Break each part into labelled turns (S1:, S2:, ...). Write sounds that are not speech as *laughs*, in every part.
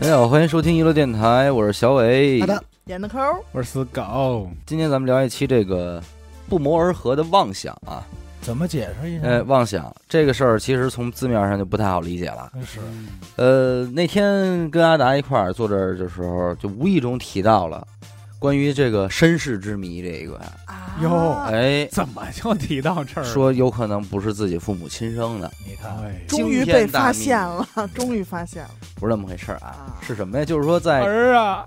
S1: 大家好，欢迎收听娱乐电台，我是小伟
S2: 好。的，
S3: 点的抠，
S2: 我是死狗，
S1: 今天咱们聊一期这个不谋而合的妄想啊，
S4: 怎么解释
S2: 嗯
S4: 一下？
S1: 呃，妄想这个事儿其实从字面上就不太好理解了。
S4: 真是
S1: 呃，那天跟阿达一块儿坐这儿的时候，就无意中提到了关于这个身世之谜这一个，
S2: 哟
S3: 啊，
S1: 哎，
S2: 怎么就提到这儿了？
S1: 说有可能不是自己父母亲生的，
S4: 你看，
S2: 哎，
S3: 终于被发现
S1: 哎
S3: 了，终于发现了，
S1: 不是那么回事儿啊
S3: 啊，
S1: 是什么呀？就是说在
S2: 儿啊，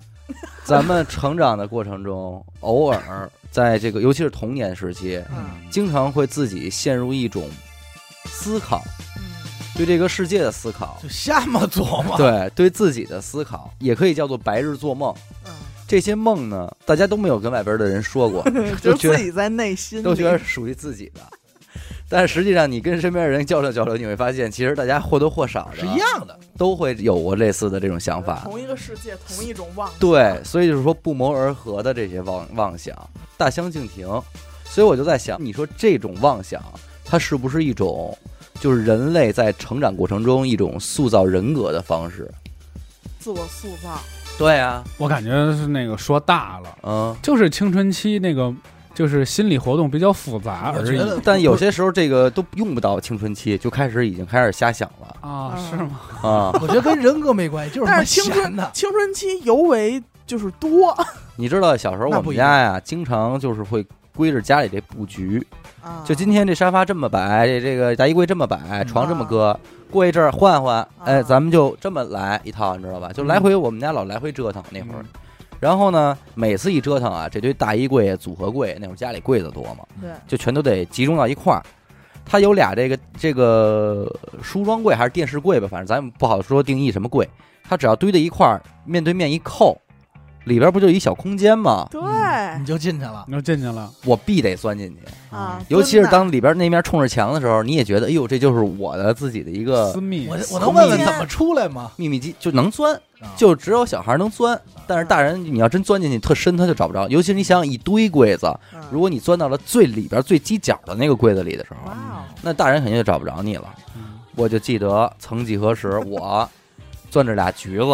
S1: 咱们成长的过程中，偶尔在这个，尤其是童年时期，
S3: 嗯
S1: 经常会自己陷入一种思考，
S3: 嗯，
S1: 对这个世界的思考，
S4: 就瞎么琢磨。
S1: 对对自己的思考，也可以叫做白日做梦。
S3: 嗯
S1: 这些梦呢，大家都没有跟外边的人说
S4: *laughs*
S1: 过，嗯都
S3: *laughs* 就
S1: 觉
S3: 自
S1: 得
S3: 己在内心
S1: 都觉得
S3: 里
S1: 是属于自己的。但实际上，你跟身边人交流交流，你会发现，其实大家或多或少的啊
S4: 是一样的，
S1: 都会有过类似的这种想法。
S3: 同一个世界，同一种妄，
S1: 对，所以就是说不谋而合的这些妄妄想，大相径庭。所以我就在想，你说这种妄想，它是不是一种，就是人类在成长过程中一种塑造人格的方式？
S3: 自我塑造，
S1: 对啊，
S2: *laughs* 我感觉是那个说大了，
S1: 嗯。
S2: 就是青春期那个，就是心理活动比较复杂
S4: 我
S2: 而
S4: 觉
S2: 已啊
S4: 得
S1: 但有些时候这个都用不到青春期，就开始已经开始瞎想了
S2: 啊，是吗？
S1: 啊！
S4: 我觉得跟人格没关系，就是他妈
S3: 但是青春
S4: 闲的。
S3: 青春期尤为就是多
S1: 你知道小时候
S4: *laughs* 那
S1: 我
S4: 不
S1: 们
S4: 一样
S1: 家呀，经常就是会归着家里这布局，*laughs*
S3: 啊，嗯
S1: 就今天这沙发这么摆，这这个大衣柜这么摆，床这么搁，过一阵儿换换，哎，
S3: 啊嗯
S1: 咱们就这么来一套，你知道吧？就来回我们家老来回折腾那会儿，然后呢，每次一折腾啊，这堆大衣柜、组合柜，那会儿家里柜子多嘛，
S3: *laughs* 对，
S1: 就全都得集中到一块儿。它有俩这个这个梳妆柜还是电视柜吧，反正咱们不好说定义什么柜，它只要堆在一块儿，面对面一扣，里边不就一小空间吗？
S3: 对
S4: 嗯你就进去了，
S2: 你就进去了，
S1: 我必得钻进去。
S3: 啊，
S1: 嗯尤其是
S3: 真的
S1: 当里边那面冲着墙的时候，你也觉得，哎呦，这就是我的自己的一个
S2: 私密
S4: 我
S1: 私
S4: 我能问
S1: 密
S4: 问怎么出来吗？
S1: 秘密基，就能钻，
S4: 啊
S1: 就只有小孩能钻。但是大人，你要真钻进去特深，他就找不着。尤其是你想想一堆柜子，
S3: 嗯
S1: 如果你钻到了最里边最犄角的那个柜子里的时候
S3: 哇，哦，
S1: 那大人肯定就找不着你了。
S2: 嗯，
S1: 我就记得曾几何时，我攥着俩橘子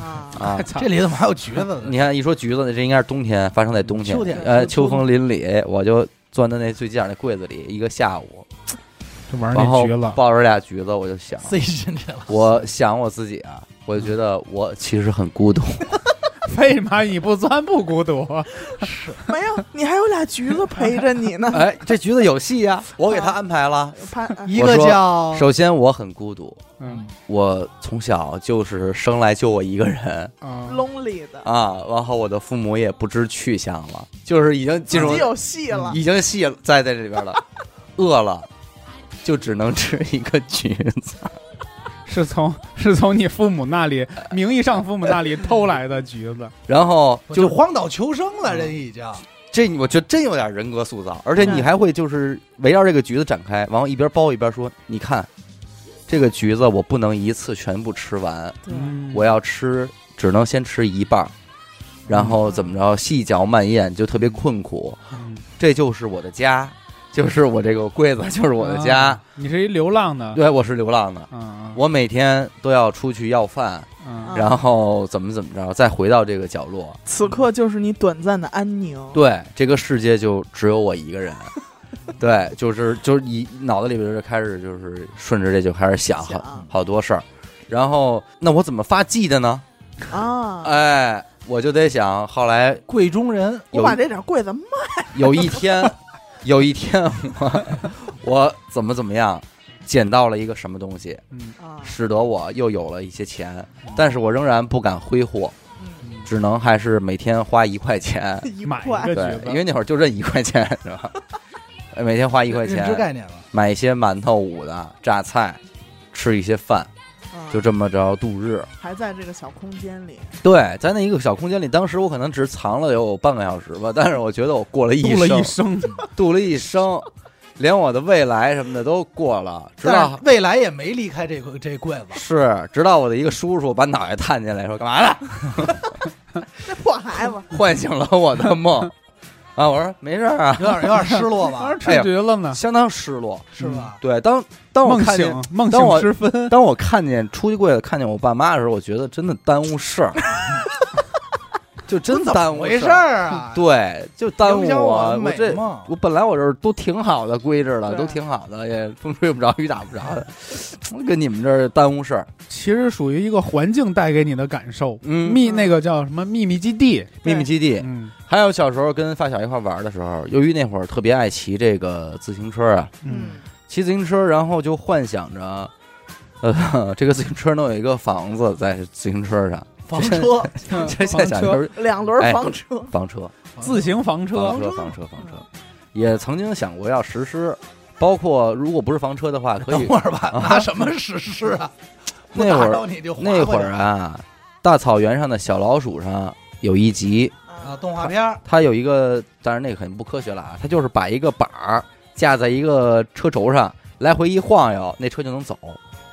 S3: 啊，
S1: 啊
S2: *laughs* 操
S4: 这里怎么还有橘子呢？
S1: 你看一说橘子，这应该是冬天，发生在冬天，
S4: 秋天
S1: 呃，
S4: 秋
S1: 秋风凛凛，我就钻到那最犄角那柜子里一个下午，
S2: 就玩
S1: 然
S2: 那
S1: 后
S2: 局了，
S1: 抱着俩橘子，我就想，
S4: *laughs* 塞进
S1: *laughs*
S4: 去了，
S1: 我想我自己啊，我就觉得我其实很孤独。
S2: *laughs* 为嘛你不钻不孤独？
S3: 没有，你还有俩橘子陪着你
S1: *laughs* *laughs*
S3: 呢，呃
S1: 哎，这橘子有戏呀、我给他安排了。
S3: 潘，
S4: 一个叫
S1: 首先，我很孤独，
S2: 嗯
S1: 我从小就是生来就我一个人
S2: 啊，
S3: lonely 的，
S1: 啊。然后我的父母也不知去向了，就是已经进
S3: 自
S1: 入嗯
S3: 己有戏了，
S1: 已经戏栽在这里边 *laughs* 了，饿了就只能吃一个橘子。
S2: 是从是从你父母那里，名义上父母那里偷来的橘
S1: *laughs*
S2: 子，
S1: 然后
S4: 我就
S1: 就
S4: 荒岛求生了，人已经
S1: 这，我觉得真有点人格塑造，而且你还会就是围绕这个橘子展开，然后一边剥一边说：“你看，这个橘子我不能一次全部吃完，
S3: 对，
S2: 嗯
S1: 我要吃，只能先吃一半儿，然后怎么着细嚼慢咽，就特别困苦。
S2: 嗯
S1: 这就是我的家，就是我这个柜子，就是我的家
S2: 啊。你是一流浪的，
S1: 对，我是流浪的，
S2: 嗯，嗯
S1: 我每天都要出去要饭，
S2: 嗯
S3: 啊
S1: 然后怎么怎么着，再回到这个角落。
S3: 此刻就是你短暂的安宁，
S1: 对，这个世界就只有我一个人。对，就是就是你脑子里边就开始就是顺着这就开始想好
S3: 想
S1: 好多事儿，然后那我怎么发迹的呢？
S3: 啊，
S1: 哎，我就得想，后来
S4: 贵中人，
S1: 有
S3: 我把这点柜子卖
S1: 有一天，有一天我我怎么怎么样，捡到了一个什么东西，
S2: 嗯
S3: 啊，
S1: 使得我又有了一些钱，
S3: 嗯
S1: 但是我仍然不敢挥霍，只能还是每天花一块钱，
S3: 一
S2: 买一
S3: 块
S2: 个
S1: 对
S2: 橘，子，
S1: 因为那会儿就认一块钱，是吧？ *laughs* 每天花一块
S4: 认知
S1: 钱
S4: 概念了，
S1: 买一些馒头捂的榨菜，吃一些饭，
S3: 啊
S1: 就这么着度日。
S3: 还在这个小空间里，
S1: 对，在那一个小空间里，当时我可能只藏了有半个小时吧，但是我觉得我过了一
S2: 度了
S1: 生
S2: 一，生，
S1: 度了一生，连我的未来什么的都过了，直
S4: 但是
S1: 到
S4: 未来也没离开这个这柜子，
S1: 是直到我的一个叔叔把脑袋探进来说干嘛呢？
S3: 这破孩子，
S1: 唤醒了我的梦， *laughs* 啊，我说没事儿啊，
S4: 有点有点失落
S2: *laughs* 当
S4: 吧
S2: 时，吃绝了呢，
S1: 相当失落。
S4: 是吧？
S1: 对，当哎当我
S2: 梦
S1: 看见
S2: 醒梦
S1: 当我
S2: 醒时分，
S1: *laughs* 当我看见出去柜子看见我爸妈的时候，我觉得真的耽误事
S4: *laughs*
S1: 儿，就真耽误
S4: 回事
S1: 儿。
S4: 儿啊？
S1: 对，就耽误
S4: 影响我的
S1: 我，我
S4: 美
S1: 这
S4: 梦
S1: 我本来我这儿都挺好的，规制了，
S2: 对
S1: 都挺好的，也风吹不着，雨打不着的，跟你们这儿耽误事儿。
S2: 其实属于一个环境带给你的感受。
S1: 嗯，
S2: 秘那个叫什么秘密基地？
S1: 秘密基地，
S2: 嗯
S1: 还有小时候跟发小一块玩的时候，由于那会儿特别爱骑这个自行车啊，
S2: 嗯，
S1: 骑自行车，然后就幻想着，呃，这个自行车能有一个房子在自行车上，
S4: 房车，
S1: *laughs* 这现在想就
S2: 嗯房车
S1: 是
S3: 两轮房车，
S1: 房车，
S2: 自行
S1: 房
S2: 房车，
S1: 车，房车，房车，也曾经想过要实施。包括如果不是房车的话，可
S4: 等
S1: 以
S4: 会儿吧，拿什么实施啊？不
S1: 那会
S4: 打
S1: 儿
S4: 扰你就划
S1: *laughs* 那
S4: 过
S1: 会
S4: 去
S1: 儿啊，大草原上的小老鼠上有一集，
S4: 啊，动画片儿
S1: 它有一个，当然那个很不科学了啊，它就是把一个板儿架在一个车轴上，来回一晃悠，那车就能走。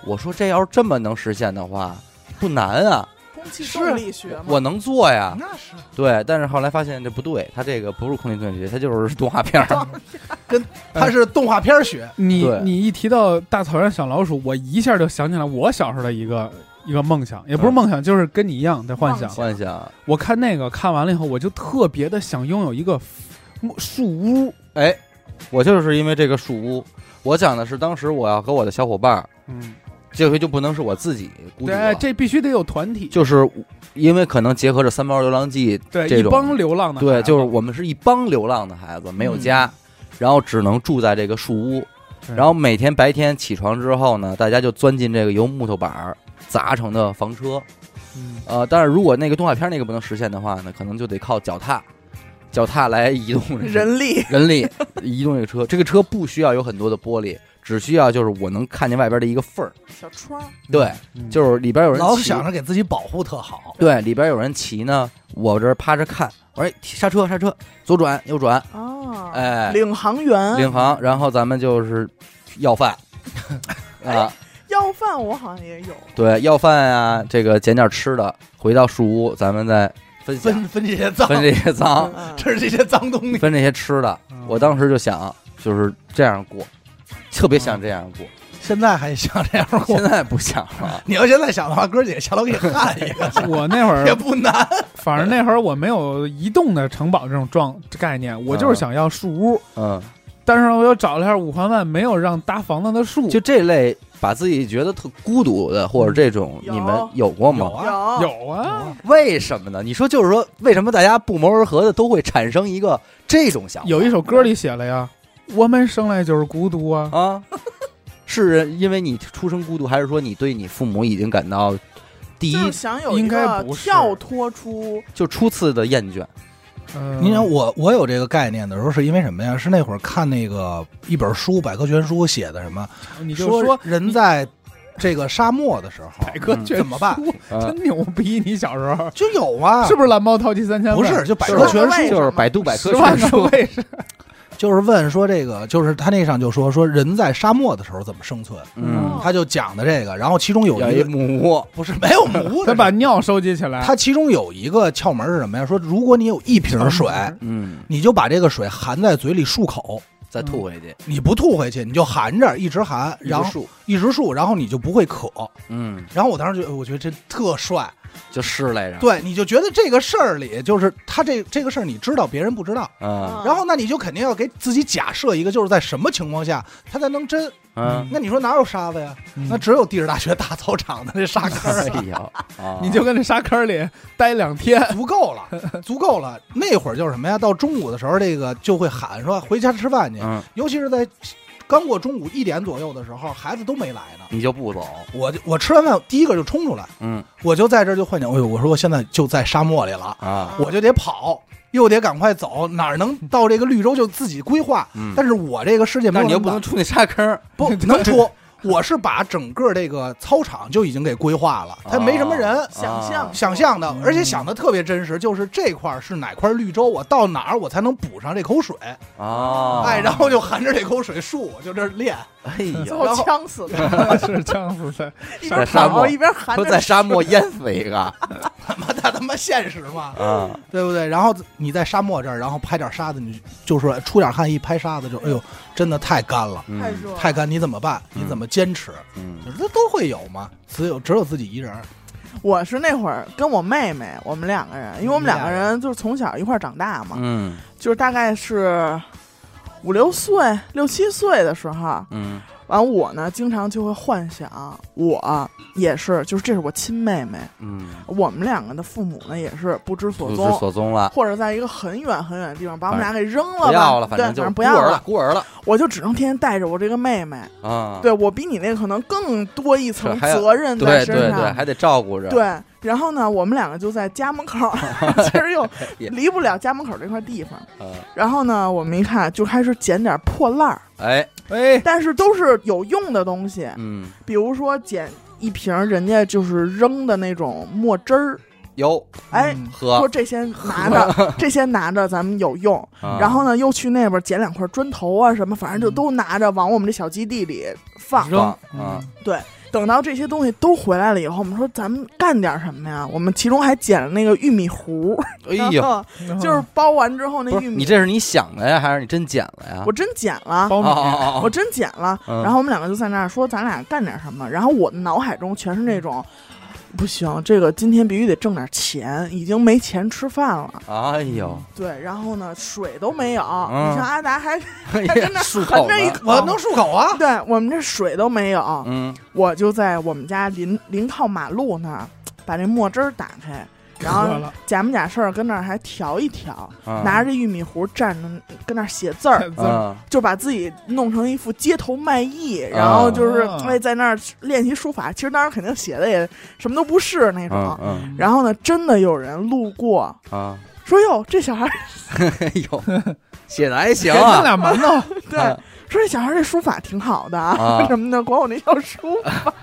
S1: 我说这要是这么能实现的话，不难
S4: *laughs*
S1: 啊，
S3: 空气动力学嘛，
S1: 我能做呀。
S4: 那是
S1: 对，但是后来发现这不对，它这个不是空气动力学，它就是动画
S4: *laughs*
S1: 片儿。
S4: 它是动画片儿学，
S2: 你
S1: 对
S2: 你一提到大草原小老鼠，我一下就想起来我小时候的一个一个梦想，也不是
S1: 嗯
S2: 梦想，就是跟你一样的幻想
S3: 梦。
S1: 幻想，
S2: 我看那个看完了以后，我就特别的想拥有一个 f- 树屋。
S1: 哎，我就是因为这个树屋，我讲的是当时我要和我的小伙伴儿，
S2: 嗯，
S1: 这回就不能是我自己孤独了
S2: 对，，哎这必须得有团体，
S1: 就是因为可能结合着《三毛流浪记》
S2: 对
S1: 这
S2: 一
S1: 种
S2: 帮流浪的孩子，嗯
S1: 对，就是我们是一帮流浪的孩子，没有家，然后只能住在这个树屋，
S2: 对
S1: 然后每天白天起床之后呢，大家就钻进这个由木头板儿砸成的房车。
S2: 嗯
S1: 呃，但是如果那个动画片那个不能实现的话呢，可能就得靠脚踏，脚踏来移动这个
S3: 人力
S1: 人力 *laughs* 移动这个车。这个车不需要有很多的玻璃，只需要就是我能看见外边的一个缝儿，
S3: 小窗，
S1: 对，
S2: 嗯
S1: 就是里边有人
S4: 老
S1: 骑
S4: 想着给自己保护特好，
S1: 对，里边有人骑呢，我这儿趴着看，我说哎刹车刹车，左转右转，
S3: 哦，
S1: 哎，
S3: 领航员，
S1: 领航，然后咱们就是要饭啊，
S3: 要饭我好像也有，
S1: 对，要饭啊，这个捡点吃的，回到树屋，咱们再分享
S4: 分分这些脏，
S1: 啊
S4: *laughs*
S1: 分这些
S3: *laughs*
S1: 脏，
S3: 嗯
S4: 这是这些脏东西。
S1: 分这些吃的。
S2: 嗯
S1: 我当时就想，就是这样过，特别想这样过，
S4: 现在还想这样过
S1: 现？在不想了。
S4: *laughs* 你要现在想的话，哥几个下楼给你焊一
S2: *laughs*
S4: 个，
S2: 我那
S1: *laughs*
S2: 会
S4: 也
S2: 儿，
S4: 不难。
S2: 反正那会儿我没有移动的城堡这种状概念，我
S4: 啊
S2: 就是想要树屋。
S1: 嗯，
S2: 但是我又找了一下五环外没有让搭房子的树，
S1: 就这类把自己觉得特孤独的，或者这种，
S3: 有
S1: 你们有过吗？
S4: 啊，
S3: 有
S2: 有啊，
S1: 为什么呢？你说就是说，为什么大家不谋而合的都会产生一个这种想法？
S2: 有一首歌里写了呀，我们生来就是孤独
S4: 哦
S2: 啊，
S1: 啊， *laughs* 是因为你出生孤独，还是说你对你父母已经感到第一
S3: 就是想有
S2: 应
S3: 一
S2: 该
S3: 个
S2: 不是
S3: 跳脱出
S1: 就初次的厌倦？
S2: 嗯，
S4: 你想我我有这个概念的时候是因为什么呀？是那会儿看那个一本书，百科全书写的什么，
S2: 你就
S4: 说人在这个沙漠的时候
S2: 百科全
S4: 怎么办？
S1: 嗯，
S2: 真牛逼！你小时候
S4: 就有啊，
S2: 是不是蓝猫淘气三千问？
S4: 不是就百
S1: 就
S4: 科
S1: 是
S4: 全书
S3: 为什
S1: 就
S3: 么
S1: 是百度百科
S2: 十万
S1: 全
S2: 个
S1: 书，
S2: 为什么？
S4: 就是问说这个，就是他那上就说说人在沙漠的时候怎么生存，
S1: 嗯，
S4: 他就讲的这个，然后其中有
S1: 有一
S4: 一个
S1: 木屋，
S4: 不是没有母
S2: 他把尿收集起来，
S4: 它其中有一个窍门是什么呀？说如果你有一瓶水，
S1: 嗯，
S4: 你就把这个水含在嘴里漱口，
S1: 再吐回去，
S4: 你不吐回去，你就含着一直含，嗯然
S1: 一
S4: 后
S1: 树，
S4: 一直漱，然后你就不会渴。
S1: 嗯，
S4: 然后我当时就我觉得这特帅，
S1: 就是来着，
S4: 对，你就觉得这个事儿里就是他这这个事儿你知道别人不知道，
S1: 嗯
S4: 然后那你就肯定要给自己假设一个就是在什么情况下他才能真。
S1: 嗯，
S4: 那你说哪有沙子呀？
S2: 嗯
S4: 那只有地质大学大操场的这沙
S1: *laughs*
S4: 坑
S1: 哎
S4: 儿
S1: 呀，啊
S2: 你就跟那沙坑里待两天，
S4: 足够了，足够了。那会儿就是什么呀？到中午的时候，这个就会喊说回家吃饭去，
S1: 嗯，
S4: 尤其是在刚过中午一点左右的时候，孩子都没来呢。
S1: 你就不走，
S4: 我就我吃完饭第一个就冲出来，
S1: 嗯
S4: 我就在这儿就幻想，哎呦，我说我现在就在沙漠里了，
S1: 啊，
S4: 我就得跑，又得赶快走，哪儿能到这个绿洲就自己规划。
S1: 嗯，
S4: 但是我这个世界没
S1: 但
S4: 有
S1: 是你又
S4: 那么
S1: 不能
S4: 大，
S1: 出那沙坑儿，
S4: 不能出。我是把整个这个操场就已经给规划了，它没什么人，
S3: 想
S1: 啊
S3: 象
S4: 想象的
S2: 嗯，
S4: 而且想的特别真实，就是这块儿是哪块绿洲，我到哪儿我才能补上这口水，
S1: 啊，
S4: 哎，然后就含着这口水漱，我就这儿练， *laughs*
S1: 哎
S3: 最
S1: 呀， *laughs*
S3: 后呛死了，
S4: 啊
S2: *laughs* 是这样子的。
S3: 一
S1: 在
S3: 边
S1: 沙漠
S3: 跑一边含
S1: 说
S3: 着 *laughs*
S1: 在沙漠淹死一个，
S4: 他妈他他妈现实嘛，
S1: 啊，
S4: 对不对？然后你在沙漠这儿，然后拍点沙子，你就说出点汗，一拍沙子就哎呦，真的太干了，
S1: 嗯
S3: 太热，
S4: 太干，你怎么办？
S1: 嗯
S4: 你怎么坚持？
S1: 嗯
S4: 这都会有嘛，只有只有自己一人儿，
S3: 我是那会儿跟我妹妹，我们两个人，因为我们两个
S4: 你们俩
S3: 人就是从小一块儿长大嘛，
S1: 嗯
S3: 就是大概是五六岁、六七岁的时候，
S1: 嗯
S3: 完我呢经常就会幻想，我也是，就是这是我亲妹妹，
S1: 嗯，
S3: 我们两个的父母呢也是不知所
S1: 不
S3: 踪
S1: 知。所踪了，
S3: 或者在一个很远很远的地方把我们俩给扔了吧，
S1: 哎不要了，
S3: 对，
S1: 正
S3: 反
S1: 就
S3: 不
S1: 孤
S3: 要
S1: 儿了，，孤儿了
S3: 我就只能天天带着我这个妹妹，
S1: 啊。
S3: 对我比你那个可能更多一层
S1: 是还有
S3: 责任在
S1: 对
S3: 身
S1: 对
S3: 上，
S1: 对，还得照顾着。
S3: 对，然后呢，我们两个就在家门
S1: *laughs*
S3: 口儿，其实又
S1: 也
S3: 离不了家门口这块地方。
S1: 嗯，
S3: 然后呢，我们一看就开始捡点破烂儿，
S1: 哎，
S2: 哎，
S3: 但是都是有用的东西，
S1: 嗯，
S3: 比如说捡一瓶儿人家就是扔的那种墨汁儿，
S1: 有
S3: 哎，
S4: 嗯
S1: 喝
S3: 说，这些
S1: *laughs*
S3: 拿着，这些拿着咱们有用。
S1: 啊嗯
S3: 然后呢，又去那边捡两块砖头啊什么，反正就都拿着往我们这小基地里放。
S2: 扔
S1: 放啊
S4: 啊
S2: 嗯
S3: 等到这些东西都回来了以后，我们说咱们干点什么呀？我们其中还捡了那个玉米糊，
S1: 哎
S3: *laughs*
S1: 呦，，
S2: 嗯
S3: 就是包完之后那
S1: 不
S3: 玉
S1: 是
S3: 米，
S1: 你这是你想的呀，还是你真捡了呀？
S3: 我真捡了，
S2: 苞
S1: 哦哦
S4: 啊
S2: 米，
S1: 哦
S3: 我
S1: 哦，
S3: 真捡了。
S1: 嗯
S3: 然后我们两个就在那儿说咱俩干点什么，然后我的脑海中全是那种。不行，这个今天必须得挣点钱，已经没钱吃饭了。
S1: 哎呦，
S3: 对，然后呢，水都没有。
S1: 嗯
S3: 你像阿达还， *laughs*
S1: 哎
S3: 还真的
S1: 呀，漱
S3: 含
S1: 口
S3: 着一
S1: 呢，
S3: 口，
S4: 我能漱口啊，
S3: 对我们这水都没有，
S1: 嗯，
S3: 我就在我们家临临靠马路那儿把这墨汁儿打开，然
S2: 喝
S3: 后
S2: 了
S3: 假模假式儿跟那儿还调一调，
S1: 嗯
S3: 拿着这玉米糊站着跟那儿写
S2: *laughs*
S1: *laughs*
S3: 字儿，
S1: 嗯
S3: 就把自己弄成一副街头卖艺，然后就是
S2: 啊
S3: 哎在那儿练习书法。其实当时肯定写的也什么都不是那种
S1: 嗯。嗯
S3: 然
S2: *laughs*
S3: 后呢，真的有人路过
S1: *laughs* 啊，
S3: 说：“哟，这小孩儿
S1: 哎呦，写的还行
S2: 给他 *laughs*
S1: 啊，
S2: 俩馒
S4: *laughs*
S2: 头，
S3: 对，说这小孩儿这书法挺好的
S1: 啊
S3: *laughs* 什么的，管我那叫书法。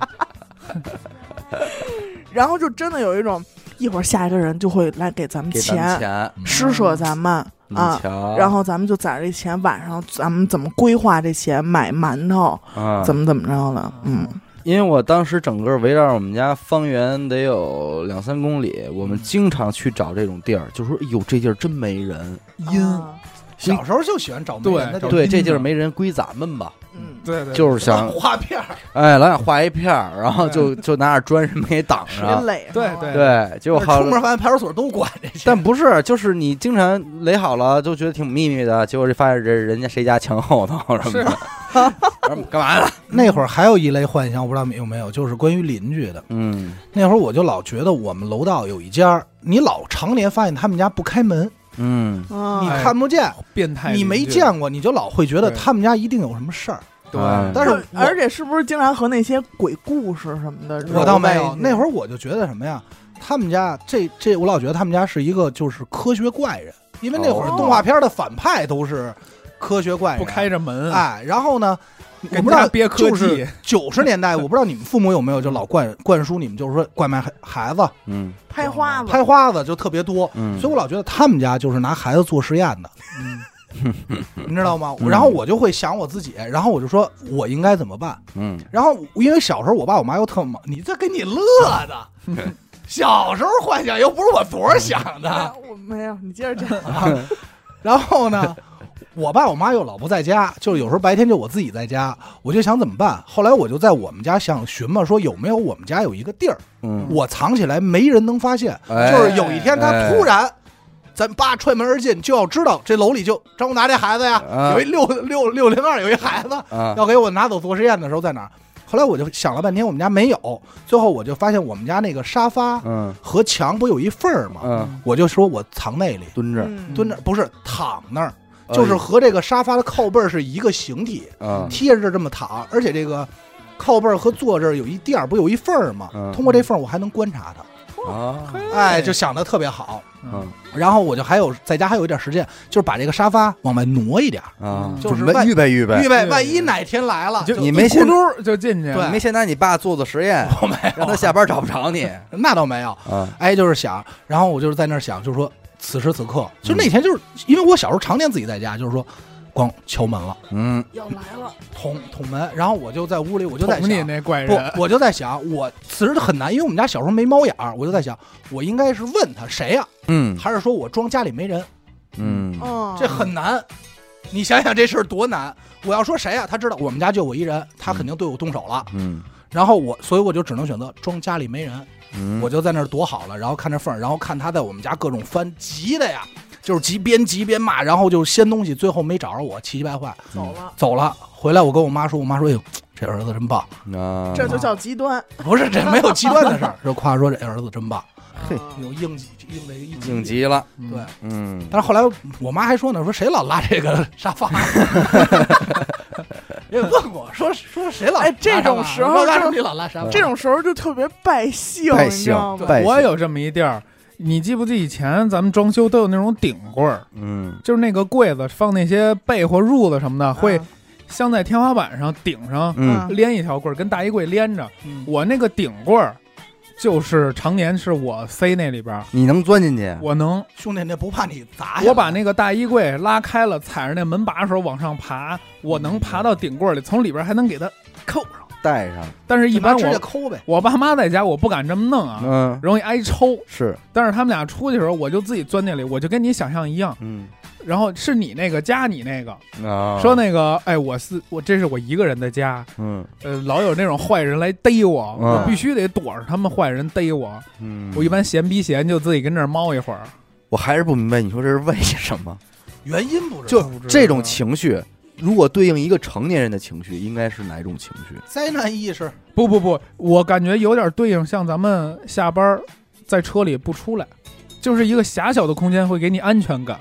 S3: 然后就真的有一种，一会儿下一个人就会来给咱们
S1: 给咱们
S3: 钱，
S1: 钱，嗯
S3: 施舍咱们
S1: 你
S3: 啊。
S1: 瞧，
S3: 然后咱们就攒着这钱，晚上咱们怎么规划这钱，买馒头，
S1: 嗯
S3: 怎么怎么着的，嗯，
S1: 因为我当时整个围绕我们家方圆得有两三公里，我们经常去找这种地儿，就说：“哎呦，这地儿真没人。
S4: 阴。
S3: 啊
S4: 小时候就喜欢找没人的地
S2: 找
S4: 儿，
S1: 对，
S2: 阴
S1: 这地儿
S2: 呢
S1: 没人，归咱们吧。
S3: 嗯，
S2: 对对，
S1: 就是
S4: 像 *laughs*
S1: 想，
S4: 画片儿，
S1: 哎，老想画一片儿，然后就就拿点砖什么给挡
S3: 给
S4: 啊
S1: 上。
S3: 垒
S2: 对
S3: 上了
S2: 对
S1: 对，结果好
S4: 出，门发现派出所都管这些，
S1: 但不是，就是你经常垒好了，就觉得挺秘密的，结果这发现人人家谁家墙后头什么的，我说干嘛呢？
S4: 那会儿还有一类幻想，我不知道你有没有，就是关于邻居的。
S1: 嗯，
S4: 那会儿我就老觉得我们楼道有一家儿，你老常年发现他们家不开门，
S1: 嗯
S3: 嗯
S4: 你看不见，
S2: 变态邻居，
S4: 你没见过，你啊就老会觉得
S2: 对
S4: 他们家一定有什么事儿。
S2: 对，
S1: 哎
S4: 但是
S3: 就
S4: 我
S3: 而且是不是经常和那些鬼故事什么的？
S4: 我倒没有，那会
S3: 儿
S4: 儿我就觉得什么呀，他们家这这，我老觉得他们家是一个就是科学怪人，因为那会儿
S1: 哦
S4: 动画片的反派都是科学怪人，
S2: 不开着门，
S4: 哎，然后呢，我
S2: 给
S4: 不
S2: 你
S4: 知道
S2: 俩憋科
S4: 就
S2: 技
S4: 是，九十
S1: *laughs*
S4: 年代，我不知道你们父母有没有就老灌灌输你们，就是说灌卖孩孩子
S1: 嗯
S3: 拍花子，
S4: 拍花子就特别多，
S1: 嗯，
S4: 所以我老觉得他们家就是拿孩子做实验的，
S2: 嗯
S4: 你知道吗？
S1: 嗯
S4: 然后我就会想我自己，然后我就说我应该怎么办？
S1: 嗯
S4: 然后因为小时候我爸我妈又特忙，你这给你乐的，
S1: *laughs*
S4: 小时候幻想又不是我昨儿想
S1: *laughs*
S4: 的
S3: 啊。我没有，你接着讲。
S4: 然后呢，我爸我妈又老不在家，就是有时候白天就我自己在家，我就想怎么办。后来我就在我们家想寻摸，说有没有我们家有一个地儿，
S1: 嗯，
S4: 我藏起来没人能发现。
S1: 哎
S4: 就是有一天他
S1: 哎
S4: 突然，咱爸踹门而进，就要知道这楼里就张拿这孩子呀，
S1: 啊
S4: 有一六六六零二有一孩子，
S1: 啊
S4: 要给我拿走做实验的时候在哪儿？后来我就想了半天，我们家没有。最后我就发现我们家那个沙发
S1: 嗯
S4: 和墙不有一缝儿吗？
S1: 嗯，
S4: 我就说我藏那里，
S1: 蹲着
S3: 嗯
S4: 蹲着不是躺那儿，
S1: 哎
S4: 就是和这个沙发的靠背儿是一个形体，
S1: 嗯
S4: 贴着这么躺，而且这个靠背儿和坐这儿有一垫儿，不有一缝儿吗
S1: 嗯？
S4: 通过这缝儿我还能观察它，
S1: 啊
S4: 哎，就想的特别好。
S1: 嗯
S4: 然后我就还有在家还有一点时间，就是把这个沙发往外挪一点儿，
S1: 啊，
S4: 就是
S1: 准备
S4: 万
S1: 预备预备
S4: 预备
S2: 对
S4: 万一哪天来了，
S2: 就 *laughs*
S1: 你没
S2: 一咕
S1: 先
S2: 噜就进去，
S4: 对
S1: 你没先拿你爸做做实验，
S4: 我没有
S1: 让他下班找不着你
S4: 那倒没有。
S1: 啊。
S4: 哎，就是想，然后我就是在那儿想，就是说此时此刻，就那天就是因为我小时候常年自己在家，就是说咣敲门了，
S1: 嗯，
S3: 要来了，
S4: 捅捅门，然后我就在屋里，我就在
S2: 捅你
S4: 想，
S2: 那怪人，
S4: 不，我就在想，我此时很难，因为我们家小时候没猫眼儿，我就在想，我应该是问他谁呀、
S1: 嗯
S4: 还是说我装家里没人？
S1: 嗯
S3: 嗯，
S4: 这很难。你想想这事儿多难！我要说谁啊呀、他知道我们家就我一人，他肯定对我动手了。
S1: 嗯
S4: 然后我，所以我就只能选择装家里没人，
S1: 嗯，
S4: 我就在那儿躲好了，然后看着缝儿，然后看他在我们家各种翻，急的呀，就是急边急边骂，然后就掀东西，最后没找着我，气急败坏
S3: 走了，
S4: 走了。回来我跟我妈说，我妈说：“哎呦，这儿子真棒！
S1: 啊，
S3: 这就
S4: 嗯
S3: 叫极端。
S4: 不是这没有极端的事儿，就夸说这儿子真棒，
S1: 嘿
S3: 嗯
S4: 有应急应的应
S1: 应。急了，
S2: 嗯
S4: 对，
S1: 嗯
S4: 但是后来我妈还说呢，说谁老拉这个沙发，
S3: *laughs*
S4: 也问过，说说谁老
S3: 哎这种时候
S4: 为
S3: 就
S4: 什么你老拉沙发？
S3: 这种时候就特别败兴，
S1: 败
S3: 你知
S1: 兴
S3: 道吗？
S1: 败兴
S2: 我有这么一地儿。你记不记以前咱们装修都有那种顶柜儿，
S1: 嗯
S2: 就是那个柜子放那些被或褥子什么的，
S4: 嗯
S2: 会
S3: 嗯
S2: 镶在天花板上顶上，
S1: 嗯
S2: 连一条柜儿跟大衣柜连着。
S4: 嗯
S2: 我那个顶柜儿，就是常年是我塞那里边儿，
S1: 你能钻进去？
S2: 我能，
S4: 兄弟，那不怕你
S1: 哎
S4: 砸下来
S2: 我把那个大衣柜拉开了，踩着那门把手往上爬，我能爬到顶柜儿里，从里边还能给它扣上。
S1: 带上，
S2: 但是，一
S4: 你妈
S2: 般
S4: 直接
S2: 我
S4: 抠呗。
S2: 我爸妈在家，我不敢这么弄啊，
S1: 嗯，
S2: 容易挨抽。
S1: 是，
S2: 但是他们俩出去的时候，我就自己钻那里，我就跟你想象一样。
S1: 嗯
S2: 然后是你那个家，你那个
S1: 啊，
S2: 说，那个，哎，我是我，这是我一个人的家，
S1: 嗯
S2: 呃，老有那种坏人来逮我，
S1: 嗯
S2: 我必须得躲着他们坏人逮我。
S1: 嗯，
S2: 我一般闲逼闲就自己跟这儿猫一会儿，
S1: 我还是不明白，你说这是为什么？
S4: 原因不知
S1: 就
S4: 道，啊
S2: 不知道
S1: 这种情绪，如果对应一个成年人的情绪，应该是哪种情绪？
S4: 灾难意识，
S2: 不不不，我感觉有点对应像咱们下班儿在车里不出来，就是一个狭小的空间会给你安全感，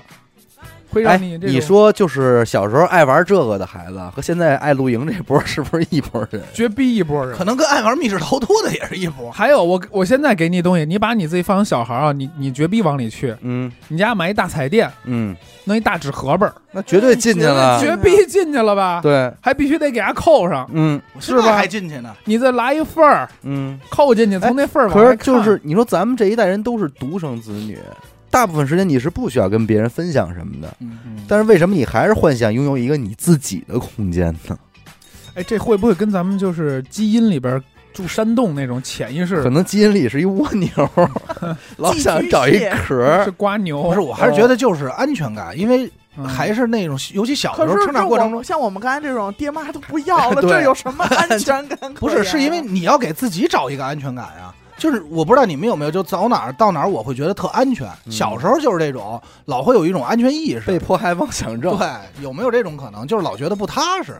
S2: 会
S1: 哎，
S2: 让你这种
S1: 你说就是小时候爱玩这个的孩子和现在爱露营这波是不是一波人？
S2: 绝逼一波人
S4: 可。能跟爱玩密室逃脱的也是一啊波。
S2: 还有我我现在给你东西，你把你自己放成小孩儿啊，你你绝逼往里去，
S1: 嗯
S2: 你家买一大彩电，
S1: 嗯，
S2: 弄一大纸盒本儿，
S1: 那绝对进去了
S3: 啊，
S2: 绝逼进去了吧？
S1: 对，
S2: 还必须得给它扣上，
S1: 嗯
S4: 我现在
S2: 是吧
S4: 还进去呢，
S2: 你再来一份儿
S1: 嗯。
S2: 扣进去，
S1: 哎
S2: 从那份儿往
S1: 可
S2: 外
S1: 是
S2: 看
S1: 就是你说咱们这一代人都是独生子女，大部分时间你是不需要跟别人分享什么的，
S4: 嗯，
S2: 嗯
S1: 但是为什么你还是幻想拥有一个你自己的空间呢？
S2: 哎，这会不会跟咱们就是基因里边儿住山洞那种潜意识
S1: 可能基因里是一蜗牛，
S2: *laughs*
S1: 老想找一壳
S2: 是
S1: 儿。
S2: 瓜牛？
S4: 不是，我还是觉得就是安全感，因为
S2: 哦嗯
S4: 还是那种，尤其小的
S3: 可
S4: 时候
S3: 是
S4: 成长过程中，
S3: 像我们刚才这种爹妈都不要
S4: *laughs*
S3: 了，
S1: 对
S3: 这有什么安全感可言？
S4: 不是，是因为你要给自己找一个安全感呀、就是我不知道你们有没有，就走哪儿到哪儿，我会觉得特安全。
S1: 嗯
S4: 小时候就是这种，老会有一种安全意识。
S1: 被迫害妄想症，
S4: 对，有没有这种可能？就是老觉得不踏实。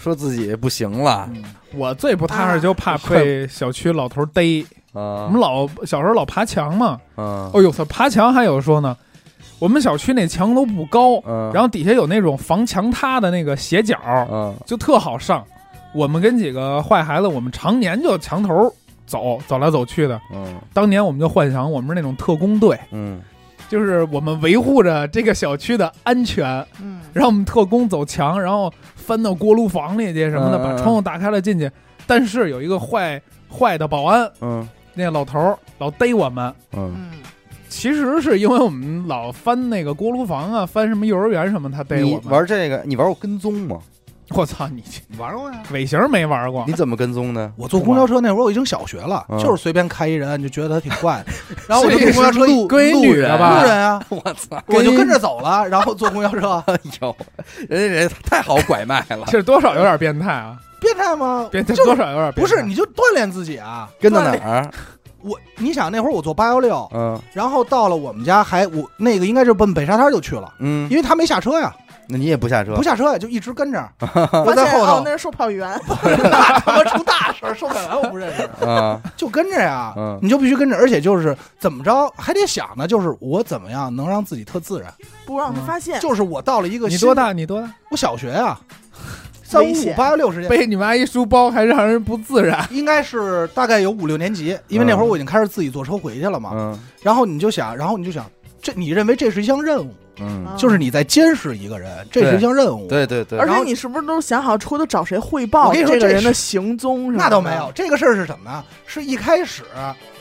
S1: 说自己不行了
S2: 我最不踏实就怕
S1: 快
S2: 被小区老头逮。我
S1: 啊
S2: 们老小时候老爬墙嘛，
S1: 啊
S2: 哦呦，操，爬墙还有说呢，我们小区那墙都不高，
S1: 嗯
S2: 然后底下有那种防墙塌的那个斜角，
S1: 嗯
S2: 就特好上。我们跟几个坏孩子，我们常年就墙头走，走来走去的。
S1: 嗯
S2: 当年我们就幻想我们是那种特工队，
S1: 嗯
S2: 就是我们维护着这个小区的安全，
S3: 嗯，
S2: 让我们特工走墙，然后翻到锅炉房里去什么的，
S1: 嗯嗯
S2: 把
S1: 嗯
S2: 窗户打开了进去。但是有一个坏坏的保安，
S1: 嗯
S2: 那老头儿老逮我们，
S1: 嗯
S3: 嗯，
S2: 其实是因为我们老翻那个锅炉房啊，翻什么幼儿园什么，他逮
S1: 你
S2: 我们。
S1: 玩这个，你玩过跟踪吗？
S2: 我操你这！
S4: 你玩过呀？
S2: 尾行没玩过
S1: 你，怎么跟踪呢？
S4: *laughs* 我坐公交车那会儿，我已经小学了，
S1: 嗯
S4: 就是随便开一人，就觉得他挺怪的。然后我就
S2: 所以
S4: 坐公交车
S2: 是
S4: 一
S2: 路跟一女的吧
S4: 路人啊，
S1: 我操！
S4: 我就跟着走了，然后坐公交车，
S1: 哎呦，人家人家太好拐卖了，
S2: 这多少有点变态啊！
S4: 变态吗？
S2: 变态
S4: 就
S2: 多
S4: 是
S2: 少有点变态。
S4: 不是？你就锻炼自己啊！
S1: *laughs* 跟到哪儿？
S4: 我你想那会儿我坐八幺六，
S1: 嗯
S4: 然后到了我们家还我那个应该就奔北沙滩就去了，
S1: 嗯，
S4: 因为他没下车呀，
S1: 那你也不下车
S4: 不？下车呀，就一直跟着，我
S3: 发
S4: 在
S3: 现
S4: 后
S3: 哦
S4: 头，
S3: 那是售票员， *laughs*
S4: 那他妈出 *laughs* 大事儿，售票员我不认识，
S1: *laughs* 啊
S4: *laughs* 就跟着呀，
S1: 嗯
S4: 你就必须跟着，而且就是怎么着还得想呢，就是我怎么样能让自己特自 *laughs* 然，
S3: 不让他发现。
S4: 就是我到了一个
S2: 你
S4: 新
S2: 多？大？你多大？
S4: 我小学 *laughs* 呀，三五
S3: 危
S4: 五
S3: 险
S4: 八幺六时间。
S2: 背你妈一书包还让人不自然。 *laughs*
S4: 应该是大概有五六年级，因为那会儿我已经开始自己坐车回去了嘛。
S1: 嗯
S4: 然后你就想，然后你就想，这你认为这是一项任务，
S1: 嗯，
S3: 嗯
S4: 就是你在监视一个人，这是一项任务。
S1: 对对对
S3: 而
S4: 然
S3: 且
S4: 后
S3: 你是不是都想好出头找谁汇
S4: 我
S3: 报
S4: 跟你说
S3: 这个
S4: 这
S3: 人的
S4: 是
S3: 行踪？
S4: 那倒没有，，这个事儿是什么呀？是一开始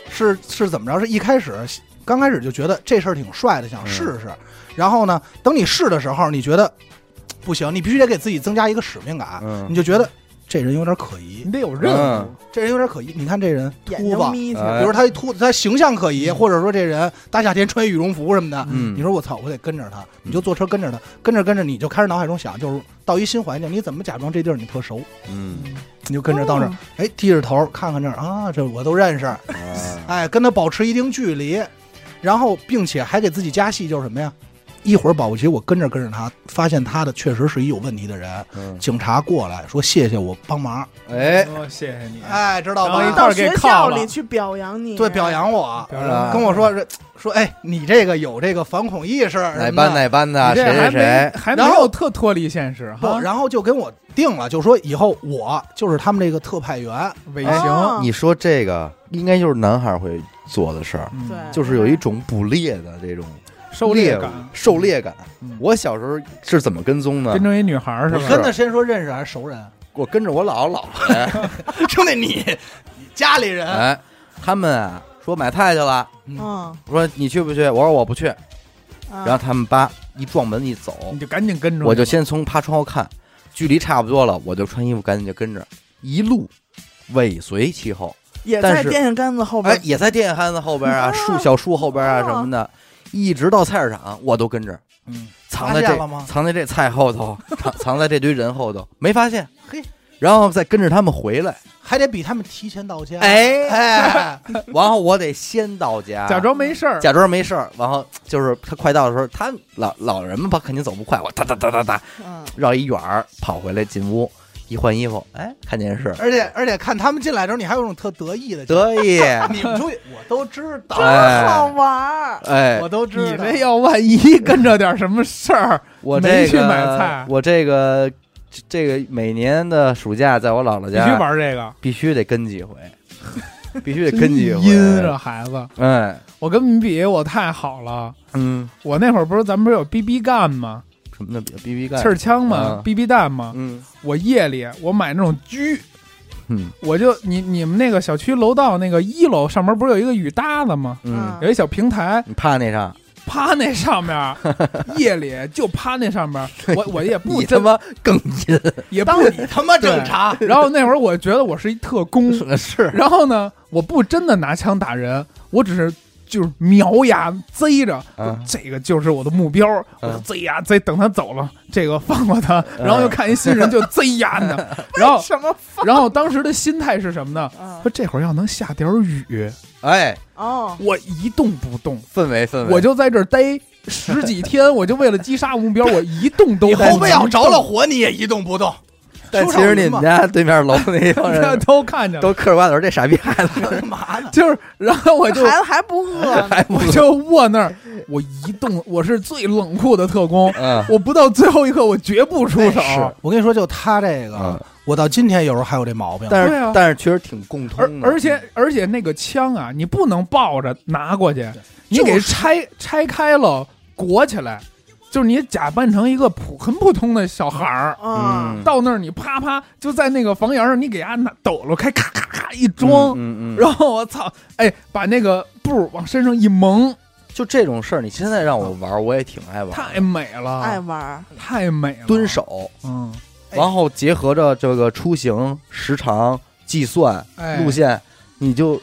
S4: 是是怎么着？是一开始刚开始就觉得这事儿挺帅的，想
S1: 嗯
S4: 试试。然后呢，等你试的时候，你觉得不行，你必须得给自己增加一个使命感，
S1: 嗯
S4: 你就觉得这人有点可疑
S2: 你，得有任务
S1: 嗯，
S4: 这人有点可疑。你看这人
S3: 眼
S4: 秃
S3: 睛
S4: 子，
S3: 眯起
S1: 哎
S3: 来，
S4: 比如他一秃子，他形象可疑，或者说这人大夏天穿羽绒服什么的，
S1: 嗯
S4: 你说我操，我得跟着他，你就坐车跟着他，跟着跟着你就开始脑海中想，就是到一新环境，你怎么假装这地儿你特熟？
S1: 嗯，
S4: 你就跟着到那儿
S3: 哦，
S4: 哎，低着头看看这儿啊，这我都认识，
S1: 啊
S4: 哎，跟他保持一定距离，然后并且还给自己加戏，就是什么呀？一会儿保不齐我跟着跟着他，发现他的确实是一有问题的人， *laughs*
S1: 嗯
S4: 警察过来说谢谢我帮忙，
S1: 哎，
S2: 哦，谢谢你，
S4: 哎，知道
S2: 然后一
S4: 吧？
S2: 块
S3: 到
S2: 儿给
S3: 学
S2: 铐
S3: 校
S2: 了
S3: 里去表扬你，
S4: 对，表扬我，
S2: 表扬
S4: 跟我说这说，哎，你这个有这个反恐意识，
S1: 哪班
S4: 的。
S1: 哪班的，
S2: 你这
S1: 啊谁
S2: 还
S1: 谁
S2: 没
S1: 谁，
S2: 还没
S4: 然后
S2: 有特脱离现实
S4: 不，
S2: 哈，
S4: 然后就跟我定了，就说以后我就是他们这个特派员，
S2: 尾
S1: 哎
S2: 行，
S3: 哦
S1: 你说这个应该就是男孩会做的事儿，
S2: 嗯
S3: 对
S1: 就是有一种捕猎的这种
S2: 狩猎
S1: 猎物
S2: 感，
S1: 狩猎感
S2: 嗯。
S1: 我小时候是怎么跟踪呢
S2: 真？正一女孩儿是
S4: 我
S2: 吧？
S4: 跟他先说认识还是熟人？ *laughs*
S1: 我跟着我姥姥姥爷，
S4: 兄弟，你你家里人，
S1: 哎，他们啊说买菜去了，
S3: 嗯，啊
S1: 我说你去不去？我说我不去。
S3: 然
S1: 然后他们叭一撞门一走
S2: 你，就赶紧
S4: 嗯
S2: 跟着，
S1: 我就先从趴窗户看，距离差不多了，我就穿衣服赶紧就跟着，一路尾随其后。
S3: 也
S1: 但
S3: 在
S1: 是
S3: 电线杆子后
S1: 哎
S3: 边，，
S1: 也在电线杆子后边啊，
S3: 啊
S1: 树小树后边啊什么的，一直到菜市场我都跟着，
S4: 嗯，
S1: 藏在这
S4: 发现了吗
S1: 藏在这菜后头， *laughs* 藏藏在这堆人后头，没发现。
S4: 嘿，
S1: 然后再跟着他们回来，
S4: 还得比他们提前到家。
S1: 哎，
S2: *laughs*
S4: 哎，
S1: 然后我得先到家，
S2: 假装没事儿，
S1: 假装没事儿，然后就是他快到的时候，他老老人们吧肯定走不快，我哒哒哒哒哒
S3: 嗯，
S1: 绕一远儿跑回来进屋，一换衣服，哎，看电视，
S4: 而且而且看他们进来的时候，你还有种特得意的劲
S1: 得
S4: 儿，
S1: 意，
S4: 你们出去我都知道，
S1: 哎
S3: 好玩儿，
S1: 哎
S4: 我，都
S2: 你
S4: 知道。
S2: 这要万
S1: *laughs*
S2: 一跟着点什么事儿，
S1: 我
S2: 没
S1: 这
S2: 去
S1: 个
S2: 买菜
S1: 我这个这这个每年的暑假在我姥姥
S2: 必须
S1: 家
S2: 玩这个，
S1: 必须得跟几
S2: *laughs*
S1: 回，必须得跟几回。
S2: 阴啊着孩子。
S1: 哎，
S2: 我跟你比，我太好了。
S1: 嗯，
S2: 我那会儿不是咱们不是有 BB 弹吗？
S1: 什么的，B B 干
S2: 气儿，枪吗
S1: 嗯
S2: ？BB 弹吗？
S1: 嗯
S2: 我夜里我买那种狙，
S1: 嗯
S2: 我就你你们那个小区楼道那个一楼上面不是有一个雨搭子吗？
S1: 嗯，
S2: 有一小平台，
S1: 你怕那啥？
S2: 趴那上面儿，夜里就趴那上面儿。我我也不
S1: 你他
S2: 真
S1: 妈更阴，
S2: 也不
S4: 当你他妈正 *laughs* 常，
S2: 然后那会儿我觉得我是一特工，
S1: *laughs* 是
S2: 然后呢，我不真的拿枪打人，我只是就是瞄呀贼着，
S1: 嗯
S2: 这个就是我的目标，我就贼呀贼，等他走了，这个放过他，然后又看一新人就贼呀呢，然后
S3: 什么放？
S2: *laughs* 然后当时的心态是什么呢？
S3: 嗯
S2: 说这会儿要能下点儿雨，
S1: 哎，
S3: 哦，
S2: 我一动不动，
S1: 氛围氛围，
S2: 我就在这儿待十几天，我就为了击杀目标，我一动都
S4: 你
S2: 不
S4: 后背要
S2: 能
S4: 着
S2: 动
S4: 了，火，你也一动不动。 *laughs*
S1: 但
S4: 收
S1: 其
S4: 手
S1: 实
S4: 了
S1: 你
S4: 嘛
S1: 们家对面楼那帮
S4: *laughs*
S1: 人
S2: 都看见了，
S1: 都嗑着瓜子儿，这傻逼孩子
S4: 干嘛呢？
S2: 就是，然后我就
S3: 孩子还不
S4: 哎
S3: 饿呢，
S1: 还不
S2: 我就卧那儿，我一动，我是最冷酷的特工，
S4: 啊
S1: 嗯
S2: 我不到最后一刻，我绝不出手。
S1: 哎是
S4: 哎我跟你说，就他这个
S1: 嗯，，
S4: 我到今天有时候还有这毛病。
S1: 但
S2: 对啊
S1: 是但是确实挺共
S2: 而
S1: 通的，啊
S2: 而且而且那个枪啊，你不能抱着拿过去，你
S4: 就是
S2: 给拆拆开了裹起来，就是你假扮成一个普很普通的小孩儿，
S4: 啊
S3: 嗯，
S2: 到那儿你啪啪就在那个房檐上，你给它拿抖搂开，咔咔咔一装，
S1: 嗯嗯嗯
S2: 然后我操，哎，把那个布儿往身上一蒙，
S1: 就这种事儿，你现在让我玩儿，我也挺爱玩儿
S2: 太美
S4: 嗯
S2: 了，
S3: 爱玩儿，
S2: 太美了，
S1: 蹲，手，
S2: 嗯，
S4: 哎
S1: 然后结合着这个出行时长、计算
S2: 哎
S1: 路线，你就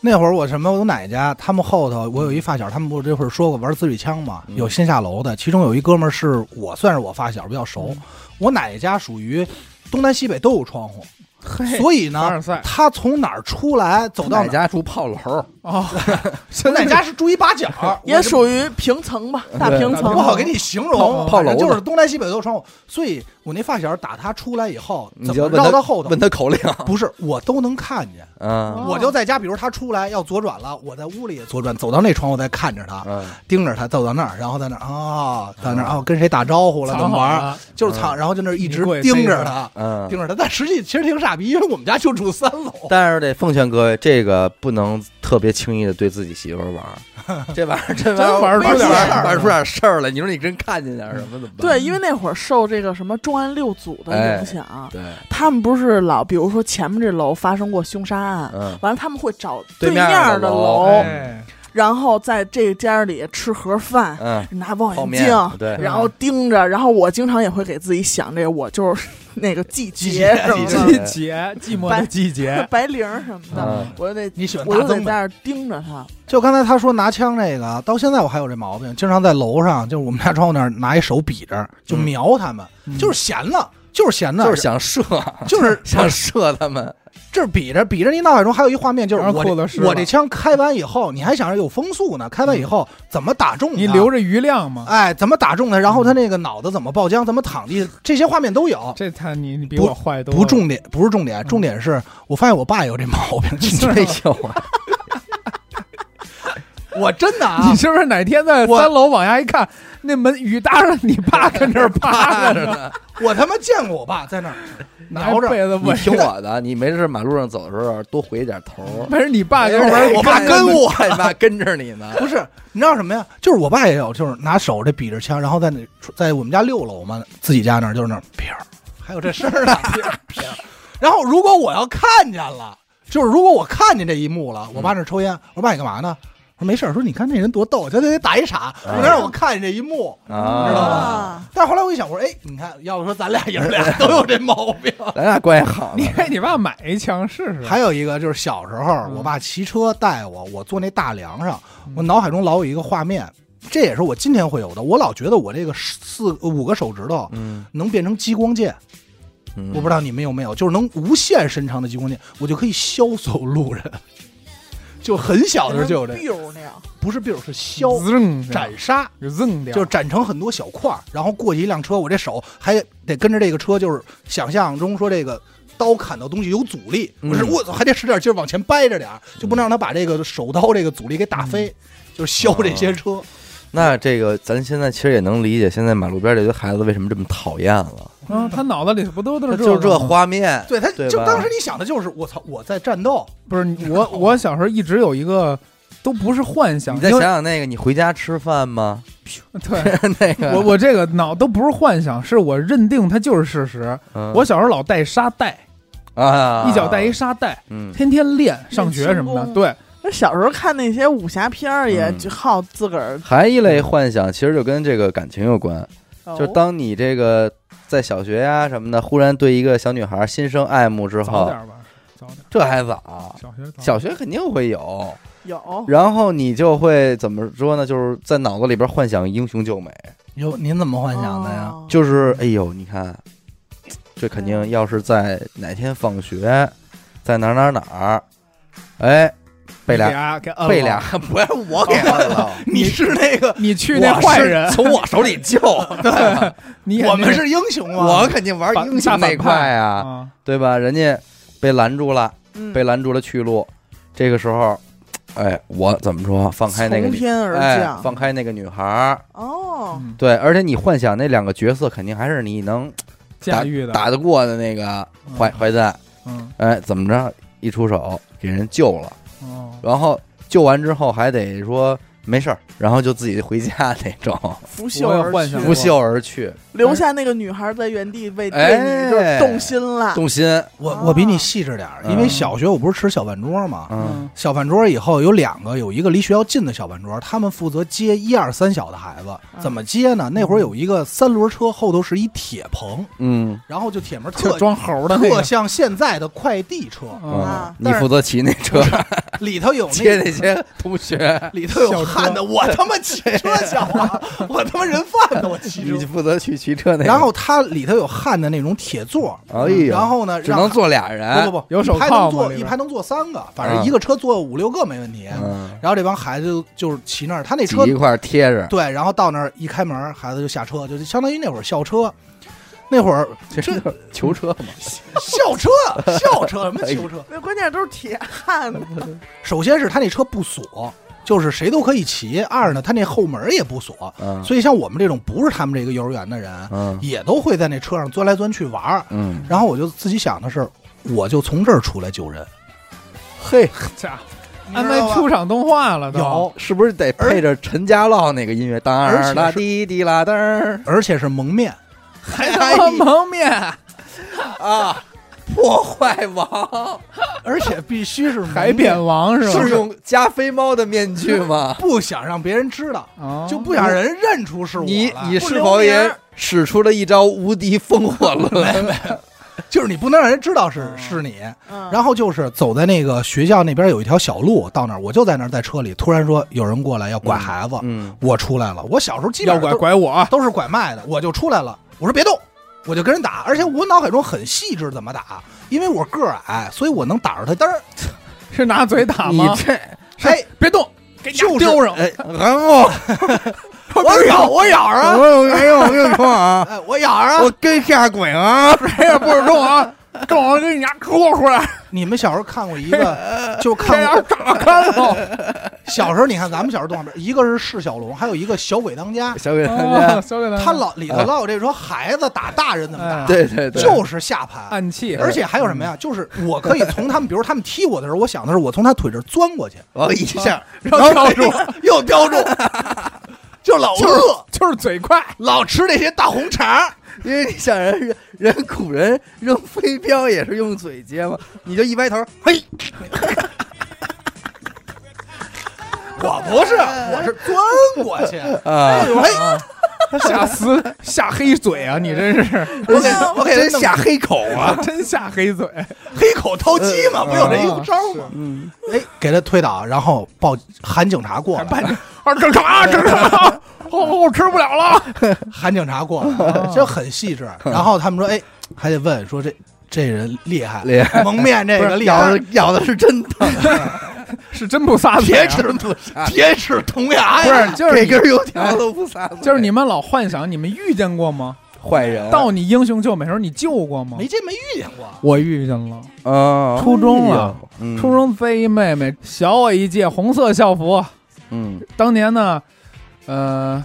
S4: 那会儿我什么，我奶家，他们后头我有一发小，他们不是这会儿说过玩自律枪嘛，
S1: 嗯
S4: 有先下楼的，其中有一哥们儿是我算是我发小比较熟
S2: 嗯，
S4: 我奶家属于东南西北都有窗户，
S2: 嘿，
S4: 所以
S2: 凡
S4: 呢
S2: 尔，赛
S4: 他从哪儿出来走
S1: 哪
S4: 到哪儿，
S1: 家住炮楼，
S2: 哦，
S4: *laughs* 我
S2: 现
S4: 奶家是住一八角，
S3: 也
S1: *laughs*
S4: 我这
S3: 属于平层吧，大
S1: 对
S3: 平层，
S4: 不好给你形
S2: 炮
S4: 容，啊
S1: 炮楼
S4: 反正
S1: 子
S4: 就是东南西北都有窗户，所以我那发小打他出来以后，
S1: 你
S4: 怎
S1: 就
S4: 么
S1: 问他
S4: 绕到后头
S1: 问，他口
S4: *laughs*
S1: 令，
S4: 不是我都能看见。
S1: 嗯
S3: 哦
S4: 我就在家，比如他出来要左转了，我在屋里左转，走到那窗户再看着他，
S1: 嗯，
S4: 盯着他，走到那儿，然后在那儿啊，在那儿啊，跟谁打招呼了，
S2: 藏
S4: 怎么
S2: 好
S4: 玩儿，
S2: 了
S4: 就是藏，然后就那儿一直
S2: 你过去
S4: 盯
S2: 逮
S4: 着
S2: 着
S4: 他，
S1: 嗯
S4: 盯着他。但实际其实挺傻逼，因为我们家就住三楼，
S1: *laughs* 但是得奉劝各位，这个不能特别轻易的对自己媳妇儿玩 *laughs* 儿，这玩意儿真
S2: 真玩儿
S1: 玩
S2: 出
S1: 出
S2: 点
S1: 点
S2: 儿
S1: 儿玩儿出点儿事儿来。你说你真看见点儿什么怎么办？
S3: 对，因为那会儿受这个什么重案六组的
S1: 哎
S3: 影响，
S1: 对，
S3: 他们不是老，比如说前面这楼发生过凶杀案，
S1: 嗯，
S3: 完了他们会找
S1: 对面
S3: 面
S1: 儿的
S3: 的
S1: 楼
S3: 楼，
S2: 哎，
S3: 然后在这家里吃盒饭，
S1: 嗯，
S3: 拿望
S1: 泡
S3: 远
S1: 面
S3: 镜，
S1: 对，
S3: 然后盯着，然后我经常也会给自己想这个，我就是那个季节什么
S1: *laughs* 季
S3: 的，，
S1: 节
S2: 季节，寂寞的季
S3: *laughs*
S2: 节
S3: 白绫儿什么的，
S1: 嗯
S3: 我就得
S4: 你喜欢
S3: 我
S4: 大
S3: 就得在
S4: 增呗？
S3: 那儿盯着他。
S4: 就刚才他说拿枪这个，到现在我还有这毛病，经常在楼上，就是我们家窗户那儿拿一手比着，就瞄他们，
S2: 嗯
S4: 就是闲了，就是闲了，
S1: 就是想射，
S2: *laughs*
S4: 就是
S1: 想射他 *laughs* 们，
S4: 这比着比着，你脑海中还有一画面，就是
S2: 然后
S4: 我
S2: 扣了是
S4: 这
S2: 吧
S4: 我这枪开完以后，你还想着有风速呢，开完以后怎么打中它
S2: 嗯你留着嗯余量嘛。
S4: 哎，怎么打中他？然后他那个脑子怎么爆浆，怎么躺地，这些画面都有。
S2: 这嗯他你你比
S4: 不
S2: 我坏多了，
S4: 不重点，不是重点，重点是我发现我爸有这毛
S2: *laughs*
S4: 病，就是
S1: 这有 *laughs* 啊，
S4: 我真的啊
S2: 你，是不是哪天在
S4: 我
S2: 三楼往下一看，那门雨搭着你爸跟这儿趴
S1: *laughs*
S2: 着呢，
S1: 呢。
S4: 我他妈见过我爸在那
S2: *laughs*
S4: 儿
S2: 拿
S4: 挠着
S2: 被
S1: *laughs*
S2: 子
S1: 你
S2: 围
S1: 听我的，你没事马路上走的时候多回一点头。
S2: 没事，你爸跟玩
S1: 哎我爸跟
S2: 跟
S1: 我，你爸跟着你呢。
S4: *laughs* 不是，你知道什么呀？就是我爸也有，就是拿手这比着枪，然后在那在我们家六楼嘛，自己家那儿就是那儿撇儿，还有这声儿呢，撇儿撇儿。然后如果我要看见了，就是如果我看见这一幕了，我爸那儿抽烟，我说爸你干嘛呢？我说没事儿，说你看那人多逗，他得打一傻，
S1: 嗯
S4: 我能让我看见这一幕。
S1: 啊，
S4: 知道吗？但是后来我一想，我说哎，你看，要不说咱俩爷儿俩都有这毛病。
S1: 咱俩关系好
S2: 你
S1: 呢。
S2: 给你爸买一枪试试，
S4: 还有一个就是小时候，我爸骑车带我，我坐那大梁上，我脑海中老有一个画面，这也是我今天会有的。我老觉得我这个四五个手指头
S1: 嗯，
S4: 能变成激光剑，我不知
S1: 道。
S4: 道你们有没有，就是能无限伸长的激光剑，我就可以削嗖路人。就很小的时候就有这，
S3: biu 那样，
S4: 不是 biu 是削
S2: 扔
S4: 斩杀，
S2: 就扔掉，
S4: 就是斩成很多小块儿，然后过去一辆车，我这手还得跟着这个车，就是想象中说这个刀砍到东西有阻力，
S1: 嗯
S4: 我是我操，还得使点劲儿往前掰着点儿，就不能让他把这个手刀这个阻力给打飞，
S2: 嗯
S4: *laughs* 就是削这
S2: 哦
S4: 些车。
S1: 那这个咱现在其实也能理解，现在马路边这些孩子为什么这么讨厌了，
S2: 嗯，他脑子里不都都
S1: 他
S2: 是
S1: 就是
S2: 这
S1: 这
S2: 个吗
S1: 画面。
S4: 对，他
S1: 对吧
S4: 就当时你想的就是我操，我在战斗，
S2: 不是你我我小时候一直有一个都不是幻想，
S1: 你再
S2: 因
S1: 想
S2: 为
S1: 想那个，你回家吃饭吗？ *laughs*
S2: *laughs* 对
S1: 那个，
S2: 我我这个脑都不是幻想，是我认定它就是事实。
S1: 嗯
S2: 我小时候老带沙袋，
S1: 啊，
S2: 一脚带一，沙袋，
S1: 嗯，
S2: 天天练，上学什么
S3: 练
S2: 的。
S3: 轻功
S2: 对，
S3: 那小时候看那些武侠片儿，也
S1: 嗯
S3: 就好自个儿，
S1: 还一类幻想，其实就跟这个感情有关，
S2: 哦
S1: 就是当你这个在小学呀、什么的，忽然对一个小女孩心生爱慕之
S2: 早
S1: 后，
S2: 点嗯吧，早点。
S1: 这还早，
S2: 小学早
S1: 小学肯定会
S2: 哦
S1: 有，
S3: 有
S1: 然后你就会怎么说呢？就是在脑子里边幻想英雄救美，
S4: 哟，您怎么幻想的呀？
S3: 哦
S1: 就是哎呦，你看，这肯定要是在哪天放学，在哪儿哪儿哪儿，哎，被俩
S2: 俩给摁了
S1: 被俩， *laughs* 不要我给摁了，
S4: *laughs*
S1: *laughs*
S4: 你是那个
S2: 你 *laughs* 去那坏人
S1: 我，是从我手里救，对，
S2: *laughs* 你
S4: 我们是英雄啊！
S1: 我肯定玩英雄那块啊，
S2: 啊，
S1: 对吧？人家被拦住了，
S3: 嗯
S1: 被拦住了去路，这个时候，哎，我怎么说？放开那个
S3: 从
S1: 女，
S3: 天而
S1: 哎，
S3: 降，
S1: 放开那个女孩儿。
S3: 哦，
S2: 嗯
S1: 对，而且你幻想那两个角色，肯定还是你能
S2: 驾驭的
S1: 打得过的那个
S2: 嗯
S1: 坏坏蛋。
S2: 嗯
S1: 哎，怎么着？一出手给人救了，
S2: 哦，
S1: 然后救完之后还得说没事儿，然后就自己回家那种，
S4: *laughs*
S3: 拂袖
S2: 我也
S3: 而
S2: 幻
S3: 去
S2: 想，
S1: 拂袖而去，
S3: 留下那个女孩在原地为对
S1: 哎
S3: 你就是动心
S4: 啊
S3: 了，
S1: 动心。
S4: 我我比你细致点儿，因
S2: 嗯
S4: 为小学我不是吃小饭桌吗？
S1: 嗯，
S4: 小饭桌以后有两个，有一个离学校近的小饭桌，他们负责接一二三小的孩子。
S1: 嗯
S4: 怎么接呢？那会儿有一个三轮车，后头是一铁棚，
S1: 嗯
S4: 然后就铁门
S2: 就
S1: *laughs*
S4: 特
S2: 装猴的那
S4: 特
S2: 个
S4: 像现在的快递车，
S2: 嗯
S1: 嗯，你
S4: 但是
S1: 负责骑那车
S4: 里头
S1: *laughs*
S4: 有
S1: 接
S4: 那
S1: 那些同学，
S4: 里头有汉的，我他妈骑车小啊，
S1: *laughs*
S4: 我他妈人贩子，我骑
S1: 你
S4: 车。
S1: 负责去骑车那个。
S4: 然后它里头有焊的那种铁座，
S1: 哎呦
S4: 然后呢，
S1: 只
S4: 让
S1: 能坐哎俩人，
S4: 不不不，
S2: 有手
S4: 一排
S2: 铐
S4: 能
S2: 吗
S4: 坐
S2: 里
S4: 一
S2: 边
S4: 排能坐三个，反正
S1: 嗯
S4: 一个车坐五六个没问题。
S1: 嗯，
S4: 然后这帮孩子就就是骑那儿，他那
S1: 挤
S4: 车
S1: 一块儿贴着，
S4: 对，然后到那儿一开门，孩子就下车，就相当于那会儿校车，那会儿
S1: *laughs* 这
S4: 这
S1: 是囚车嘛，
S4: 校车校车什
S1: 哎
S4: 么囚车？
S3: 那关键都是铁汉子，
S4: 首先是他那车不锁，就是谁都可以骑；二呢，他那后门也不锁，
S1: 嗯
S4: 所以像我们这种不是他们这个幼儿园的人，
S1: 嗯
S4: 也都会在那车上钻来钻去玩儿。
S1: 嗯，
S4: 然后我就自己想的是，我就从这儿出来救人，
S1: *laughs* 嘿，
S2: 家伙
S4: 你
S2: 安
S4: 知道吧
S2: 排出场动画了都， *laughs*
S4: 有，
S1: 是不是得配着陈家洛那个音乐？当
S4: 而且
S1: 儿
S4: 是
S1: 啦滴滴啦噔儿
S4: 而且是蒙面。
S2: 还他妈蒙面，
S1: 啊，破坏王
S4: 而且必须是
S2: 海扁王是吧？
S1: 是用加菲猫的面具吗？
S4: 不想让别人知道，
S2: 啊，
S4: 就不想让人认出是我
S1: 你
S4: 了
S1: 你
S3: 不
S1: 是
S3: 留
S1: 否
S3: 名
S1: 也
S3: 儿
S1: 使出了一招无敌风火 *laughs* 轮？
S4: 就是你不能让人知道是
S2: 嗯
S4: 是你。
S3: 嗯，
S4: 然后就是走在那个学校那边有一条小路，到那儿我就在那儿在车里，突然说有人过来要拐孩子，
S1: 嗯，
S4: 我出来了。我小时候基本
S2: 要
S4: 上
S2: 拐
S4: 都
S2: 拐我啊，
S4: 都是拐卖的，我就出来了。我说别动，我就跟人打，而且我脑海中很细致怎么打，因为我个儿矮，所以我能打着他嘚儿。
S2: 是拿嘴打
S1: 你
S2: 吗？
S1: 这
S2: 是
S4: 哎，
S2: 别动，给你
S4: 就是
S2: 丢上！
S1: 哎，然 *laughs* 后
S4: *laughs* 我咬我咬啊！
S1: 哎我没有没有说啊，
S4: 哎，我咬啊！
S1: 我跟下鬼啊，
S2: 谁也不许动啊！动我给你家抠出来，
S4: 你们小时候看过一 *laughs* 个，就
S2: 这
S4: 看
S2: 样
S4: 过
S2: 炸开了！
S4: 小时候，你看咱们小时候动画片，一个是释小龙，还有一个小鬼当家，
S1: 小鬼
S2: 啊 *laughs* 小鬼
S4: 他老里头老有这说孩子打大人怎么打，啊
S1: *laughs*
S2: 哎
S1: 对对对，啊
S4: 就是下盘。
S2: 暗器，
S4: 而且还有什
S1: 嗯
S4: 么呀？就是我可以从他们，比如他们踢我的时候，我想的是我从他腿这儿钻
S1: *laughs*
S4: 过去，
S1: 我一下
S2: 然后跳住，
S4: 又叼住，就老饿。
S2: 就是嘴快，
S4: 老吃那些大红肠，
S1: *laughs* 因为你想人人人古人扔飞镖也是用嘴接嘛，你就一歪头，嘿，
S4: 我不是，
S1: 哎
S4: 我是钻过去。
S1: 啊，
S4: 哎，
S2: 下死下黑嘴啊！你真是
S4: 我给我给
S1: 啊真
S4: 人弄
S1: 下黑口啊，
S2: 真下黑嘴，啊
S4: 黑口掏鸡嘛，不有这一招吗？
S1: 嗯，
S4: 哎，给他推倒，然后报喊警察过
S2: 还
S4: 来，
S2: 半天啊，正常啊，正常啊，我我吃不了了。
S4: 喊警察过来，这很细致。然后他们说，哎，还得问说这这人厉害，
S1: 厉害，
S4: 蒙面这
S1: 不
S4: 个
S1: 是
S4: 厉
S1: 咬
S4: 害
S1: 的，咬的是真疼，
S2: 是真不撒嘴、
S4: 铁
S2: 啊，
S4: 齿 *laughs* 铁齿铜牙
S2: 不
S4: 呀，
S2: 是就是
S1: 这
S2: 你
S1: 根油条都不撒嘴，
S2: 就是你们老幻想，你们遇见过吗？
S1: 坏人
S2: 到你英雄救美时候，你救过吗
S4: 没？这没遇见过。
S2: 我遇见了，
S1: 啊
S2: 初中啊，
S1: 嗯
S2: 初，中飞一妹妹小我一届，红色校服。
S1: 嗯
S2: 当年呢，呃，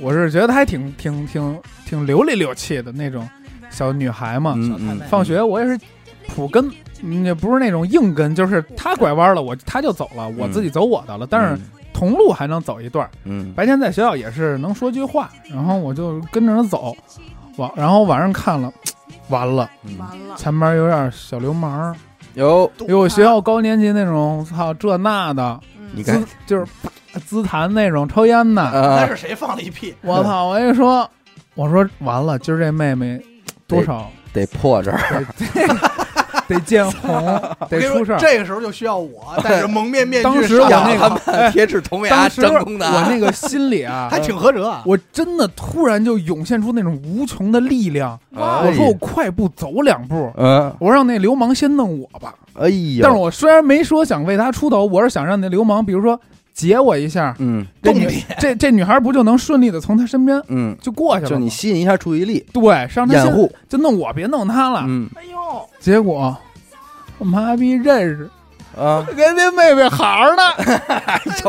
S2: 我是觉得她还挺挺挺挺流里流气的那种小女孩嘛。
S1: 嗯
S4: 小太妹
S1: 嗯
S2: 放学我也是普跟，嗯也不是那种硬跟，就是她拐弯了，我她就走了，我自己走我的了。但是同路还能走一段儿。
S1: 嗯
S2: 白天在学校也是能说句话，然后我就跟着他走，晚然后晚上看了，完了，
S1: 嗯，
S3: 完了，
S2: 前面有点小流氓儿，
S1: 有
S2: 有我学校高年级那种，操这那的，
S3: 嗯
S1: 你看
S2: 姿就是啪姿谈那种，抽烟的，
S4: 那
S1: 啊
S4: 是谁放了一屁？
S2: 我操！我一说，我说完了，今儿这妹妹多少
S1: 得破这儿，
S2: 得见红，得
S4: 我跟你说
S2: 出事儿。
S4: 这个时候就需要 *laughs* 我戴着蒙面面具上，
S2: 当时我那
S1: 咬
S2: 个
S4: 嗯
S1: 他们 *laughs* 铁齿铜牙
S2: 当时
S1: 真功
S2: 我
S1: 的，
S2: 那个心里 *laughs* 啊
S4: 还，挺合辙啊。
S2: 我真的突然就涌现出那种无穷的力量。
S1: 哎
S4: 啊
S2: 我说我快步走两步，
S1: 嗯，
S2: 我让那流氓先弄我吧。
S1: 哎呦，
S2: 但是我虽然没说想为他出头，我是想让那流氓，比如说截我一下，
S1: 嗯
S2: 这
S4: 动
S2: 女
S4: 你
S2: *laughs* 这这女孩不就能顺利的从他身边
S1: 嗯，
S2: 就过去了吗？
S1: 就你吸引一下注意力，
S2: 对，是让他
S1: 掩
S2: 先
S1: 护，
S2: 就弄我，别弄他了。
S1: 嗯
S3: 哎呦，
S2: 结果我妈逼认识，
S1: 啊，
S2: 跟那妹妹好着呢，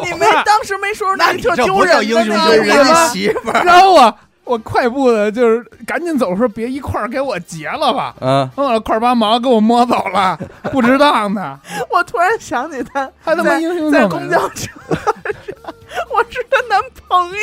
S3: 你没当时没说，
S4: 啊那
S3: 你
S4: 你
S3: 特
S4: 这
S3: 丢
S4: 不叫
S3: 人
S4: 英
S3: 的
S4: 雄
S3: 那
S4: 救
S3: 个
S4: 美
S1: 人
S3: 吗
S1: 家媳妇儿
S2: 然后啊，我快步的就是赶紧走的时候，别一块儿给我截了吧。
S1: 啊，
S2: 弄了块八毛给我摸走了，不值当的，
S3: 我突然想起他，
S2: 还他妈
S3: 在
S2: 英雄
S3: 在
S2: 救美
S3: 公
S2: 呢
S3: 交车上， *laughs* 我是她男朋友。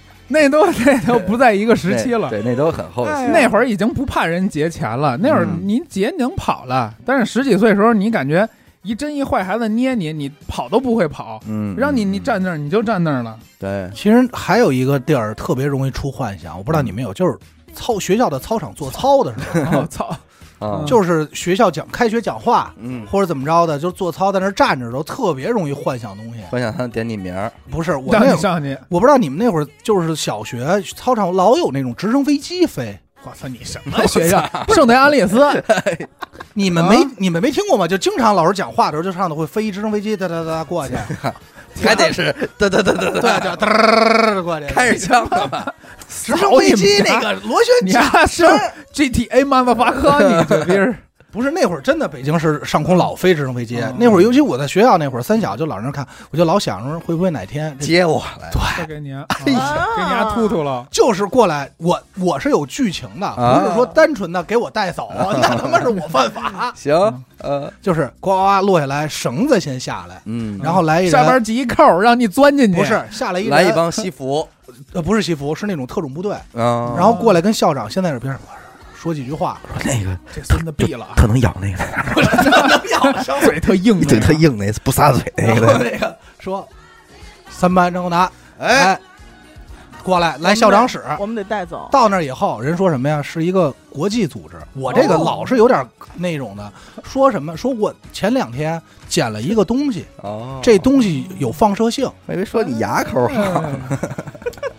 S2: *laughs* 那都 *laughs* 那都不在一个时期了。
S1: 对，对那都很后期，
S3: 哎呀
S2: 那会儿已经不怕人劫钱了，那会儿
S1: 嗯
S2: 你劫你能跑了，但是十几岁的时候，你感觉一真一坏孩子捏你，你跑都不会跑，
S1: 嗯，
S2: 让你你
S1: 嗯
S2: 站那儿你就站那儿了。
S1: 对，
S4: 其实还有一个地儿特别容易出幻想，我不知道你们有，就是操学校的操场做操的时候，
S2: 我哦操，
S1: 啊，
S4: 就是学校讲开学讲话
S1: 嗯，
S4: 或者怎么着的，就是做操在那儿站着的时候，特别容易幻想东西。
S1: 幻想他点你名儿，
S4: 不是我
S2: 让
S4: 那
S2: 你
S4: 会儿，
S2: 上去，
S4: 我不知道你们那会儿就是小学操场老有那种直升飞机飞，
S2: 我操你什么学校？圣德亚列 *laughs* 斯，
S4: 你们
S2: 啊
S4: 没、你们没听过吗？就经常老师讲话的时候，就上头会飞一直升飞机哒哒哒过去，
S1: 还得是哒哒哒哒
S4: 对，
S1: 哒，
S4: 就哒哒哒过去。
S1: 开着枪了吧？
S4: 直升飞机那 *laughs* 个螺旋
S2: 你
S4: 桨
S2: 还是 GTA 妈妈巴克， *laughs* 你这逼儿
S4: 不是那会儿真的北京市上空老飞直升飞机，
S2: 嗯
S4: 那会儿尤其我在学校那会儿，三小就老让人看，我就老想着会不会哪天这
S1: 接我来，
S2: 再给你啊，
S1: 哎
S2: 给你
S1: 呀
S2: 啊吐吐了。
S4: 就是过来，我我是有剧情的，
S1: 啊。
S4: 不是说单纯的给我带走，那他妈是我犯法
S1: 行
S2: 嗯，
S1: 呃，
S4: 就是呱呱呱落下来，绳子先下来，
S1: 嗯，
S4: 然后来一人
S2: 下边系一扣，让你钻进去。
S4: 哎不是下来一人
S1: 来一帮西服，
S4: 呃不是西服，是那种特种部队，
S1: 嗯，
S4: 然后过来跟校长先在这边，我说几句话，
S5: 那个
S2: 这孙子毙了啊，
S5: 特能咬那
S1: *laughs*
S5: 个，
S2: 嘴特硬，
S5: 嘴特。硬那不撒嘴那
S4: 然后
S5: 个，
S4: 那个说三班张国达，
S1: 哎，
S4: 哎，过来来校长室。
S3: 我们得带走。
S4: 到那儿以后，人说什么呀？是一个国际组织。我这个
S3: 哦
S4: 老是有点那种的，说什么？说我前两天捡了一个东西，
S1: 哦，
S4: 这东西有放射性。
S5: 我以为说你牙口
S1: *laughs*
S5: 好，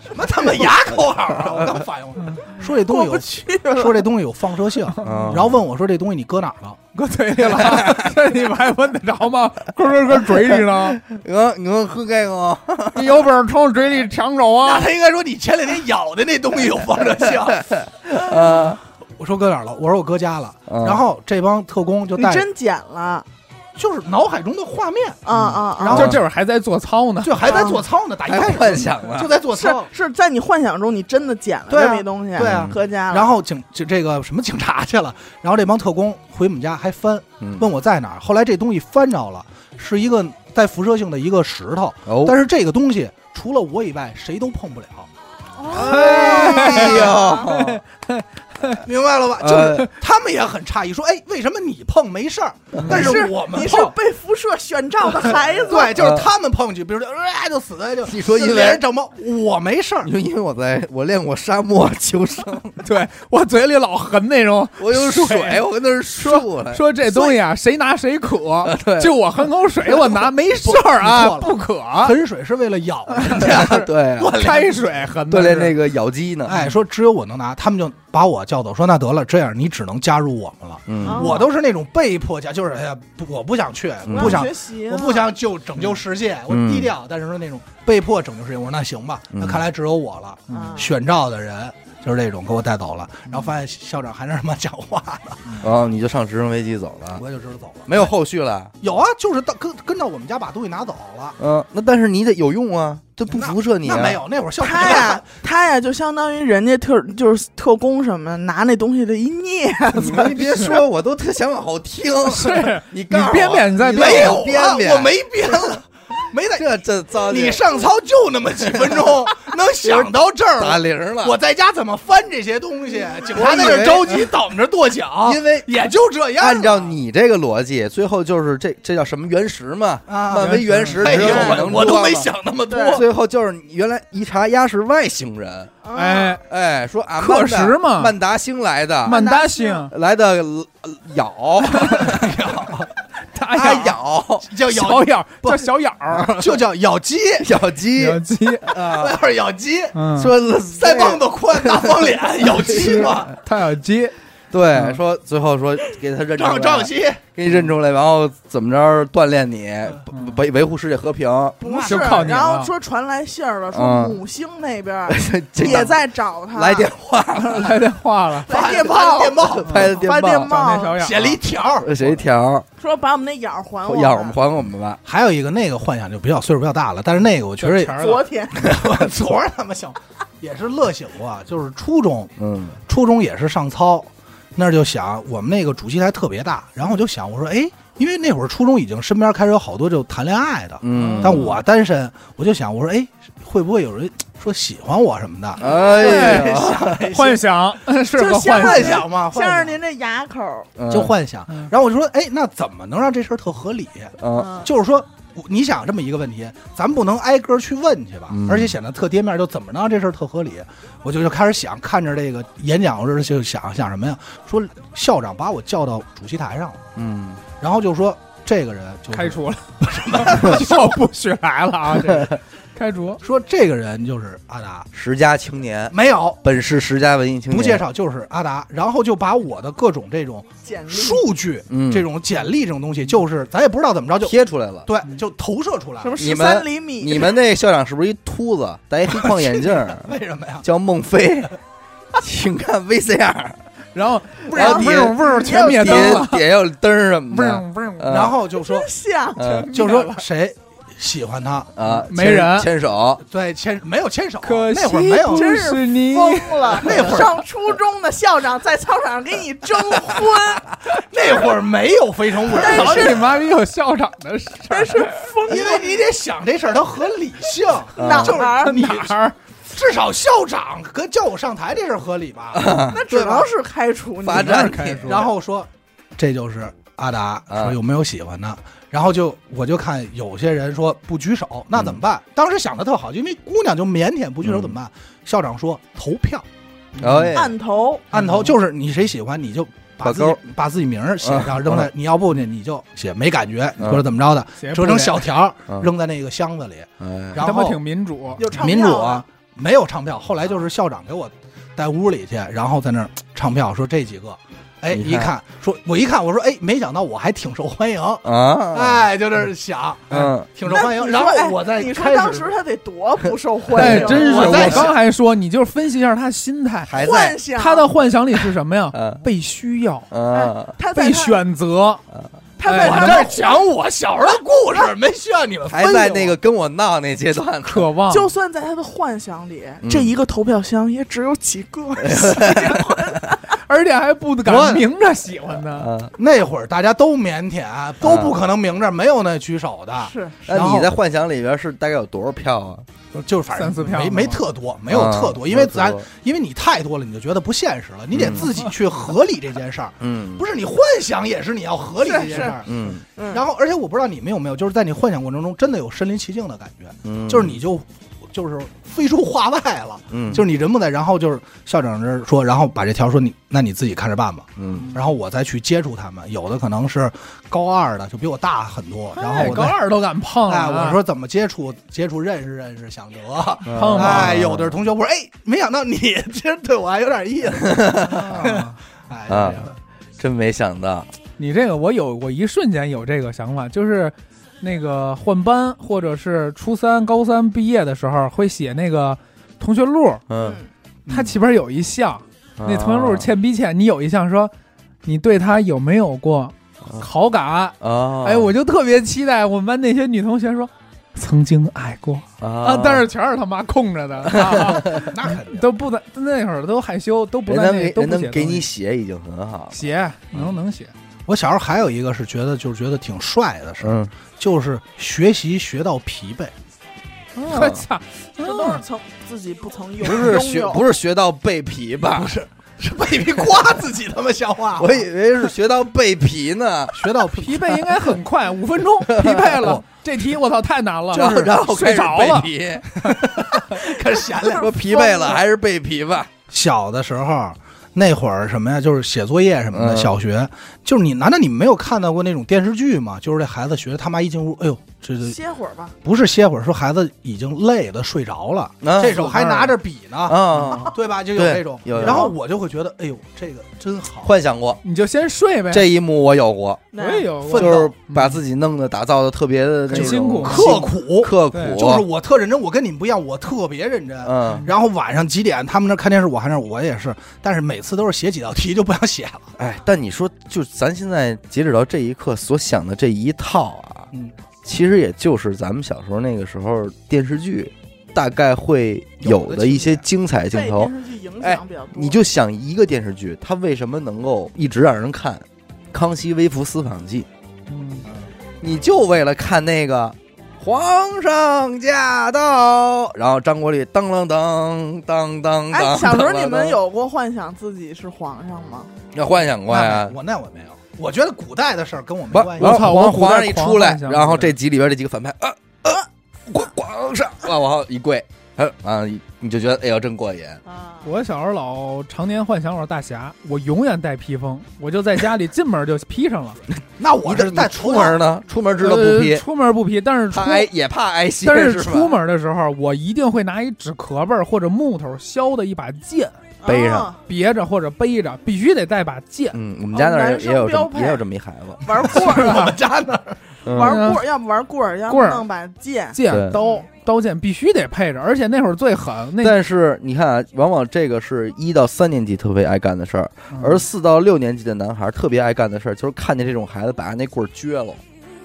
S4: 什么他妈牙口好 *laughs* 啊！我刚反应过来，说这东
S3: 过
S4: 西
S3: 不
S4: 有，
S3: 去了，
S4: 说这东西有放射性，
S5: 然
S4: 然后问我说这东西你搁哪儿了？
S2: 搁嘴里了，这你们还闻得着吗？咯咯咯嘴里呢，
S1: 我我喝这个，
S2: 你有本事从嘴里抢走
S4: 那
S2: 啊！
S4: 他应该说你前两天咬的那东西有放射 *laughs* 性。嗯
S1: 啊，
S4: 我说搁哪儿了？我说我搁家了。
S1: 嗯
S4: 然后这帮特工就
S3: 你
S4: 带，
S3: 真捡了
S4: 就是脑海中的画 *laughs* 面，
S3: 啊啊！啊
S4: 嗯然后
S2: 就这会儿还在做操呢，
S4: 就哎还在做操呢，打一开
S1: 还
S4: 始
S1: 幻想啊呢
S4: 就在做
S3: 是
S4: 操。
S3: 是在你幻想中，你真的捡了
S4: 对啊
S3: 这么一东西，嗯
S4: 对啊
S3: 搁家了。
S4: 然后警这这个什么警察去了，然后这帮特工回我们家还翻，
S1: 嗯
S4: 问我在哪儿。后来这东西翻着了，是一个带辐射性的一个石头，
S1: 哦
S4: 但是这个东西除了我以外谁都碰不了，
S1: 哎
S3: *laughs* 哦，
S1: 呦，
S4: *laughs* 明白了吧？就是 *laughs* 他们也很诧异，说：“哎，为什么你碰没事 *laughs* 儿，但
S3: 是
S4: 我们
S3: 你是
S4: 碰？”
S3: 被辐射选召的孩子，
S4: 对，就是他们碰去，比如说，啊，就死了，就
S5: 你说因为
S4: 就连人整毛，我没事儿
S5: 你，说因为我在我练过沙漠求生，
S2: 对我嘴里老含那种
S5: 我有
S2: 哎
S5: 水，我跟那儿竖来，
S2: 说这东西啊，谁拿谁渴，就我喝口水，我拿没事儿啊，
S4: 不
S2: 不渴。
S4: 啃水是为了 *laughs* 咬人家。
S1: *laughs* 对啊，
S2: 开水很
S1: 锻炼那个咬肌呢，
S4: 哎，说只有我能拿，他们就把我叫走，说那得了，这样你只能加入我们了。
S1: 嗯
S3: 啊
S4: 我都是那种被迫加，就是哎呀，不，我不想去，
S1: 嗯
S3: 我
S4: 不
S3: 想学，
S4: 想
S3: 习，
S4: 我不。想就拯救世界，我
S1: 嗯
S4: 低调。但是说那种被迫拯救世界，我说那行吧，那
S1: 嗯
S4: 看来只有我了。
S3: 啊
S4: 选召的人就是这种给我带走了，
S1: 嗯
S4: 然后发现校长还在他妈讲话呢，
S1: 然哦后你就上直升飞机走了，
S4: 我就知道走了。
S1: 没有后续了。
S4: 有啊，就是到跟跟到我们家把东西拿走了，
S1: 嗯，那但是你得有用啊，这不辐射你啊。*laughs*
S4: 那没有，那会儿校
S3: 嗯
S4: 长
S3: 他呀，他呀，就相当于人家特就是特工什么的，拿那东西的一捏，
S5: 你们别说，我都特想往后听。
S1: *laughs*
S2: 是
S5: 你告
S2: 你
S5: 诉我
S2: 编编，你再
S5: 没
S2: 编
S5: 有
S4: 有
S5: 编
S4: 啊，
S5: 编
S4: 我没编了，没在。
S5: 这这糟践，
S4: 你上操就那么几分钟，能想到这儿
S5: 打
S4: 了。
S5: 铃儿了，
S4: 我在家怎么翻这些东西？警
S5: 我
S4: 察
S5: 以
S4: 在这儿
S5: 为
S4: 着急等着跺脚，
S5: 因为
S4: 也就这样了。
S1: 按照你这个逻辑，最后就是这这叫什么原石嘛？
S4: 啊
S1: 漫威原石，
S4: 哎
S1: 只
S4: 呦
S1: 有你
S4: 我
S1: 能
S4: 我都
S1: 抓
S4: 没
S1: 嘛。
S4: 想那么多。
S1: 最后就是你原来一查，丫是外星人。
S2: 哎，
S1: 哎，说啊，
S2: 克什
S1: 曼达
S2: 嘛
S1: 曼达星来的，
S2: 满大星，
S1: 来的呃
S4: *laughs*
S1: 咬，
S2: 大
S1: 他
S2: 眼
S1: 哎咬
S4: 叫咬
S2: 小，眼儿哎叫小眼儿，
S4: 就叫咬鸡，
S1: 咬鸡
S2: 小鸡，
S1: 啊，
S4: 外号咬鸡，
S2: 嗯，
S1: 说 *laughs* 了
S4: 腮帮子宽，大方脸，咬鸡嘛，
S2: 他小鸡，
S1: 对，
S2: 嗯
S1: 说最后说给他认出
S4: 张
S1: 来
S4: 张，希，
S1: 给你认出来，然后怎么着锻炼你，
S2: 嗯
S1: 维维护世界和平。
S4: 嗯
S3: 不是，
S2: 就靠你了
S3: 然后说传来信儿了，说
S1: 嗯
S3: 母星那边儿
S1: *laughs* *laughs* 这
S3: 也在找他，
S1: 来电话，
S2: 来电话了，
S3: 来电
S4: 发
S3: 报，
S4: 电报，
S1: 拍的
S3: 发电
S1: 报，
S2: 长
S3: 报
S2: 那小，眼儿，
S4: 写了一条。
S1: 写一条，
S3: 说把我们那眼儿还我
S1: 要我们还我们吧。
S4: 还有一个那个幻想就比较岁数比较大了，但是那个我确实
S2: 全
S4: 也
S2: 是
S3: 昨天
S4: *laughs* 昨儿他妈想也是乐醒过，啊就是初中
S1: 嗯
S4: 初中也是上操，那儿就想我们那个主席台特别大，然后我就想我说哎，因为那会儿初中已经身边开始有好多就谈恋爱的，
S1: 嗯，
S4: 但我单身，我就想我说哎，会不会有人说喜欢我什么的？
S1: 哎呀，
S2: 幻想是
S3: 就
S2: 个
S3: 像
S2: 幻
S4: 幻
S2: 想，
S4: 想嘛，幻
S3: 先
S4: 想
S3: 是您这牙口儿，
S1: 嗯
S4: 就幻想
S2: 嗯。
S4: 然后我就说，哎，那怎么能让这事儿特合理？
S1: 嗯
S3: 嗯
S4: 就是说，我你想这么一个问题，咱不能挨个去问去吧
S1: 嗯，
S4: 而且显得特跌面，就怎么能让这事儿特合理？我就就开始想，看着这个演讲，我这就想想什么呀？说校长把我叫到主席台上了，
S1: 嗯，
S4: 然后就说这个人就是
S2: 开，除了， *laughs* 就不许来了啊，这个开除，
S4: 说这个人就是阿达，
S1: 十佳青年，
S4: 没有。
S1: 本市十佳文艺青年，
S4: 不介，绍就是阿达，然后就把我的各种这种
S3: 简历
S4: 数据、
S1: 嗯，
S4: 这种简历这种东西，就是咱也不知道怎么着就
S1: 贴嗯出来了。
S4: 对，就投射出来
S3: 什
S4: 了。
S3: 么
S1: 你
S3: 十
S1: 们
S3: 三厘米，
S1: 你们那校长是不是一秃子，戴一黑框眼镜儿，
S4: 为什么呀？
S1: 叫孟非？ *laughs* 请看 VCR，
S2: 然后
S1: 不然
S2: 不是不是全灭
S1: 底
S2: 灯了，
S1: 下底下要灯什么
S2: 不是
S1: 的，
S2: 不是，
S1: 嗯
S4: 然后就说
S3: 真像
S1: 嗯
S4: 呃 *laughs* 就说谁喜欢他，
S1: 啊，
S2: 没
S1: 牵
S2: 人
S1: 牵手，
S4: 对牵没有牵手，啊
S2: 可惜
S4: 那会儿没有
S2: 不
S3: 真
S2: 是你
S3: 疯了。
S4: 那会儿
S3: 上初中的校长在操场上给你征婚，
S4: *laughs* 那会儿没有非诚勿扰，
S2: 操你妈逼有校长的事儿， *laughs*
S4: *laughs*
S3: 真是疯
S4: 因为你得想这事儿它合理性，
S3: 哪
S2: 嗯
S4: 就是
S3: 儿啊
S4: 你 *laughs*
S2: 哪儿？
S4: 至少校长跟叫我上台这事儿合理吧？
S3: 那只能是开除你。
S5: 罚站
S2: 开除
S4: 然后说这就是阿达，
S1: 啊
S4: 说有没有喜欢的？然后就我就看有些人说不举手，那怎么办？当时想的特好，因为姑娘就腼腆不举手
S1: 嗯
S4: 怎么办？校长说投票，
S1: 哎，
S3: 按头，
S4: 按投就是你谁喜欢你就。
S1: 挂
S4: 把自己
S1: 嗯钩
S4: 把自己名儿写
S1: 啊
S4: 上扔在
S1: 啊，
S4: 你要不呢你就写没感觉
S1: 嗯
S4: 或者怎么着的，
S2: 写
S4: 折成小条儿
S1: 嗯
S4: 扔在那个箱子里。
S1: 哎
S4: 然
S2: 他妈
S4: 后
S2: 挺民主，
S3: 有唱
S4: 民主
S3: 票
S4: 啊，没有唱票。后来就是校长给我带屋里去，然后在那儿唱票，说这几个，哎，
S1: 你
S4: 一
S1: 看
S4: 看说，我一看我说，哎，没想到我还挺受欢迎，
S1: 啊，
S4: 哎，就这想，哎
S1: 嗯，
S4: 挺受
S3: 那
S4: 欢
S3: 你
S4: 迎。
S3: 说
S4: 然后
S3: 哎
S4: 我再
S3: 你说
S4: 开
S3: 当
S4: 始
S3: 时他得多不受欢
S2: 哎，
S3: 迎，啊
S2: 真是
S4: 我
S2: 我
S4: 在想
S2: 刚还说，你就是分析一下他心态，
S1: 还在
S3: 幻，想哎
S2: 他的幻想里是什么呀？
S1: 嗯
S2: 被需要，
S1: 嗯，
S3: 他在
S2: 被
S3: 他
S2: 选择，
S3: 他
S2: 哎
S3: 在
S4: 我
S3: 他
S4: 这
S3: 的
S4: 儿讲我小时候的故事，没需要你们
S1: 还
S4: 分析
S1: 在
S4: 我
S1: 那个跟我闹那阶段呢，
S2: 渴望，
S3: 就算在他的幻想里，
S1: 嗯
S3: 这一个投票箱也只有几个。
S2: 而且还不
S4: 我
S2: 敢明着喜欢呢。
S1: 嗯，
S4: 那会儿大家都腼腆，都不可能明着，没有那举手的，
S3: 是，
S1: 那
S4: 然后
S1: 你在幻想里边是大概有多少票啊？
S4: 就是反正
S2: 三四票
S4: 没
S2: 吗
S4: 没特多，没有
S1: 啊
S4: 特多，
S1: 没
S4: 因为
S1: 有特
S4: 咱
S1: 多
S4: 因为你太多了，你就觉得不现实了，你得
S1: 嗯
S4: 自己去合理这件事儿。
S1: 嗯
S4: 不是你幻想也是你要合理这件事儿。
S1: 嗯
S3: 嗯，
S4: 然后，而且我不知道你们有没有，就是在你幻想过程中，真的有身临其境的感觉，
S1: 嗯，
S4: 就是你就就是飞出话外了，
S1: 嗯，
S4: 就是你人不在，然后就是校长这儿说，然后把这条说你，那你自己看着办吧。
S1: 嗯，
S4: 然后我再去接触他们，有的可能是高二的，就比我大很多，然后
S2: 哎
S4: 我
S2: 高
S4: 再。
S2: 二都啊敢碰
S4: 哎，
S2: 了，
S4: 我说怎么接触接触认识认识想得，
S1: 哦
S2: 胖吗
S4: 哎，有
S1: 啊
S4: 的是同学我说，哎，没想到你 *laughs* 其实对我还有点意 *laughs* 思，
S2: 啊
S4: 哎，就这样
S1: 真没想到，
S2: 你这个我有，我一瞬间有这个想法，就是那个换班或者是初三、高三毕业的时候会写那个同学录，
S1: 嗯，
S2: 它前边有一项，那同学录
S1: 啊
S2: 是欠逼欠，你有一项说你对他有没有过好感？
S1: 啊，
S2: 哎，我就特别期待我们班那些女同学说。曾经爱过啊
S1: 啊，，
S2: 但是全是他妈
S1: *laughs*
S2: 空着的，啊
S4: 嗯那肯定。
S2: 都不在那会儿都害羞，都不
S1: 人
S2: 在
S1: 能给
S2: 那都
S1: 人
S2: 不
S1: 能
S2: 写
S1: 给你
S2: 东西
S1: 写啊已经很好了，
S2: 写，能能写，
S4: 我小时候还有一个是觉得就是觉得挺帅的事儿，
S1: 嗯，
S4: 就是学习学到疲惫。
S2: *laughs* 我操，啊
S3: 这都是曾自己不曾拥
S1: 不是
S3: 拥
S1: 学
S3: 有，
S1: 不是学到背皮吧？不是，
S4: 是被你夸自己他妈像 *laughs* 话
S1: 我以为是学到背皮呢。
S4: 学到疲
S2: 疲惫应该很快，五分钟疲惫了。这题我操太难了，
S1: 然后哦然后开
S2: 啊睡
S1: 始
S2: 着
S1: 背
S2: 了。
S1: 皮，
S4: 可闲了。
S1: 说疲惫了还是背皮吧。
S4: 小的时候那会儿什么呀，就是写作业什么的，
S1: 嗯
S4: 小学就是你，难道你没有看到过那种电视剧吗？就是这孩子学他妈一进屋，哎呦，这这
S3: 歇会儿吧，
S4: 不是歇会儿，说孩子已经累的睡着了，
S1: 啊
S4: 这时候还拿着笔呢，
S1: 啊，
S4: 对吧？就有
S1: 对
S4: 这种。
S1: 有有
S4: 然后我就会觉得，哎呦，这个真好。
S1: 幻想过
S2: 你就先睡呗。
S1: 这一幕，我有过，
S2: 我也有
S4: 奋
S2: 过，
S1: 就是
S4: 斗
S1: 把自己弄得打造的特别的那
S2: 很
S1: 种
S2: 辛苦
S4: 刻苦，
S1: 刻苦，啊
S2: 对
S4: 就是我特认真，我跟你们不一样，我特别认真。
S1: 嗯，
S4: 然后晚上几点他们那儿看电视，我还那儿我也是，但是每次都是写几道题就不想写了。
S1: *laughs* 哎，但你说，就咱现在截止到这一刻所想的这一套啊，
S4: 嗯，
S1: 其实也就是咱们小时候那个时候电视剧大概会有的一些精彩镜
S3: 被
S1: 头
S3: 电。视剧影
S1: 哎
S3: 响比较多。
S1: 你就想一个电视剧，它为什么能够一直让人看《康熙微服私访记》？
S2: 嗯
S1: 你就为了看那个皇上驾到，然后张国立当啷当当当当。
S3: 哎，小时候
S1: 当啷
S3: 你们
S1: 当
S3: 有过幻想自己是皇上吗？
S1: 那幻想过呀
S4: 那？我那我没有，我觉得古代的事儿跟我没
S1: 不，
S4: 关系
S2: 我。
S1: 然
S2: 操
S1: 后
S2: 我
S1: 皇
S2: 古代
S1: 皇上一
S2: 狂
S1: 出来
S2: 幻，想
S1: 然后
S2: 这
S1: 这集里边这几个反派，呃呃，皇皇上，往往后一跪，呃啊，你就觉得哎呦真过瘾。
S3: 啊，
S2: 我小时候老常年幻想我是大侠，我永远带披风，我就在家里进门就披上了，
S4: 那我是
S1: 你
S4: 在
S1: 你出门呢，出门知道 *laughs* 不
S2: 呃
S1: 批，
S2: 出门不披，但是出
S1: 他挨也怕挨歇，
S2: 但是
S1: 是吧
S2: 出门的时候，我一定会拿一纸壳儿或者木头削的一把剑
S1: 背上
S3: 啊
S2: 别着或者背着，必须得带把剑。
S1: 嗯，我们家那儿也有这
S3: 哦男生标
S1: 么
S3: 配
S1: 也有这么一孩子，
S3: 玩棍
S2: *laughs*
S3: 儿，
S4: 我们家那儿
S3: 玩
S1: 嗯
S3: 棍儿，要不玩棍儿，要不
S2: 棍儿
S3: 弄把剑。
S1: 对
S2: 剑、刀、刀剑必须得配着，而且那会儿最狠，那
S1: 但是你看啊，往往这个是一到三年级特别爱干的事儿，
S2: 嗯
S1: 而四到六年级的男孩特别爱干的事儿，就是看见这种孩子把他那棍儿撅了。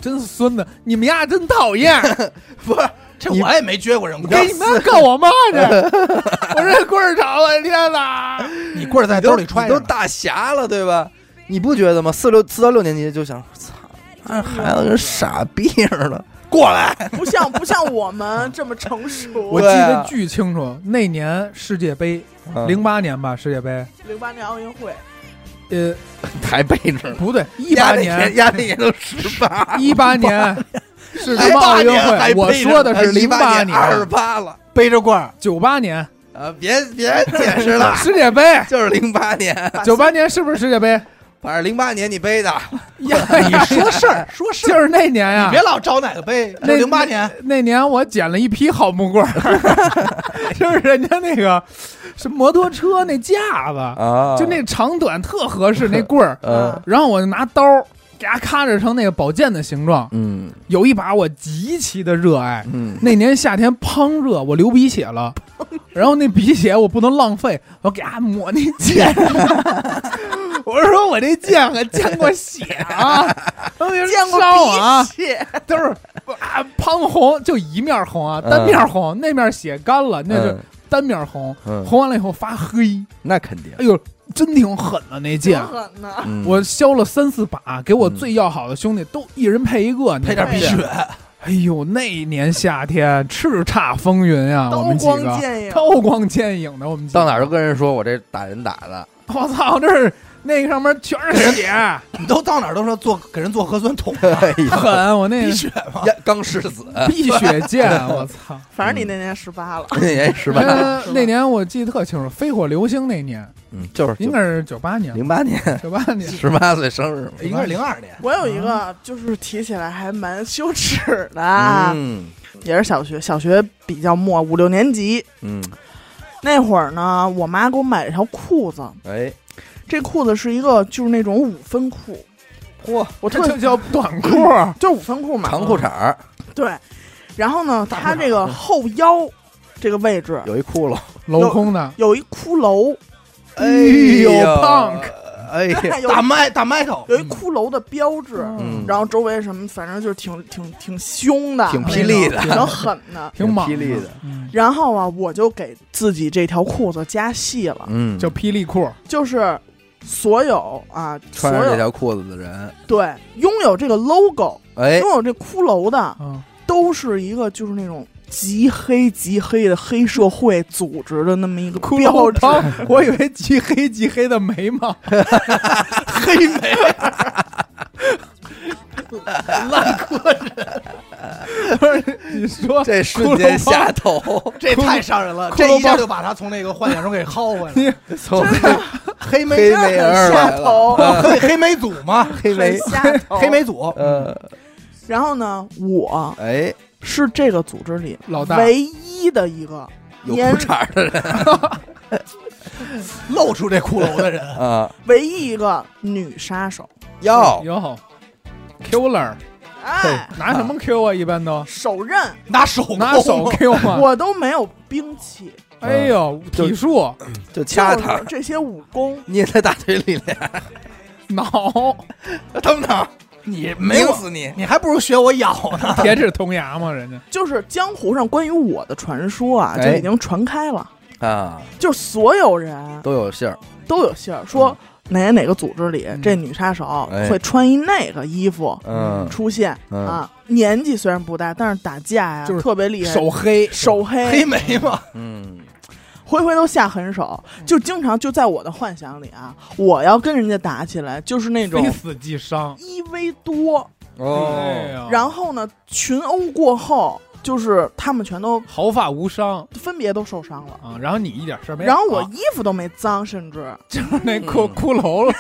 S2: 真孙子，你们丫真
S4: *laughs*
S2: 讨厌，
S4: 不是，这
S1: 你
S4: 我也没撅过人棍
S2: 给
S4: 儿，
S2: 你妈告我妈
S4: *laughs*
S2: 去！我这棍儿长，我的天哪！
S4: 你棍儿在兜里揣
S1: 你
S4: 着
S1: 都
S4: 呢。
S1: 大侠了，对吧？你不觉得吗？四六四到六年级就想，操，那孩子跟傻逼似的，
S4: 过来，
S3: 不像不像我
S2: *laughs*
S3: 们这么成熟
S2: 我。记
S5: 对
S2: 得
S5: 啊
S2: 巨清楚，那年世界杯，
S5: 嗯
S2: 零八年吧，世界杯，
S3: 零八年奥运
S2: *laughs*
S3: 会，
S2: 呃，
S5: 还背着呢。
S2: 不对，一八年，
S5: 压那年都十八，
S2: 一八年是什么奥运
S4: 哎
S2: 会？我说的是零八
S5: 二十八了
S4: 背着罐儿，
S2: 九八年，
S5: 啊！别别解释了
S2: *laughs* 世界杯，
S5: 就是零八年，
S2: 哎九八年是不是世界杯？
S5: 反正零八年你背的，
S2: 呀，
S4: 你说事儿说事
S2: *laughs* 就
S4: 儿，
S2: 是那年呀
S4: 你，别老找哪个背，
S2: 那
S4: 零八年
S2: 那年我捡了一批好木棍儿， *laughs* 就是人家那个是摩托车那架子，
S5: 啊
S2: 就那长短特合适那棍
S1: 啊
S2: 儿，
S3: 啊
S5: 呃
S2: 然后我就拿刀给它咔着成那个宝剑的形状。
S5: 嗯
S2: 有一把我极其的热爱，
S5: 嗯
S2: 那年夏天滂热，我流鼻
S5: *laughs*
S2: 血了，然后那鼻血我不能浪费，我给它抹那剑。 *laughs* 我说我这剑可见过血啊，都有人
S3: 见过
S2: 烧我啊，
S3: 鼻血，
S2: 都是啊，滂红就一面红啊，
S5: 嗯
S2: 单面红，那面血干了，那就
S5: 嗯
S2: 单面红，
S5: 嗯
S2: 红完了以后发黑，
S5: 那肯定
S2: 哎，呦，真挺狠的那剑
S3: 挺。狠的。
S5: 嗯
S2: 我削了三四把，给我
S5: 嗯
S2: 最要好的兄弟都一人配一个，
S4: 配点
S2: 那
S4: 鼻
S2: 种
S4: 血
S2: 剑。，哎呦，那年夏天叱咤风云啊，我
S3: 刀
S2: 们几
S3: 光
S2: 个
S3: 剑影，
S2: 刀光剑影的，我们几个
S5: 到哪儿都跟人说我这打人打 *laughs* 的，
S2: 我操，这是那个上面全是血，
S4: 你都到哪儿都说做给人做核酸捅
S5: 哎呀，*laughs*
S2: 狠！我那
S4: 鼻血吗？
S5: 呀刚誓死， *laughs*
S2: 碧血剑，我操！
S3: 反正你那年十八了，
S5: 那年十八，
S2: 那那年我记得特清楚，飞火流星那年，
S5: 嗯，就是
S2: 应该是九八年，
S5: 零八年
S2: 九八年。
S5: *laughs* 十八岁生日嘛，
S4: *laughs* 应该是零二年，
S3: 我有一
S2: 嗯
S3: 个就是提起来还蛮羞耻的，
S5: 嗯
S3: *laughs* 也是小学，小学比较末五六年级
S5: 嗯，
S3: 那会儿呢，我妈给我买了条裤子，
S5: 哎，
S3: 这裤子是一个就是那种五分裤，
S5: 嚯，
S3: 我特
S2: 这就叫短裤，
S3: 就是五分裤嘛，
S5: 长裤衩儿
S3: 对。然后呢，它这个后腰这个位置
S5: 嗯有一窟窿，
S2: *laughs* 镂空的，
S3: 有一骷髅，
S5: *laughs* 哎
S2: 呦
S5: 呦
S2: punk
S5: 哎呀，
S3: 有
S4: 大麦大麦头，
S3: 有一骷髅的标志，
S5: 嗯
S3: 然后周围什么，反正就是挺挺挺凶的，哎
S5: 挺霹雳的
S3: 挺狠的。
S2: 哎挺
S5: *laughs*
S2: 猛
S5: 霹雳的，
S2: 嗯
S3: 然后啊，我就给自己这条裤子加戏了，
S5: 嗯，
S2: 叫霹雳裤，
S3: 就是所有啊，所
S5: 穿上这
S3: 有
S5: 条裤子的人，
S3: 对拥有这个 logo、
S5: *laughs* 哎
S3: 拥有这骷髅的，
S5: *laughs*
S2: 嗯，
S3: 都是一个就是那种极黑极黑的黑社会组织的那么一个
S2: 骷
S3: 标
S2: 髅
S3: 志，
S2: 头，我以为极黑极黑的眉
S5: *laughs*
S2: 毛，
S4: 黑
S2: *laughs*
S4: 莓，
S2: 不是 *laughs* 你说
S5: 这瞬间下头，
S4: 这太伤人了，
S2: 骷髅
S4: 这一下
S2: 包
S4: 就把他从那个幻想中给薅回来了。
S2: 你
S5: 从
S4: 黑莓
S5: *laughs* 黑莓儿
S3: 下
S5: 来了，
S3: 头。
S5: *laughs*
S4: *laughs* 黑黑哦莓组嘛，
S5: 黑莓
S3: 很，下头
S4: 黑。莓组，
S5: 呃，
S3: 然后呢，我
S5: 哎，
S3: 是这个组织里
S2: 老大
S3: 唯一的一个
S5: 有
S3: 年
S5: 裤衩儿的人
S4: 露出这骷髅的人， *laughs*
S5: 啊，
S3: 唯一一个女杀手。
S5: 要
S2: 哟，killer
S3: 哎，
S2: 拿什么 Q 啊？一般都
S3: 手刃
S2: 啊
S4: 拿手啊抠
S2: 拿手 Q 吗？
S3: 我都没有
S5: *laughs*
S3: 兵器，
S2: 哎呦，体术
S5: 就掐
S3: 就
S5: 他
S3: 是，这些武功。
S5: 捏在大腿里脸，
S2: 脑
S5: 疼不疼？
S4: *laughs* 你没
S5: 拧
S4: 有，
S5: 死你！
S4: 你还不如学我咬 *laughs* 呢。
S2: 铁齿铜牙嘛，人家
S3: 就是江湖上关于我的传说啊，
S5: 哎
S3: 就已经传开了，
S5: 啊，
S3: 就所有人
S5: 都有信儿，
S3: 都有信儿说哪哪个组织里
S2: 嗯
S3: 这女杀手
S5: 嗯哎
S3: 会穿一那个衣服
S5: 嗯
S3: 出现
S5: 嗯
S3: 啊。年纪虽然不大，但是打架呀
S2: 就是
S3: 特别厉害，
S2: 手黑，
S3: 手黑
S4: *laughs* 黑，莓嘛，
S5: 嗯，
S3: 回回都下狠手，
S2: 嗯
S3: 就经常就在我的幻想里啊，我要跟人家打起来，就是那种
S2: 非死即伤。
S3: 一 v 多，
S2: 哎
S5: 哦，
S2: 呀
S3: 然后呢群殴过后，就是他们全都
S2: 毫发无伤
S3: 分别都受伤了。
S2: 啊，然后你一点事儿没有，
S3: 然后我
S2: 啊
S3: 衣服都没脏，甚至，
S2: 就是那骷骷髅了，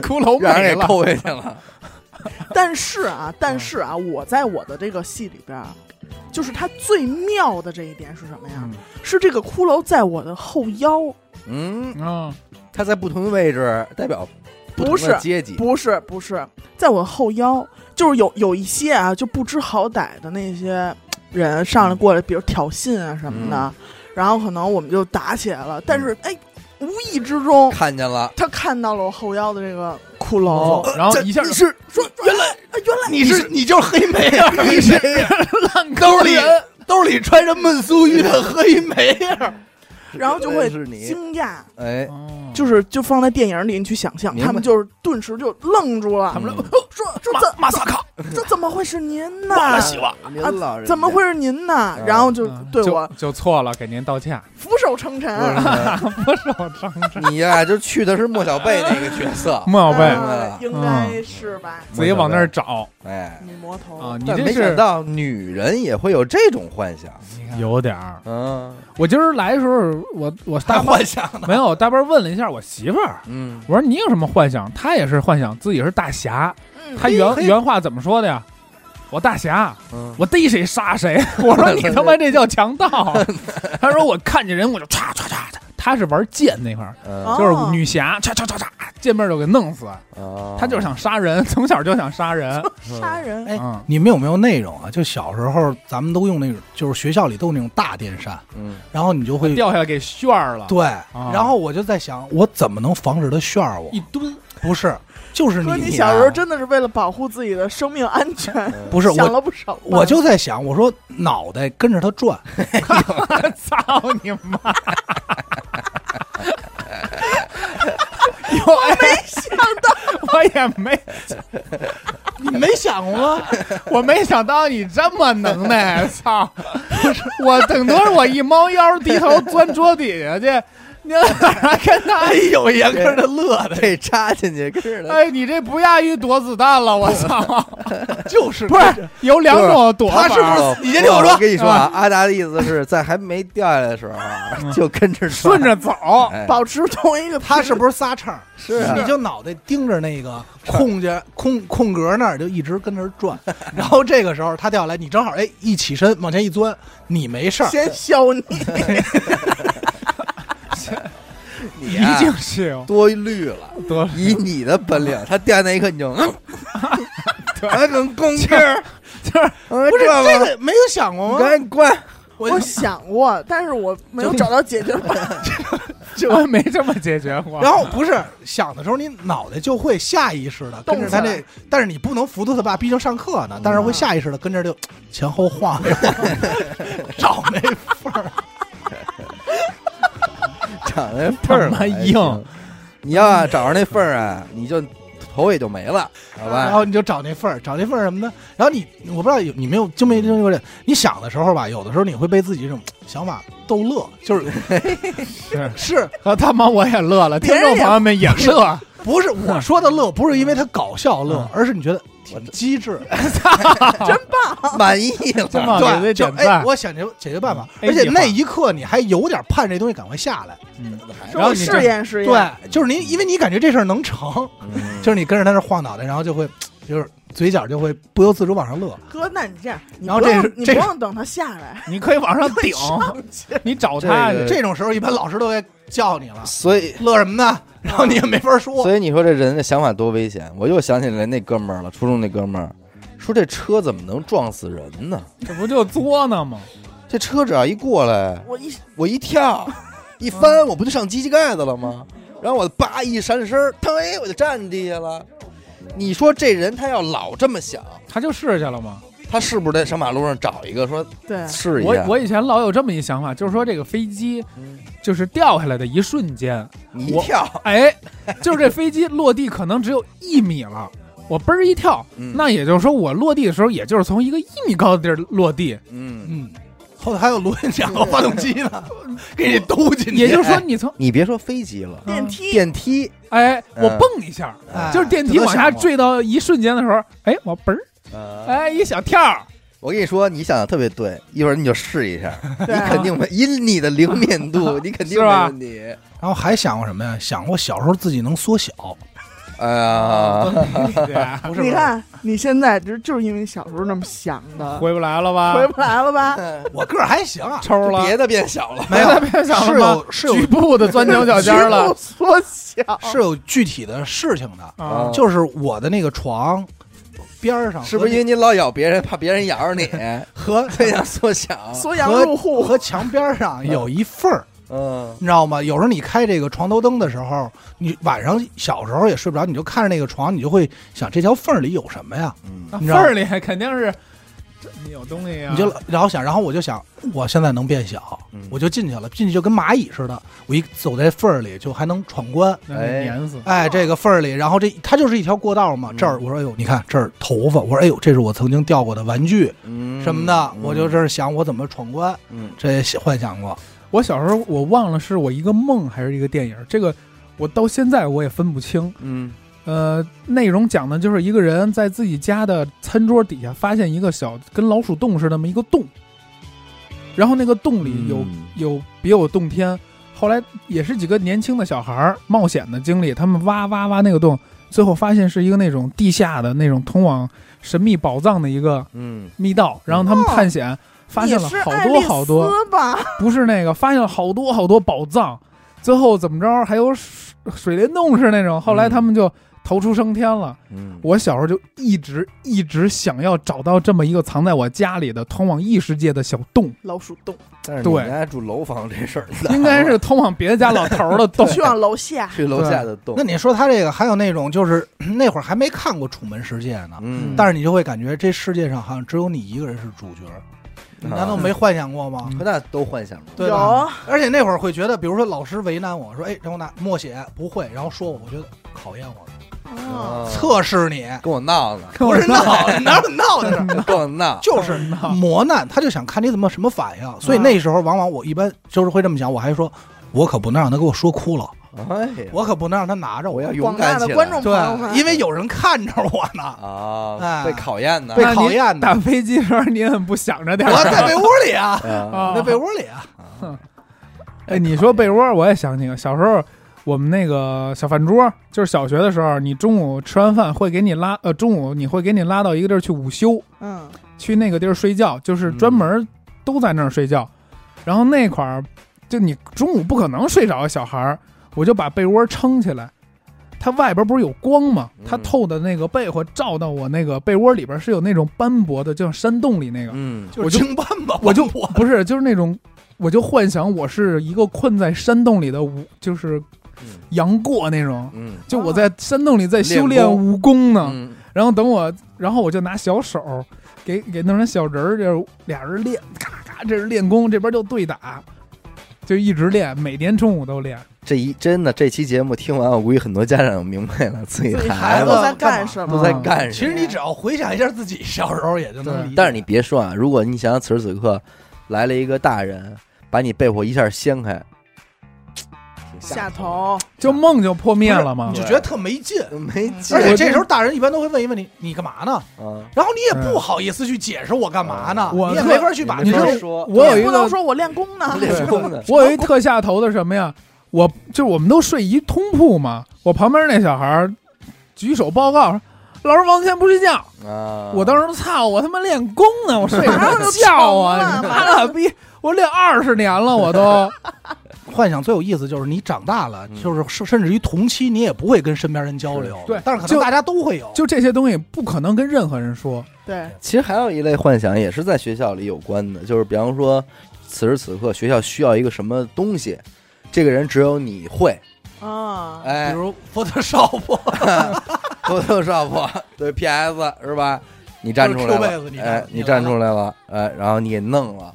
S2: 骷髅
S5: 让
S2: 没
S5: 人给
S2: 了，
S5: 扣回去了，
S3: 但是
S2: *laughs* 嗯
S3: 啊，但是啊，我在我的这个戏里边儿，啊就是它最妙的这一点是什么呀？
S2: 嗯
S3: 是这个骷髅在我的后腰，
S5: 嗯，
S2: 嗯，
S5: 他在不同的位置代表同
S3: 不
S5: 的
S3: 是
S5: 阶级，
S3: 不是不是，在我的后腰，就是有有一些啊，就不知好歹的那些人上来过来，比如挑衅啊什么的，然后可能我们就打起来了。但是哎，无意之中
S5: 看见了，
S3: 他看到了我后腰的这个骷髅，
S2: 哦然后一下
S4: 你是说原来原 *laughs* 来你是你就是黑莓啊， *laughs* 你是
S2: 烂
S4: 兜里 *laughs* 兜里揣着闷酥玉的黑莓啊，
S3: 然后就会
S5: 是你
S3: 惊讶。
S5: 哎，
S2: 哦
S3: 就是就放在电影里，你去想象，
S5: 明白
S3: 他们就是顿时就愣住了哦
S2: 他。们说
S3: 说说怎
S4: 马萨 *laughs* 卡，
S3: 这怎么会是您呢？
S4: 忘了洗了。
S1: 您老人
S3: 怎么会是您呢？然后就对我
S2: 啊嗯就错了，给您道歉。
S3: 俯首称臣。
S1: 家？
S2: 不是我张，
S1: 你呀，就去的是莫小贝那个角色
S2: *laughs* 莫小贝
S3: 啊应该是吧？
S2: 自己往那儿找
S1: 哎，
S3: 女魔头
S2: 啊，你
S1: 但
S2: 这
S1: 没想
S2: 是
S1: 到女人也会有这种幻想，
S2: 有点儿。
S1: 嗯，
S2: 我今儿来的时候，我我大
S4: 大
S2: 班
S4: *laughs* 幻想呢？
S2: 没有大班问了一下我媳妇儿，
S1: 嗯，
S2: 我说你有什么幻想？她也是幻想自己是大侠，
S3: 嗯
S2: 她原原话怎么说的呀？我大侠，
S1: 嗯
S2: 我逮谁杀谁。 *laughs* 我说你他妈这叫强 *laughs* 盗。她说我看见人我就歘歘歘的，她是玩剑那块儿，
S1: 嗯
S3: 啊
S2: 就是女侠，歘歘歘歘，见面就给弄死。
S1: 哦
S2: 她就是想杀人，从小就想杀 *laughs* 人。
S3: 杀人
S4: 哎
S2: 嗯，
S4: 你们有没有那种啊？就小时候咱们都用那种，就是学校里都有那种大电扇，
S1: 嗯
S4: 然后你就会
S2: 掉下来给旋儿了，
S4: 对，然后我就在想，我怎么能防止它旋儿我
S2: 一？蹲， *laughs*
S4: 不是，就是
S3: 哥，
S4: 你啊
S3: 你小时候真的是为了保护自己的生命安全，
S4: 不是
S3: 想
S4: 我，
S3: 了不少吧。
S4: 我就在想，我说脑袋跟着它转，
S2: 操你妈！ *laughs* 我没想到，哎 *laughs* 我也没，
S4: 你没想过 *laughs* 吗？
S2: *laughs* 我没想到你这么能耐， *laughs* 操！我顶多是我一猫腰低头钻桌底下去，你还跟他
S4: 哎呦，严哥这乐的，
S1: 这插进去跟着
S2: 哎，你这不亚于躲子弹了，我操！
S4: 就是
S2: 不是有两种躲法，
S4: 他是
S1: 不
S4: 不是你先听我说
S1: 我跟你说啊，阿达的意思是在还没掉下来的时候啊，
S4: 嗯
S1: 就跟着转
S2: 顺，着走？
S1: 哎
S3: 保持同一个频率，
S4: 他是不是仨秤？
S1: 是啊
S4: 你就脑袋盯着那个空间空空格那儿，就一直跟那儿 *laughs* 转。然后这个时候他掉下来，你正好哎一起身往前一钻，你没事儿。
S3: 先削
S4: *laughs*
S3: 你？
S1: 你
S2: 一
S1: 啊
S2: 定是有
S1: 多虑了。
S2: 躲
S1: 以你的本领，他掉那一刻你就，
S4: *laughs*
S1: 嗯还能攻劲儿，
S2: 就是 *laughs*
S1: 不
S4: 不是这个没有想过
S1: 你
S4: 吗？
S1: 赶紧关，
S4: 我
S3: 我想过，但是我没有找到解决办
S4: *laughs*
S3: 法。
S2: 我没这么解决过。
S4: 然后不是想的时候，你脑袋就会下意识的跟着他
S3: 动起
S4: 这，但是你不能服他他爸，毕竟上课
S2: 嗯
S4: 呢。但是会下意识的跟着就前后晃
S2: *laughs*
S4: 悠，找那缝儿。
S1: 长那缝儿
S2: 他妈
S1: 还
S2: 硬
S1: 行。你要啊找着那缝儿啊，你就头也就没了，好
S2: 哎
S4: 然
S1: 吧？
S4: 后你就找那份儿，找那份儿什么的。然后你，我不知道有你没有经没经历过这，你想的时候吧，有的时候你会被自己这种想法逗乐，就是
S2: 是
S4: 是
S2: 啊，他妈我也乐了，听
S3: 别人也
S2: 众朋友们也乐，
S4: 不是我说的乐，不是因为他搞笑乐
S2: 嗯，
S4: 而是你觉得挺机
S2: *laughs*
S4: 智，
S1: 满意了，
S2: 真棒，
S4: 对，
S2: 啊给
S4: 就
S2: 他点
S4: 哎，
S2: 赞。
S4: 我想解解决办法，
S2: 嗯
S4: 而且
S2: A 计划
S4: 那一刻你还有点盼着这东西赶快下来，
S2: 嗯
S3: 说
S2: 然后
S3: 我
S2: 你
S3: 试
S2: 这
S3: 验试验，
S4: 对，就是你，因为你感觉这事儿能成，
S1: 嗯
S4: 就是你跟着他那晃脑袋，然后就会就是嘴角就会不由自主往上乐，
S3: 哥，那你这样，你
S4: 然后
S3: 不
S4: 这
S3: 用
S4: 是
S3: 你
S4: 这
S3: 不
S4: 是
S3: 用等他下来，
S2: 你可以往上顶，
S3: 上去
S2: 你找他
S1: 这个
S2: 去。
S4: 这种时候一般老师都会叫你了，
S1: 所以。
S4: 乐什么呢？然后你也没法说，
S2: 嗯
S1: 所以你说这人的想法多危险！我又想起来那哥们儿了，初中那哥们儿，说这车怎么能撞死人呢？
S2: 这不就作呢吗？
S1: 这车只要一过来，
S3: 我一
S1: 我一 *laughs* 跳，一翻，我不就上机器盖子了吗？然后我叭一闪身，腾哎，我就站地下了。你说这人他要老这么想，
S2: 他就试去了吗？
S1: 他是不是得上马路上找一个说
S3: 对
S4: 嗯
S1: 试一
S2: 我
S1: 下？
S2: 我以前老有这么一想法，就是说这个飞机
S1: 嗯
S2: 就是掉下来的一瞬间，
S1: 你一跳，
S2: 哎，就是这飞机落地可能只有一米了，我嘣儿一跳，
S1: 嗯
S2: 那也就是说我落地的时候，也就是从一个一米高的地儿落地，
S1: 嗯，
S4: 嗯，后头还有螺旋桨和发动机
S2: *laughs*
S4: 呢，给你兜进去。
S2: 也就是说你从
S1: 你别说飞机了，
S3: 电梯，
S1: 电梯，
S2: 哎
S1: 嗯
S2: 我蹦一下，
S4: 哎
S2: 就是电梯往
S4: 这都
S2: 下
S4: 想过
S2: 坠到一瞬间的时候，哎我嘣儿
S1: 哎，
S2: 哎一小跳儿，
S1: 我跟你说，你想的特别对，一会儿你就试一下，
S3: 对
S1: 你 *laughs* 肯定没，以你的灵敏度，你肯定
S2: 是
S1: 没
S2: 吧
S1: 问题。
S4: 然后还想过什么呀？想过小时候自己能缩
S2: *laughs*
S4: 小，
S1: 哎呀，
S4: 不是？
S3: 你，看你现在就就是因为你小时候那么想的，
S2: 回不来了吧？
S3: 回不来了
S4: *laughs*
S3: 吧？
S4: 我个儿还行
S2: *laughs*
S4: 啊，
S2: 抽了，
S1: 别的变小了，
S4: 没有
S2: 别别想
S4: 是
S2: 了吗
S4: 有是有
S2: 局部的钻牛角尖儿
S3: 局部
S2: 了
S3: 缩
S2: 哦
S3: 小，
S4: 是有具体的事情的，
S2: 啊！
S4: 就是我的那个床边儿上和
S1: 嗯是不是因为你老咬别人，怕别人咬着你，
S4: 和
S1: 这样缩小？
S3: *laughs* 缩阳入户
S4: 和墙边儿上有一缝儿？
S1: 嗯
S4: 你知道吗？有时候你开这个床头灯的时候，你晚上小时候也睡不着，你就看着那个床，你就会想这条缝儿里有什么呀？
S1: 嗯
S2: 那
S4: 你知
S2: 缝
S4: 道
S2: 儿里肯定是你有东
S1: 啊
S2: 西呀、啊
S4: 你就老想，然后我就想，我现在能变小，
S1: 嗯
S4: 我就进去了，进去就跟蚂蚁似的，我一走在缝儿里就还能闯
S1: 嗯
S4: 关。
S2: 那得碾死。
S4: 哎，这个缝儿里，然后这它就是一条过道
S1: 嗯
S4: 嘛。这儿我说，哎呦，你看这儿头发，我说，哎呦，这是我曾经掉过的玩具
S1: 嗯
S4: 什么的，我就这儿想我怎么闯关，
S1: 嗯
S4: 这也幻想过。
S2: 我小时候我忘了是我一个梦还是一个电影，这个我到现在我也分不清。
S1: 嗯
S2: 呃，内容讲的就是一个人在自己家的餐桌底下发现一个小跟老鼠洞似的那么一个洞，然后那个洞里有、
S1: 嗯
S2: 有别有洞天。后来也是几个年轻的小孩儿冒险的经历，他们挖挖挖那个洞，最后发现是一个那种地下的那种通往神秘宝藏的一个
S1: 嗯
S2: 密道，然后他们
S4: 哦
S2: 探险。发现了好多好多，
S3: 吧？
S2: 不是那个，发现了好多好多宝藏，最后怎么着还有水水帘洞是那种，后
S4: 嗯
S2: 来他们就逃出升天了。
S1: 嗯，
S2: 我小时候就一直一直想要找到这么一个藏在我家里的通往异世界的小洞，
S3: 老鼠洞
S1: 但是你
S2: 对
S1: 们家住楼房这事儿，
S2: 应该
S4: *laughs*
S2: 是通往别的家老头儿的洞。
S3: 去往楼下，
S1: *laughs* 去楼下的洞
S4: 那。你说他这个还有那种，就是 *clears throat* 那会儿还没看过《楚门世界》呢，
S1: 嗯，
S4: 但是你就会感觉这世界上好像只有你一个人是主角，你难道没幻想过吗？
S2: 嗯
S1: 啊那都幻想过。
S4: 对吧？
S3: 有
S4: 而且那会儿会觉得，比如说老师为难我说：“哎，让我拿默写不会。”然后说我，我觉得考验我了，
S3: 哦
S4: 测试你，
S1: 啊跟我闹呢，
S4: 不是闹，哪有闹的事儿？
S1: 跟我闹。
S4: 就是磨难，他就想看你怎么什么反应。所以那时候往往我一般就是会这么想，我还说，我可不能让他给我说哭了，
S1: 哎呀，
S4: 我可不能让他拿着
S1: 我
S4: 我
S1: 要。勇
S3: 广
S1: 敢
S3: 大的
S1: 起来。
S3: 观众朋友
S4: 对，
S3: 们，
S4: 因为有人看着我呢，
S1: 啊，
S4: 哎
S1: 被考验呢
S4: 被。
S2: 那
S4: 考
S2: 您
S4: 验
S2: 打
S4: 的，
S2: 飞机的时候您怎么不想着点
S4: 我
S2: 儿
S4: 在被屋里啊，
S1: 啊
S2: 啊？
S4: 在被窝里啊，
S2: 哎，你说被窝，我也想起个小时候，我们那个小饭桌，就是小学的时候，你中午吃完饭会给你拉，呃，中午你会给你拉到一个地儿去午休，
S3: 嗯，
S2: 去那个地儿睡觉，就是专门都在那儿睡觉。然后那块儿，就你中午不可能睡着，啊小孩儿，我就把被窝撑起来。它外边不是有光吗？它
S1: 嗯
S2: 透的那个被窝照到我那个被窝里边是有那种斑驳的，就像山洞里 *laughs* 那个，
S1: 嗯，
S4: 就
S2: 我
S4: 是
S2: 就
S4: 青斑吧，
S2: 我就
S4: 我
S2: 不是，就是那种，我就幻想我是一个困在山洞里的武，就是
S1: 嗯
S2: 杨过那种，
S1: 嗯
S2: 就我在山洞里在修
S1: 练
S2: 炼
S1: 功
S2: 武功呢。
S1: 嗯
S2: 然后等我，然后我就拿小手儿给给弄成小人儿，就是俩人练，咔咔，这是练功，这边就对打，就一直练，每天中午都练。
S1: 这一真的这期节目听完，我估计很多家长明白了自己
S3: 自己
S1: 孩
S3: 孩
S1: 子
S3: 子嗯
S4: 子
S3: 在干什
S1: 都
S3: 么？
S1: 在干
S4: 其
S1: 什么。嗯
S4: 实你只要回想一下自己小时候，也就能理解。
S1: 但是你别说啊，如果你想想此时此刻来了一个大人，把你被窝一下掀开，挺
S3: 下
S1: 头
S3: 头，
S2: 就梦就破灭了嘛
S4: 你。就
S3: 嗯
S4: 觉得特没劲。
S1: 的，没劲
S4: 而且
S2: 我就
S4: 这时候大人一般都会问一问你，你干嘛呢？
S1: 啊。
S4: 然后你也不好意思去解释嗯我干嘛呢，
S2: 我
S4: 你也没法去把
S1: 你
S4: 这
S2: 知道
S1: 别
S4: 个
S1: 说，
S2: 我有一
S3: 不能
S2: 个，
S3: 说我练功呢，
S1: *laughs* 练功的，
S2: 我有一特下头的什么呀？我就是我们都睡一通铺嘛，我旁边那小孩儿举手报告说。老师王天不睡觉，
S1: 啊，
S2: 我当时操，我他妈练功呢，我睡什
S3: 马上 *laughs*
S2: 么
S3: 就
S2: 觉啊？
S3: 成了
S2: *laughs* 你妈了逼，我练二十年了，我
S3: *laughs*
S2: 都。
S4: 幻想最有意思就是你长大了，
S1: 嗯
S4: 就是甚甚至于同期你也不会跟身边人交流
S1: 是，
S2: 对
S4: 但是可能
S2: 就
S4: 大家都会有，
S2: 就这些东西不可能跟任何人说。
S3: *laughs* 对，
S1: 其实还有一类幻想也是在学校里有关的，就是比方说，此时此刻学校需要一个什么东西，这个人只有你会，
S3: 啊，
S4: 比
S1: 哎
S4: 如 *laughs* Photoshop，
S1: *laughs* ，Photoshop 对 PS 是吧？你站出来
S4: 就是 Q
S1: 了
S4: 妹子，你
S1: 哎
S4: 站，
S1: 你站出来了，哎，然后你给弄了，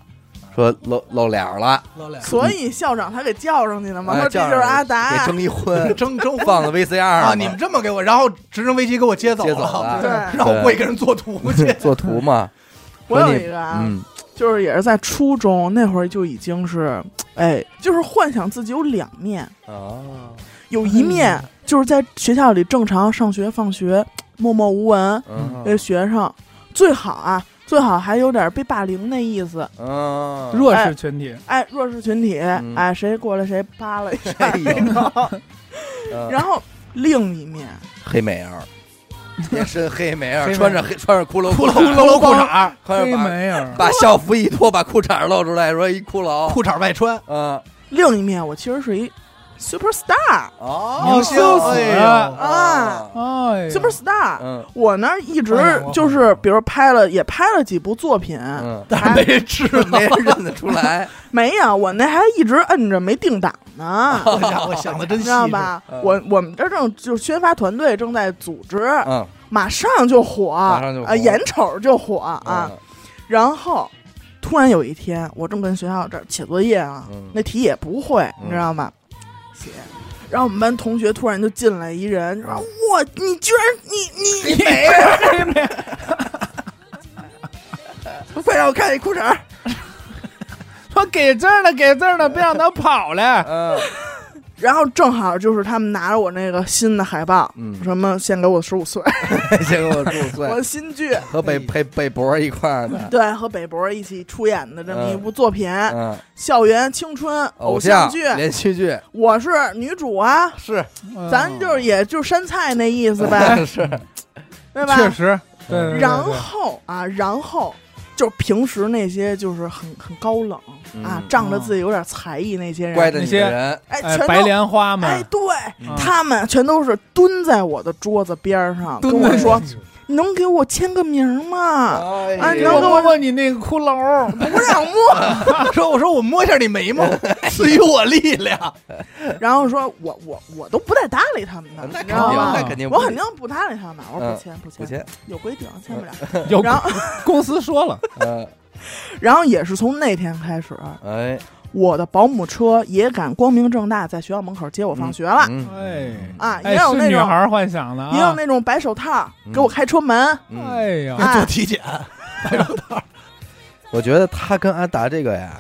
S1: 说露露脸了，
S3: 所以校长才给叫上去的嘛，
S1: 哎
S3: 说这就是阿达啊
S1: 给，征一
S3: *laughs*
S1: 婚，
S4: 争争
S1: 放了 VCR
S4: 啊！
S1: 嘛 *laughs*
S4: 你们这么给我，然后直升飞机给我接走
S1: 接走了，。
S4: 了， *laughs*
S3: 对
S4: 让我跪给人做图去
S1: *laughs* 做图嘛，
S3: 我
S1: 说
S3: 有
S1: 你
S3: 一个啊，
S1: 嗯
S3: 就是也是在初中那会儿就已经是，哎，就是幻想自己有两面，
S1: 啊，
S3: 有一
S1: 嗯
S3: 面就是在学校里正常上学放学，默默无闻，
S1: 嗯
S3: 那学生最好啊，最好还有点被霸凌那意思，
S1: 嗯，
S2: 弱势群体，
S3: 啊哎，弱势群体，
S1: 嗯
S3: 哎，谁过来谁扒了一下，
S1: *laughs* 哎呦，嗯
S3: 然后另一面
S1: 黑美儿，贴身黑美
S2: 黑
S1: 儿，
S2: 美儿
S1: 穿着黑穿着骷髅
S4: 骷髅
S1: 裤衩
S4: 骷髅裤衩，
S1: 穿
S2: 黑
S1: 着把
S2: 没有。
S1: 把校服一脱，把裤衩露出来，说一骷髅，
S4: 裤衩外穿，
S1: 嗯，
S3: 另一面，我其实是一 super star
S1: 哦，
S2: 明星死了
S3: 啊，
S2: 哎呀，
S3: super star，、
S1: 嗯
S3: 我呢一直
S4: 哎呀我
S3: 就是，比如拍了也拍了几部作
S5: *laughs*
S3: 品，
S1: 嗯，
S4: 但是没人知道。，
S1: 没人认得出来，
S3: 没有，我那还一直摁着没定档呢
S4: *laughs* 好家伙，想的真
S3: 你知
S4: 细致
S3: 道。吧？
S1: 啊嗯
S3: 我我们这正就是宣发团队正在组织，
S1: 嗯
S3: 马上就火，呃
S1: 马上就火
S3: 啊，眼瞅着就火啊。
S1: 嗯
S3: 然后突然有一天，我正跟学校这儿写作业啊，
S5: 嗯
S3: 那题也不会，
S5: 嗯
S3: 你知道吗？写。然后我们班同学突然就进来一人，说：“哇，你居然你你你没 *laughs* 了！快让我看你裤衩儿！
S2: 说给这儿呢，给这儿呢，别让他
S3: *laughs*
S2: 跑了。
S5: *laughs* 嗯
S3: 然后正好就是他们拿着我那个新的海报，
S5: 嗯，
S3: 什么献给我十五岁，
S5: 先给我住
S3: *laughs* 我
S5: 醉，
S3: 的新剧，
S5: 和北北北博一块儿的，
S3: 对，和北博一起出演的这么一部作品，
S5: 嗯，
S3: 校园青春
S5: 偶
S3: 像
S5: 像
S3: 剧，
S5: 连续剧
S3: 我是女主啊，
S5: 是哎
S3: 咱就是也就山菜那意思呗，
S5: 是，
S3: *laughs* 对
S2: 确
S3: 吧？
S2: 实，对对对对
S3: 然后啊，然后就是平时那些就是很很高冷啊
S5: 嗯，
S3: 仗着自己有点才艺那些
S5: 乖
S3: 人，
S5: 着你
S2: 那些
S5: 的人，
S3: 哎，
S2: 哎
S3: 全，
S2: 白
S3: 都
S2: 莲花嘛，
S3: 哎，对
S2: 嗯
S3: 他们全都是蹲在我的桌子边上跟
S2: 蹲
S3: 我
S2: 在
S3: 说：“你能给我签个名
S5: *laughs*
S3: 吗？
S5: 哎
S3: 哎
S2: 啊你
S5: 呦
S2: 让我摸摸你那个骷髅，
S3: 不让摸。” *laughs*
S4: *laughs* 说我说我摸一下你
S5: *laughs*
S4: 眉毛，赐予我力量。
S3: 然后说我我我都不带搭理他们的，你
S5: 那肯
S3: 知
S5: 定，
S3: 道
S2: 啊
S3: 吗
S5: 那？肯定不
S3: 我肯定不搭理他们，我说
S5: 嗯
S3: 不签不签
S5: 不签，
S3: 有规定签不了。
S2: 有
S3: 然后
S2: 公司说了，
S5: 嗯，
S3: 然后也是从那天开始，
S5: 哎，
S3: 我的保姆车也敢光明正大在学校门口接我放学了
S5: 嗯，
S2: 哎
S3: 啊，也
S2: 哎，
S3: 有
S2: 是
S3: 那
S2: 女孩
S3: 种
S2: 儿幻想的啊，
S3: 也有那种摆手套
S5: 嗯
S3: 给我开车门，
S5: 嗯
S2: 哎呀，
S3: 啊
S4: 做体
S5: *laughs*
S4: 检，
S5: 我觉得他跟安达这个呀，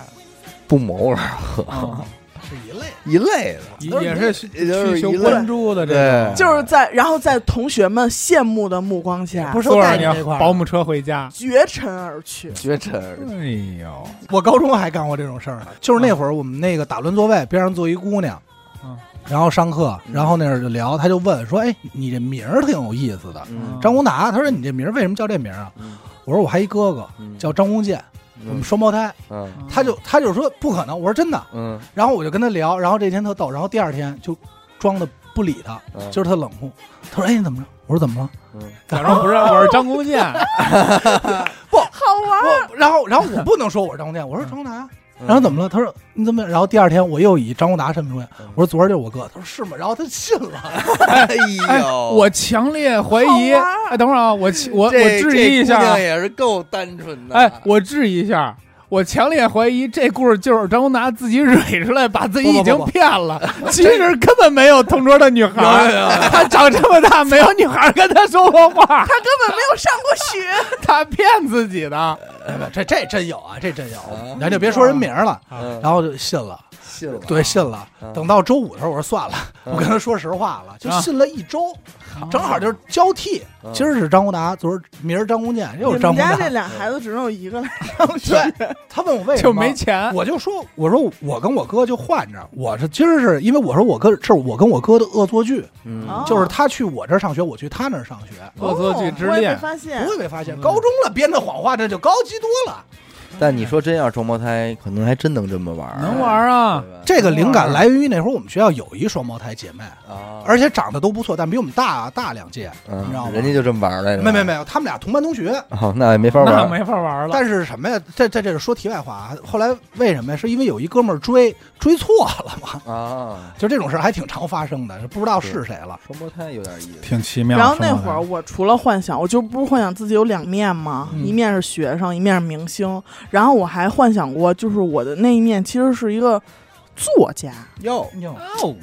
S5: 不谋而合，
S2: 啊
S4: 是一类。
S5: 一类的。
S2: 也
S5: 都是
S2: 也是去
S5: 也就是
S2: 去
S5: 一
S2: 求
S5: 类
S2: 关注的这
S5: 对
S2: 个，
S3: 就是在然后在同学们羡慕的目光
S5: 啊
S3: 下
S4: 不是
S2: 坐
S4: 我
S2: 着
S4: 带你
S2: 你
S4: 那块儿，
S2: 保姆车回家，
S3: 绝尘而去。
S1: 哦
S5: 绝尘，
S2: 哎呦，
S4: 我高中还干过这种事儿呢，就是那会儿我们那个打轮座位边上坐一姑娘，
S2: 嗯，
S4: 然后上课，
S5: 嗯
S4: 然后那儿就聊，她就问说：“哎，你这名儿挺有意思的，
S5: 嗯
S4: 张宏达。”她说：“你这名儿为什么叫这名儿啊
S5: 嗯？”
S4: 我说：“我还一哥哥
S5: 嗯
S4: 叫张宏建，我们双胞胎。
S5: 嗯”
S4: 他就他就说不可能，我说真的。
S5: 嗯
S4: 然后我就跟他聊，然后这天特逗，然后第二天就装的不理他，
S5: 嗯
S4: 就是特冷酷。他说：“哎，你怎么着？”我说：“怎么了
S5: 嗯
S2: 假装不是，我是张公健，
S3: 好玩，？”
S4: 我然后然后我不能说我是张宏建，我说张宏达。
S5: 嗯，
S4: 然后怎么了？他说你怎么？然后第二天我又以张宏达身份出现
S5: 嗯，
S4: 我说昨儿就是我哥。他说是吗？然后他信了。
S5: 哎
S2: 哎，
S5: 呦，
S2: *laughs* 我强烈怀疑，
S3: 好玩儿
S2: 哎，等会儿啊，我我我
S5: 这
S2: 质疑一下
S5: 这姑
S2: 啊
S5: 娘，也是够单纯的。啊
S2: 哎，我质疑一下，我强烈怀疑这故事就是张宏达自己蕊出来，把自己已经骗了。其实根本没有同桌的女孩儿， *laughs* 他长这么大没有女孩儿跟他说过话，
S3: 他根本没有上过学。
S2: 他骗自己的。
S5: 嗯
S4: 哎这这真有啊，这真有
S5: 啊
S4: 咱就别说人名了，
S5: 嗯
S4: 然后就信了，
S5: 信了，
S4: 对，信了
S5: 嗯。
S4: 等到周五的时候，我说算了，
S5: 嗯
S4: 我跟他说实话了，就
S2: 啊
S4: 信了一周，正好就是交替。
S5: 嗯
S4: 今儿是张宏达，昨儿明儿张宏建，又
S3: 你
S4: 是张
S3: 们
S4: 宏
S3: 家这
S4: 达。
S3: 俩孩子只能有一个来上学，
S4: 对，他问我为什
S2: 就
S4: 么
S2: 没钱，
S4: 我就说，我说我跟我哥就换着，我是今儿是因为我说我哥是我跟我哥的恶作剧，
S5: 嗯
S3: 哦
S4: 就是他去我这儿上学，我去他那儿上学，
S2: 恶作剧之
S3: 哦我也
S2: 恋
S3: 没发现
S4: 不，会被发现。
S2: 嗯
S4: 高中了编的谎话，这就高级多了。
S5: 但你说真要是双胞胎，可能还真能这么玩儿，
S2: 能玩儿啊？
S5: 对
S1: 嗯
S5: 吧
S4: 这个灵感来源于那会儿我们学校有一双胞胎姐妹，
S1: 嗯
S5: 啊，
S4: 而且长得都不错，但比我们大大两届。你知道吗
S5: 嗯，人家就这么玩儿
S1: 哎
S5: 来着。
S4: 没没没有，他们俩同班同学。
S5: 哦，那也没法玩
S2: 那
S5: 儿。
S2: 没法玩了。
S4: 但是什么呀？这这这是说题外话啊。后来为什么呀？是因为有一哥们儿追追错了嘛？ *laughs*
S5: 啊，
S4: 就这种事儿还挺常发生的，不知道是谁
S1: 嗯
S4: 了。
S5: 双胞胎有点意思。
S2: 挺奇妙
S3: 然后那会儿我除了幻想，我就不是幻想自己有两面吗？
S4: 嗯
S3: 一面是学生，一面是明星。然后我还幻想过，就是我的那一面其实是一个作家。
S5: 哟，
S2: 哦，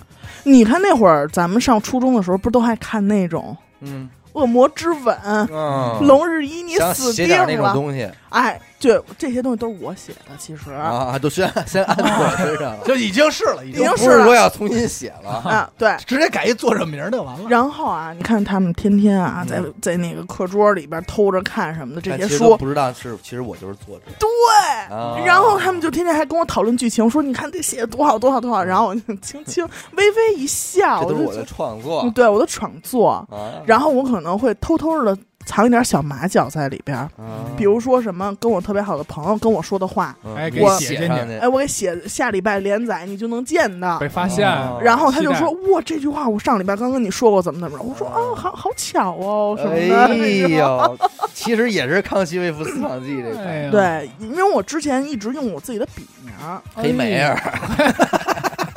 S3: 你看那会儿咱们上初中的时候，不都还看那种
S5: 嗯
S3: 《恶魔之吻》
S5: 嗯，
S3: 龙日一你
S5: 想
S3: 死
S5: 写
S3: 定
S5: 点那种
S3: 了！
S5: 东西
S3: 哎，对，这些东西都是我写的，其实
S5: 啊，都先先安我身上
S4: *laughs*
S5: 了，
S4: 就已经是了，已
S3: 已经
S5: 不
S3: 是
S5: 是
S3: 了
S5: 说要重新写了。
S3: 啊，对。
S4: 直接改一作者名儿就完了。
S3: 然后啊，你看他们天天啊，在在那个课桌里边偷着看什么的这
S5: 但嗯
S3: 些
S5: 其实
S3: 书
S5: 都，不知道是，其实我就是作者。
S3: 对，
S5: 啊
S3: 然后他们就天天还跟我讨论剧情，说你看这写的多好多好多好，然后我就轻轻 *laughs* 微微一笑，
S5: 嗯这
S3: 我
S5: 都是我
S3: 就
S5: 的创作
S3: 嗯对我的创作，
S5: 啊。
S3: 然后我可能会偷偷的藏一点小马脚在里边儿，
S5: 啊
S3: 比如说什么跟我特别好的朋友跟我说的话，
S5: 嗯
S2: 哎
S5: 你
S3: 给
S5: 写
S2: 写进
S5: 上
S2: 去
S5: 去
S3: 哎，我给写下礼拜连载你就能见到
S2: 被。发现
S5: 哦，
S3: 然后他就
S2: 期待
S3: 说：“哇，这句话我上礼拜刚跟你说过，怎么怎么着？”我说：“哦，好好巧哦，什么的。
S5: 啊哎呦，其实也是康熙微服私访记这
S2: 哎
S5: 个
S2: 呀，
S3: 对，因为我之前一直用我自己的笔名儿，
S5: 黑美
S2: 哎
S1: 啊
S5: 儿
S2: 呀，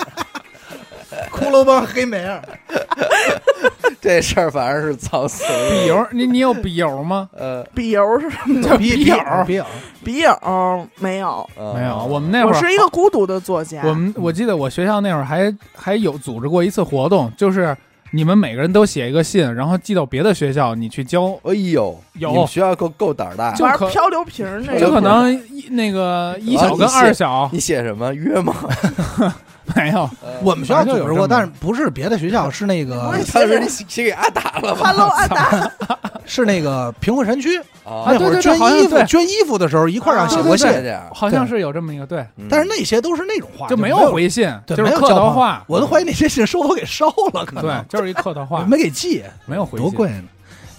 S1: *laughs*
S4: 骷髅帮黑莓儿， *laughs*
S5: 这事儿反而是藏私
S2: 笔
S5: 了。
S2: *laughs* 友，你你有笔友吗？
S1: 嗯
S5: 呃，
S3: 笔友是什么？
S2: 叫
S4: 笔
S2: 友，
S4: 笔友，
S3: 笔友没有，
S5: 嗯
S2: 没有，我们那会
S3: 我
S2: 儿
S3: 是一个孤独的作家。
S2: 我们我记得我学校那会儿还还有组织过一次活动，就是你们每个人都写一个信，然后寄到别的学校，你去交，
S1: 哎呦，
S2: 有
S1: 你们学校够够胆儿啊大
S2: 就。
S3: 玩
S2: 可
S3: 漂流瓶儿那
S2: 就
S3: 个，
S2: 可能一那个一小跟二小
S1: 你写什么约吗？ *laughs*
S2: 没有，
S4: 我们学校组织过，
S2: 反正就有这么
S4: 但是不是别的学校，是那
S3: 我
S4: 个
S3: 也
S1: 当时你写给阿达了吧？
S3: Hello 安达，
S4: 是那个贫困山区
S1: 啊
S4: 那会
S2: 对
S4: 儿
S2: 对对
S4: 捐
S2: 好像
S4: 衣服
S2: 对啊
S4: 捐衣服的时候一块儿让写
S2: 对
S4: 过
S2: 对
S4: 信
S2: 对，
S1: 这样，
S2: 好像是有这么一个对，
S1: 嗯
S4: 但是那些都是那种话，
S2: 就没
S4: 有
S2: 有回信，
S4: 对
S2: 就是
S4: 啊没有
S2: 客
S4: 交
S2: 套
S4: 朋
S2: 话，
S4: 我都怀疑那些信收都给烧了，可
S2: 对
S4: 能，
S2: 就是一客套话，
S4: 没给寄，
S2: 没有回
S4: 多
S2: 信，
S4: 贵呢。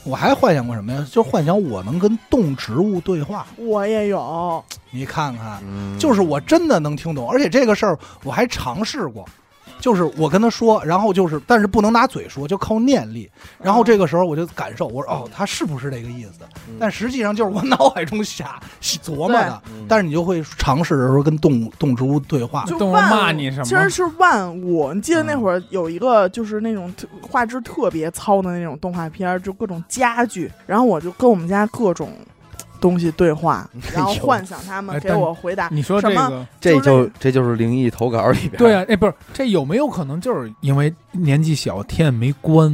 S4: 我还幻想过什么呀？就是幻想我能跟动植物对话，
S3: 我也有，
S4: 你看看，
S5: 嗯
S4: 就是我真的能听懂，而且这个事儿我还尝试过，就是我跟他说，然后就是，但是不能拿嘴说，就靠念力。
S2: 嗯
S4: 然后这个时候我就感受，我说哦，他是不是这个意思？
S5: 嗯
S4: 但实际上就是我脑海中瞎琢磨的
S5: 对嗯，
S4: 但是你就会尝试的时候跟动物、动植物对话。
S3: 就
S2: 动物
S3: 万
S2: 骂
S3: 物
S2: 你什么
S3: 其实是万物。你记得那会儿有一个就是那种特画质特别糙的那种动画片儿，就各种家具，然后我就跟我们家各种东西对话，嗯
S1: 哎嗯
S3: 然后 *laughs* 幻想他们
S2: 哎
S3: 给
S2: 但
S3: 我回答。
S2: 你说这
S3: 什
S2: 个
S1: 这
S3: 就
S1: 就这就是灵异投稿 *laughs* 里边。
S2: 对啊，哎，不是，这有没有可能就是因为年纪小，天没关，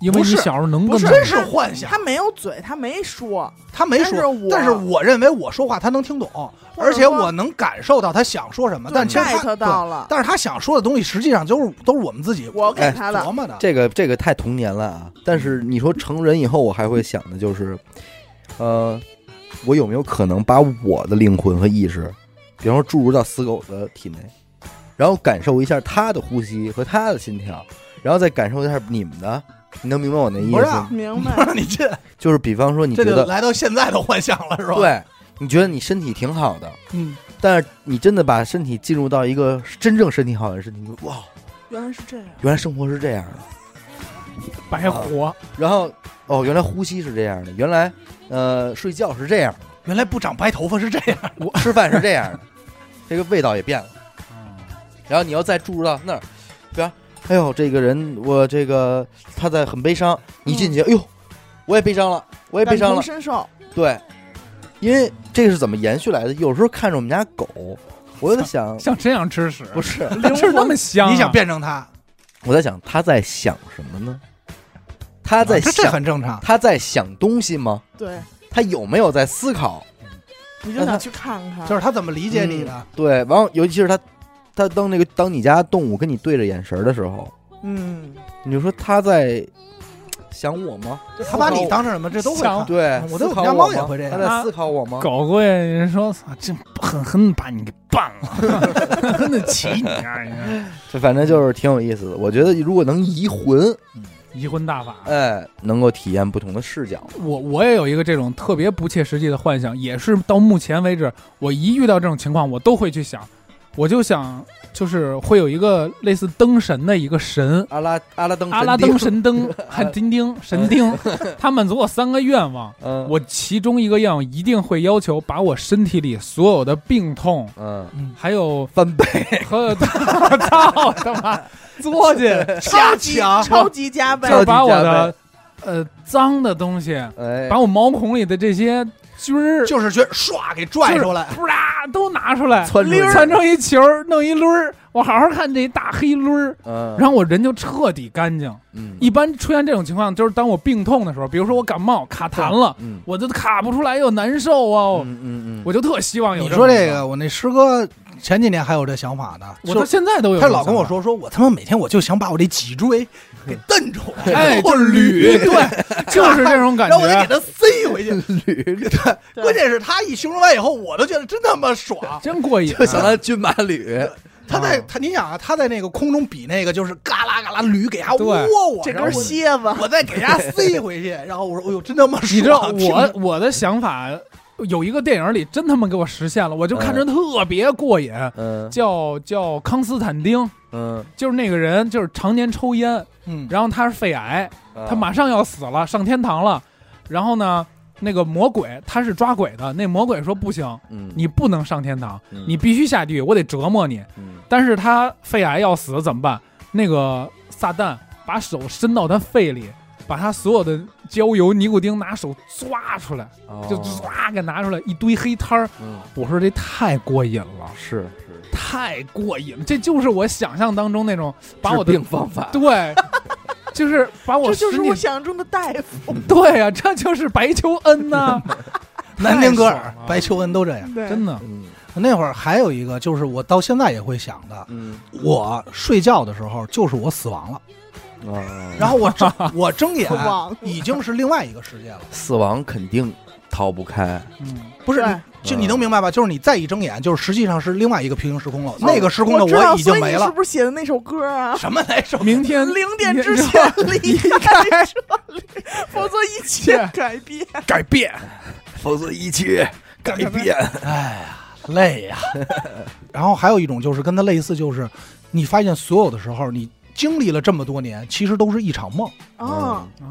S2: 因为
S3: 不
S2: 你
S3: 是
S2: 小时候能跟
S3: 不是
S2: 他
S4: 真是幻想
S3: 他，没有嘴，他没说，
S4: 他没说，但
S3: 但
S4: 是
S3: 是我
S4: 我认为我说话他能听懂，
S3: 或者
S4: 而且
S3: 说
S4: 我能感受到他想说什么，但其
S3: 就
S4: 实他
S3: get 到
S4: 对，
S3: 了。
S4: 但是他想说的东西实际上就是都是我们自己
S3: 我给他
S4: 琢
S3: 的，
S4: 磨的。
S1: 这个这个太童年了啊！但是你说成人以后，我还会想的就是，呃，我有没有可能把我的灵魂和意识，比方说注入到死狗的体内，然后感受一下它的呼吸和它的心跳，然后再感受一下你们的。你能明白我那意
S4: 不
S1: 思
S4: 是啊
S1: 吗？
S3: 明
S4: 不
S3: 白。
S4: 是 *laughs* 你这
S1: 就是比方说，你
S4: 这
S1: 觉
S4: 就
S1: 得
S4: 来到现在的幻想了是吧？，
S1: 对，你觉得你身体挺好的，
S4: 嗯，
S1: 但是你真的把身体进入到一个真正身体好的身体，你说哇，
S3: 原来是这样。
S1: 原来生活是这样的。
S2: 白活，
S1: 然后哦，原来呼吸是这样的，原来呃睡觉是这样的，
S4: 原来不长白头发是这样，
S1: *laughs* 吃饭是这样的，这个味道也变了。然后你要再注入到那儿，比方，哎呦，这个人我这个他在很悲伤，你进去，哎呦，我也悲伤了，我也悲
S3: 感
S1: 伤
S3: 同
S1: 了，
S3: 身受，
S1: 对，因为这是怎么延续来的？有时候看着我们家狗，我就在
S2: *laughs*
S1: 想，
S2: 像真想吃屎，
S1: 不
S2: *laughs*
S1: 是，
S2: 但是那么香啊，
S4: 你想变成他，
S1: 我在想他在想什么呢？他在
S4: 啊 *laughs* 这这
S1: 想
S4: 很正常。
S1: 他在想东西吗？
S3: 对，
S1: 他有没有在思考？
S3: 你就想去看看。
S4: 就是他怎么理解你
S3: 嗯
S4: 的？
S1: 对，然后尤其是他，他当那个当你家动物跟你对着眼神儿的时候，
S3: 嗯，
S1: 你就说他在想我吗？
S4: 他把你当成什么？这都会看
S2: 想
S1: 对
S4: 啊，
S1: 思
S4: 我对我
S1: 考
S4: 们家
S1: 我
S4: 猫也
S1: 吗
S4: 会这样
S1: 他在思考我吗？
S2: 啊狗会说操，这狠狠把你给办 *laughs* 了，真的骑你啊！你 *laughs* 看
S1: 这反正就是挺有意思的。我觉得如果能移魂，
S2: 移魂大法，
S1: 哎，能够体验不同的视角。
S2: 我我也有一个这种特别不切实际的幻想，也是到目前为止，我一遇到这种情况，我都会去想，我就想就是会有一个类似灯神的一个神，
S1: 阿拉阿拉登
S2: 阿拉
S1: 神
S2: 灯
S1: 丁，
S2: 嗯神灯 *laughs* 还丁丁神 *laughs* 丁，他满足我三个愿望，
S1: 嗯，
S2: 我其中一个愿望一定会要求把我身体里所有的病痛，
S1: 嗯
S2: 还有
S1: 翻倍，
S2: *laughs* 和我操他
S4: *laughs*
S2: 妈作去，
S3: 超级超级加倍
S1: 超，
S2: 就是
S1: 级
S2: 把我
S1: 加
S2: 的呃脏的东西，
S1: 哎，
S2: 把我毛孔里的这些菌儿
S4: 就是觉得唰给拽出来，
S2: 扑啦都拿出来，
S1: 窜出去
S2: 窜成一球儿，弄一抡儿，我好好看这一大黑抡儿，
S1: 嗯，
S2: 然后我人就彻底干净。
S1: 嗯
S2: 一般出现这种情况，就是当我病痛的时候，比如说我感冒卡痰了，
S1: 嗯
S2: 我就卡不出来又难受
S1: 嗯
S2: 啊，
S1: 嗯嗯，
S2: 我就特希望有。
S4: 你说这，个，我那师哥前几年还有这想法呢，
S2: 我
S4: 就
S2: 到现在都有。
S4: 他老跟我，说，说我他妈每天我就想把我这脊
S2: *laughs*
S4: 椎给蹬出来，
S2: 哎，
S4: 然后
S2: 就是
S4: 捋， *laughs*
S2: 捋，对，就是这种感
S4: 然后我再给
S2: 觉。
S4: 他塞
S2: *laughs*
S4: 回去，捋。 *laughs* 对，关键是他一形容完以后，我都觉得真他妈
S2: *laughs*
S4: 爽。
S2: 真过瘾，
S1: 就想到骏马旅，
S4: *laughs* 他在他，你想啊，他在那个空中比那个就是嘎啦嘎啦捋给他
S2: 对
S4: 窝我，
S3: 这
S4: 然后
S3: 根蝎子
S4: 我，我再给他塞
S3: *laughs*
S4: 回去，然后我说，哎呦，真他妈爽！
S2: 你
S4: *laughs*
S2: 知道
S4: 拼
S2: 我
S4: 了
S2: 我的想法有一个电影里真他妈给我实现了，我就看着特别过瘾，
S1: 嗯
S2: 叫叫康斯坦丁，
S1: 嗯，
S2: 就是那个人就是常年抽烟，
S4: 嗯，
S2: 然后他是肺癌，他
S1: 啊
S2: 马上要死了，上天堂了。然后呢，那个魔鬼他是抓鬼的，那魔鬼说不行，
S1: 嗯
S2: 你不能上天堂，
S1: 嗯
S2: 你必须下地狱，我得折磨你。
S1: 嗯
S2: 但是他肺癌要死怎么办？那个撒旦把手伸到他肺里，把他所有的焦油尼古丁拿手抓出来，就
S1: 哦
S2: 唰给拿出来一堆黑摊儿。
S1: 嗯
S2: 我说这太过瘾了，
S1: 是是，
S2: 太过瘾了，这就是我想象当中那种把我
S6: 治
S2: 的
S6: 病方法，
S2: 对，就是把我
S3: 这就是
S2: 使你
S3: 我想象中的大夫。
S2: 对呀、这就是白求恩呐、
S4: 南丁格尔
S2: 太爽、了
S4: 白求恩都这样。
S3: 对，
S2: 真的。
S1: 嗯
S4: 那会儿还有一个，就是我到现在也会想的，
S1: 嗯
S4: 我睡觉的时候就是我死亡了，
S1: 啊，
S4: 然后我 *laughs* 睁我睁眼
S3: 死亡了
S4: 已经是另外一个世界了，
S1: 死亡肯定逃不开，
S2: 嗯，
S4: 不是
S3: 对
S4: 你就你能明白吧？就是你再一睁眼，就是实际上是另外一个平行时空了，那个时空
S3: 哦
S4: 的
S3: 我知道
S4: 已经
S3: 所以
S4: 没
S3: 你是
S4: 了。
S3: 不是写的那首歌
S4: *laughs*
S3: 啊？
S4: 什么来着？
S2: 明天
S3: 零点之
S2: *laughs*
S3: 前离开这里，否则一切改变。
S2: 改变，
S1: 否则一切改
S4: *laughs*
S1: 变。
S4: 哎呀，累呀。然后还有一种就是跟它类似，就是你发现所有的时候，你经历了这么多年，其实都是一场梦。
S1: 嗯
S3: 啊，
S2: 哦，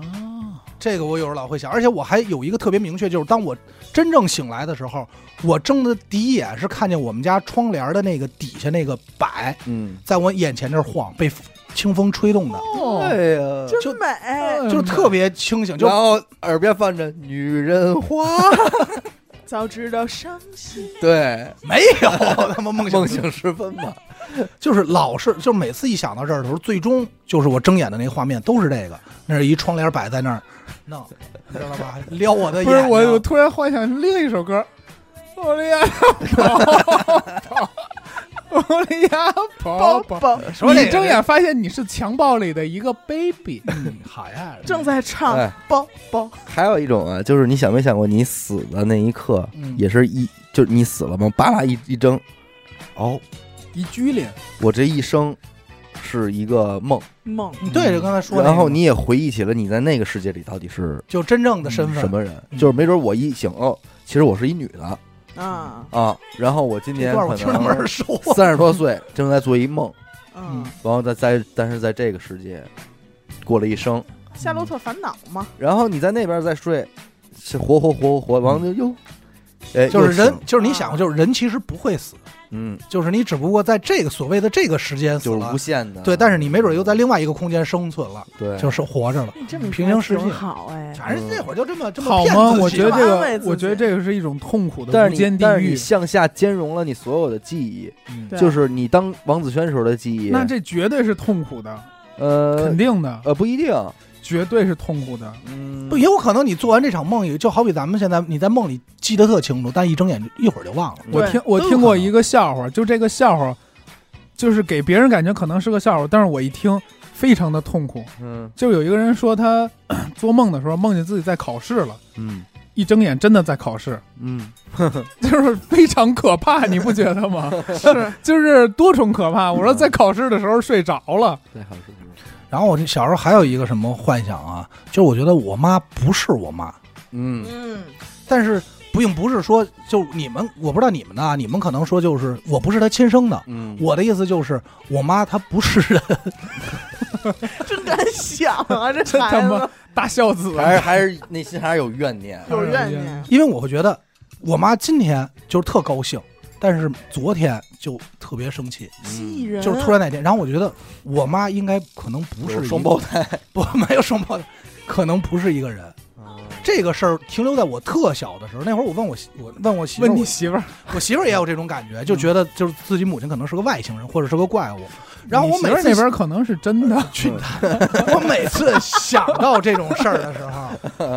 S4: 这个我有时候老会想，而且我还有一个特别明确，就是当我真正醒来的时候，我睁的第一眼是看见我们家窗帘的那个底下那个柏
S1: 嗯，
S4: 在我眼前这儿晃，被清风吹动的，
S2: 哦
S1: 哎呀
S4: 就
S3: 真
S2: 嗯
S3: 美！
S4: 就特别清醒，就
S1: 然后耳边放着《女人花》，
S4: *laughs*
S3: 早知道伤心，
S1: 对，
S4: 没
S2: *laughs*
S4: 有他妈梦醒
S1: 梦醒时分嘛。
S4: 就是老是，就是每次一想到这儿的时候，最终就是我睁眼的那个画面都是这个，那是一窗帘摆在那儿，弄，你知道吧？撩我的眼
S2: 不是
S4: 睛，
S2: 我，我突然幻想另一首歌，我的呀宝宝，我的呀
S3: 宝
S2: 宝宝。
S3: 宝
S4: 什么这
S2: 你
S4: 个
S2: 睁眼发现你是强暴里的一个 baby，
S4: 嗯好呀，
S3: 正在
S4: 啊
S3: 唱
S1: 哎
S3: 宝宝，
S1: 还有一种啊，就是你想没想过，你死的那一刻，
S4: 嗯
S1: 也是一就是你死了吗？扒拉一一睁，哦，
S2: 一拘灵，
S1: 我这一生是一个梦，
S3: 梦
S4: 你对着刚才说那个，
S1: 然后你也回忆起了你在那个世界里到底是
S4: 就真正的身份
S1: 什么人，
S4: 嗯
S1: 就是没准我一醒哦，其实我是一女的
S3: 啊，
S1: 啊，然后我今
S4: 这
S1: 年
S4: 段
S1: 可
S4: 我听着门
S1: 能 *laughs*
S4: 儿熟啊，
S1: 三十多岁，正在做一梦，
S3: 嗯，
S1: 然后在在但是在这个世界过了一生，
S3: 夏洛特烦恼嘛，
S1: 然后你在那边再睡，是活活活活，完了就又，哎，
S4: 嗯就是
S1: 又醒
S4: 人，，就是你想过，
S3: 啊
S4: 就是人其实不会死，
S1: 嗯，
S4: 就是你只不过在这个所谓的这个时间死
S1: 就是
S4: 了
S1: 无，限的，
S4: 对，但是你没准又在另外一个空间生存了，
S1: 对，
S4: 就是活着了。
S3: 你这么
S4: 平行世界
S3: 挺好哎，
S4: 反正那会儿就这么这么
S2: 好
S4: 骗
S2: 吗？
S4: 自己
S2: 我觉得
S4: 吧
S2: 这
S3: 安慰
S2: 个，
S3: 自己
S2: 我觉得这个是一种痛苦的
S1: 但
S2: 无
S1: 是
S2: 间
S1: 你但
S2: 地
S1: 是你
S2: 狱。
S1: 向下兼容了你所有的记忆，
S3: 对
S1: 就是你当王子轩时候的记忆，
S2: 那这绝对是痛苦的，
S1: 呃
S2: 肯定的，
S1: 呃不一定，
S2: 绝对是痛苦的。
S1: 嗯，
S4: 不，也有可能你做完这场梦，也就好比咱们现在你在梦里记得特清楚，但一睁眼就一会儿就忘了。
S1: 嗯
S2: 我
S3: 对
S2: 听我
S4: 都有
S2: 听
S4: 可
S2: 过
S4: 能
S2: 一个笑话，就这个笑话，就是给别人感觉可能是个笑话，但是我一听非常的痛苦。
S1: 嗯
S2: 就有一个人说他 *coughs* 做梦的时候梦见自己在考试了，
S1: 嗯
S2: 一睁眼真的在考试， *laughs*
S1: 嗯，
S2: 就是非常可怕，你不觉得吗？
S3: 是
S2: 就是多重可怕。我说在考试的时候睡着了，
S1: 对，好是
S4: 然后我这小时候还有一个什么幻想啊，就是我觉得我妈不是我妈，
S1: 嗯
S3: 嗯，
S4: 但是并不是说就你们，我不知道你们的啊，你们可能说就是我不是她亲生的。
S1: 嗯，
S4: 我的意思就是，我妈她不是人， *laughs*
S3: 真敢想啊，这
S2: 真他
S3: 孩
S2: 妈
S3: 子
S2: 大孝子
S1: 还是还是内心还是有怨念，
S3: 有怨念，
S4: 因为我会觉得我妈今天就是特高兴，但是昨天就特别生气，
S1: 嗯
S3: 蜥蜴
S2: 嗯
S3: 人
S4: 就是突然那天，然后我觉得我妈应该可能不
S1: 不
S4: 是一
S1: 是
S4: 个
S1: 双胞，胎，
S4: *laughs* 不没有双胞胎，可能不是一个人。这个事儿停留在我特小的时候，那会儿我问我媳我问我媳妇儿，
S2: 问你嗯
S4: 我
S2: 媳妇儿，
S4: 我媳妇儿也有这种感觉，就觉得就是自己母亲可能是个外星人或者是个怪物。然后
S2: 你
S4: 我
S2: 媳
S4: 每
S2: 妇儿
S4: 次嗯
S2: 那边可能是真的，
S4: 去他！我每次想到这种事儿的时候，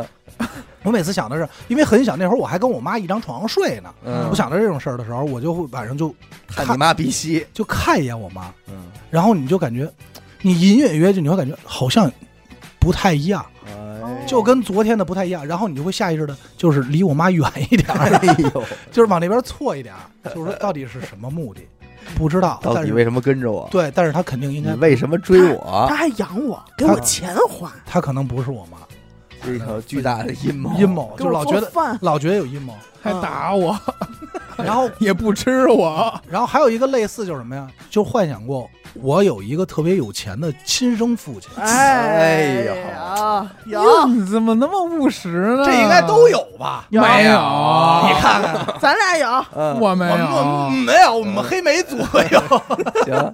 S4: 我每次想的是，因为很小那会儿我还跟我妈一张床上睡呢。
S1: 嗯
S4: 我想到这种事儿的时候，我就会晚上就
S1: 看你妈鼻息，
S4: 就看一眼我妈，
S1: 嗯，
S4: 然后你就感觉，你隐隐约约就你会感觉好像不太一样，
S1: 哎
S4: 就跟昨天的不太一样，然后你就会下意识的，就是离我妈远一点 *laughs* 儿，
S1: 哎呦，
S4: 就是往那边错一点儿，就是说到底是什么 *laughs* 目的，不知道，
S1: 到
S4: 但
S1: 底
S4: 是
S1: 为什么跟着我？
S4: 对，但是她肯定应
S1: 你
S4: 该，
S1: 为什么追我
S3: 他？还养我，给我钱花，
S4: 她可能不是我妈，
S1: *laughs* 这一场巨大的阴谋，
S4: 阴谋，
S3: 给
S4: 就
S3: 我
S4: 是老
S3: 做
S4: 觉得
S3: 饭，
S4: *laughs* 老觉得有阴谋，
S2: 还打我，
S4: 然后
S2: 也不吃我。
S4: 然后还有一个类似就是什么呀？就幻想过我有一个特别有钱的亲生父亲，
S1: 哎呀
S3: 呀，有
S4: 嗯
S2: 哟，你怎么那么务实呢？
S4: 这应该都有吧？
S2: 有没有
S4: 你看看，
S3: 咱俩有，
S1: 嗯，
S2: 我没
S4: 我们我
S2: 有，
S4: 们没有，我们黑莓组有，
S1: 行，